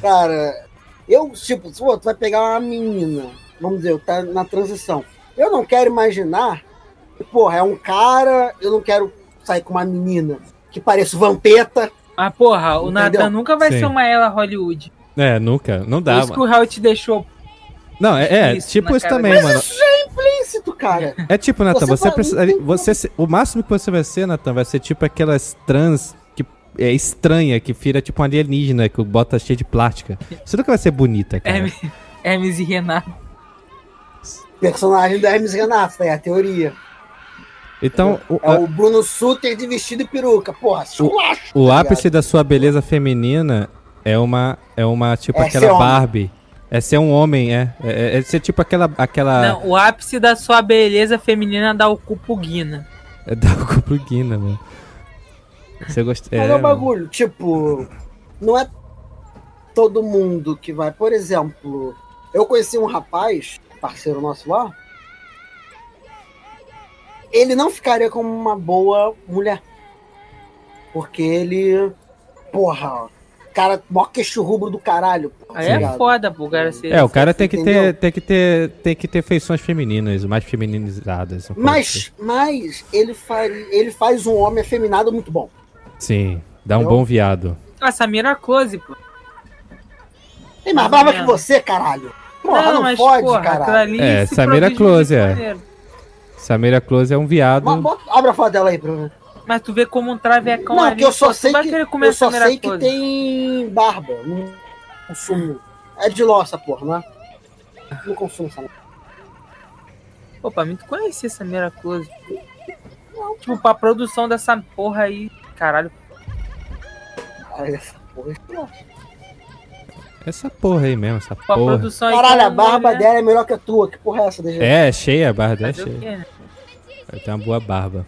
Cara, eu, tipo, pô, tu vai pegar uma menina, vamos dizer, tá na transição. Eu não quero imaginar, que, porra, é um cara, eu não quero sair com uma menina que pareça o vampeta.
Mas, porra, o
Entendeu?
Nathan nunca vai
Sim.
ser uma ela Hollywood.
É, nunca. Não dá,
isso que
mano.
o Raul te deixou.
Não, é, é
isso
tipo
na
isso
cara
também,
dele.
mano.
Implícito, cara.
É tipo, Natan,
Você
você,
vai-
precisa.
não tem como.
Você, se- o máximo que você vai ser, Natan, vai ser tipo aquelas trans que é estranha, que vira tipo um alienígena, que bota cheio de plástica. Você nunca vai ser bonita, cara.
Hermes, Hermes e Renato.
Personagem do Hermes Renato, é a teoria.
então, o,
É o Bruno Suter de vestido e peruca. Porra, chulacho.
o
tá
ápice da sua beleza feminina é uma. É uma, tipo,
É ser
aquela
homem.
Barbie. É ser um homem, é. É, é- é ser tipo aquela. aquela
Não, o ápice da sua beleza feminina dá o cupo Guina.
É [laughs] da Guina, mano. Você gosta.
Mas
É,
é o
mano.
bagulho, tipo, não é todo mundo que vai. Por exemplo, eu conheci um rapaz, parceiro nosso lá, ele não ficaria como uma boa mulher. Porque ele, porra, cara, mó queixo rubro do caralho. porra,
Aí
tá
é
ligado?
foda, pô, cara. Você,
É, o cara tem que,
Entendeu?
ter, tem, que ter, tem que ter feições femininas, mais um feminizadas. não pode ser.
Mas, mas ele, faria, ele faz um homem afeminado muito bom.
Sim, dá um
Eu-
bom viado.
Ah, Samira Close, pô.
Tem mais barba que você, caralho. Porra, não, pode,
aquilo
caralho.
ali
É,
se
Samira
produz de muito
Close, é.
maneiro.
Samira Close é um viado.
Mas bota- Abre a foto dela aí pra eu ver.
Mas tu vê como um travecão
Não,
ali.
que eu só
pô, tu
sei
vai
que,
querer comer
eu só
Samira
sei que
Close.
tem barba. Não consumo. É de ló essa porra, né? Não consumo essa merda.
Pô, pra mim tu conhecia Samira Close. Tipo, pra produção dessa porra aí. Caralho,
Caralho, essa porra.
Essa porra aí mesmo, essa
pra
porra.
produção aí.
Caralho,
tá
a barba
mulher.
dela é melhor que a tua. Que porra é essa, DG?
É, cheia a barba dela, é
Fazer o
cheia.
quê, né?
Tem uma boa barba.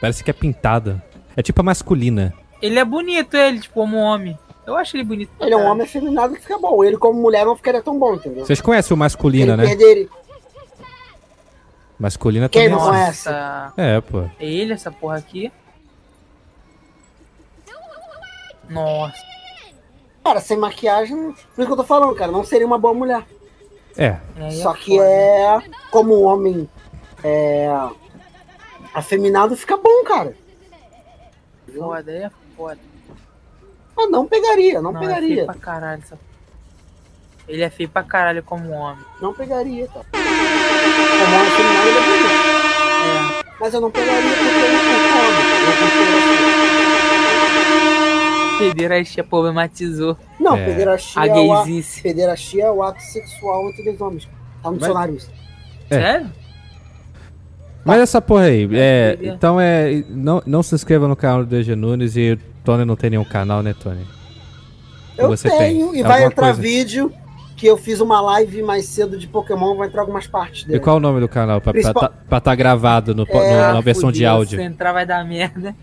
Parece que é pintada. É tipo a masculina.
Ele é bonito, ele, tipo, como homem. Eu acho ele bonito. pra
Ele é um
caralho.
homem afeminado que fica bom. Ele, como mulher, não ficaria tão bom, entendeu?
Vocês conhecem o masculina,
Ele
né?
perderia.
Masculina
Quem
também.
não
é assim.
conhece?
Essa-
É, pô.
É ele, essa porra aqui. Nossa.
Cara, sem maquiagem, por isso que eu tô falando, cara. Não seria uma boa mulher.
É.
aí
Só que
foda.
é. Como um homem é, afeminado, fica bom, cara.
Foda, aí é foda.
Mas Ah, não pegaria, não,
Não, É
pegaria.
feio pra caralho essa porra. Ele é feio pra caralho como homem.
Não pegaria, tá? Como homem afeminado, ele é bonito.
É.
Mas eu não pegaria porque eu não concordo.
Pederastia problematizou
Não,
É.
pederastia,
a
é o a...
gaysice.
pederastia é o ato sexual entre os homens. Tá no dicionário isso.
É.
Sério?
Mas essa porra aí, é,
Pois é.
então é. Não, não se inscreva no canal do EG Nunes e o Tony não tem nenhum canal, né, Tony?
Eu
Você tem.
tenho, e
Alguma
vai entrar
coisa?
vídeo que eu fiz uma live mais cedo de Pokémon, vai entrar algumas partes
E
dele.
qual o nome do canal? Pra estar
É. Principal-
gravado no, po-
É,
no- na versão de
Fudeu,
áudio.
Se entrar vai dar merda.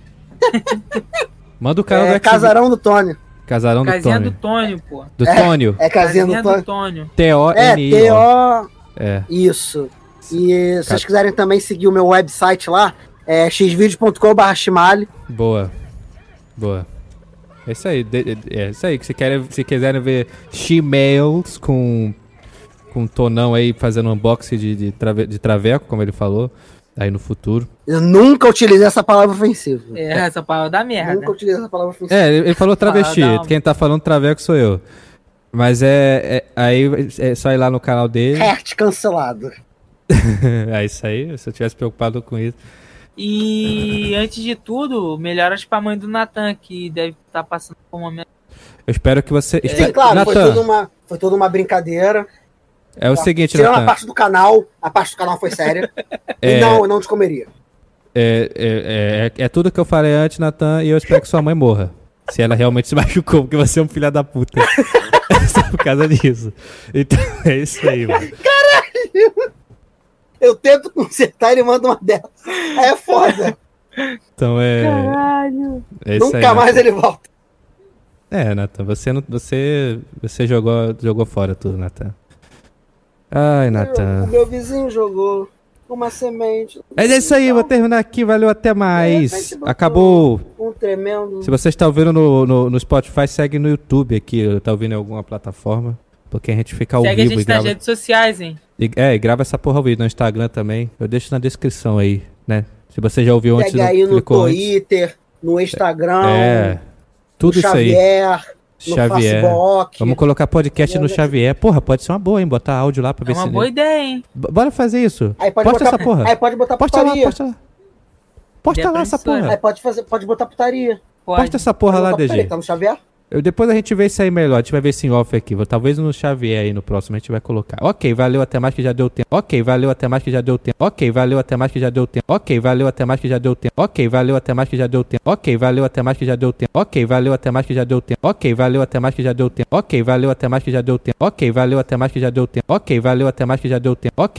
Manda o canal do
é
Activ-
Casarão do Tônio.
Casarão do
Casinha
Tony.
do Tônio, pô.
Do Tônio?
É Casinha do Tônio.
Tônio.
É,
T-O-N-I.
T.O.
É.
Isso. E se vocês
Ca-
quiserem também seguir o meu website lá, é xvideo.com.br Shimali.
Boa. Boa. É isso aí. de- de- é isso aí. Que se, querem, se quiserem ver She-Mails com, com Tonão aí fazendo unboxing de, de, trave- de traveco, como ele falou, aí no futuro.
Eu nunca utilizei essa palavra ofensiva.
É, essa palavra dá merda.
Nunca utilizei essa palavra ofensiva.
É, ele ele falou travesti.
Fala, dá um-
Quem tá falando traveco sou eu. Mas é, é- aí é só ir lá no canal dele.
Hert cancelado.
é isso [laughs] aí. Se eu tivesse preocupado com isso.
E antes de tudo, melhoras pra mãe do Natan, que deve estar passando por um momento.
Eu espero que você.
Sim,
Espe-
claro, foi,
Natan,
tudo um- uma, foi tudo uma brincadeira.
é o seguinte,
Tirando a
Natan.
parte do canal, a parte do canal foi séria.
[laughs] É.
E não, eu não te comeria.
É, é, é, é tudo que eu falei antes, Natan, e eu espero que sua mãe morra. Se ela realmente se [laughs] machucou, porque você é um filho da puta. [laughs] Só por causa disso. Então é isso aí, mano.
Eu tento consertar e ele manda uma dessa. É foda.
Então é. [laughs] É isso
Nunca
aí.
mais
Natan.
ele volta.
É, Natan, você, não- você, você jogou, jogou fora tudo, Natan. Ai,
O
Natan.
meu vizinho jogou uma semente,
Mas é isso aí, vou terminar aqui. Valeu, até mais.
botou-
Acabou.
um tremendo.
Se você está ouvindo no, no, no Spotify, segue no YouTube aqui. Está ouvindo em alguma plataforma. Porque a gente fica ao
Segue a
vivo e
gente nas
grava.
redes sociais, hein?
E- é, e grava essa porra ao vivo no Instagram também. Eu deixo na descrição aí, né? Se você já ouviu antes,
Pega aí
não
no
clicou antes.
Twitter, no Instagram,
É.
no
Tudo isso aí.
Xavier, no
Xavier.
Facebook. é
Vamos colocar podcast no Xavier. Porra, pode ser uma boa, hein? Botar áudio lá pra
É
ver se.
uma boa ideia, hein?
B- Bora fazer isso.
Aí pode
posta
botar,
essa porra.
Aí pode botar
posta lá,
putaria.
posta lá. Posta lá essa
Depressora.
Aí
porra.
pode, fazer, pode botar putaria.
Pode.
Posta essa porra
Pode
lá,
botar putaria,
DG.
Tá no Xavier?
Eu- depois a gente vê isso aí melhor. A gente vai ver esse em off aqui. Vou- Talvez no Xavier aí no próximo a gente vai colocar. Ok, valeu até mais que já deu tempo. Ok, valeu até mais que já deu tempo. Ok, valeu até mais que já deu tempo. Ok, valeu até mais que já deu tempo. Ok, valeu até mais que já deu tempo. Ok, valeu até mais que já deu tempo. Ok, valeu até mais que já deu tempo. Ok, valeu até mais que já deu tempo. Ok, valeu até mais que já deu tempo. Ok, valeu até mais que já deu tempo. Ok, valeu até mais que já deu tempo. Ok,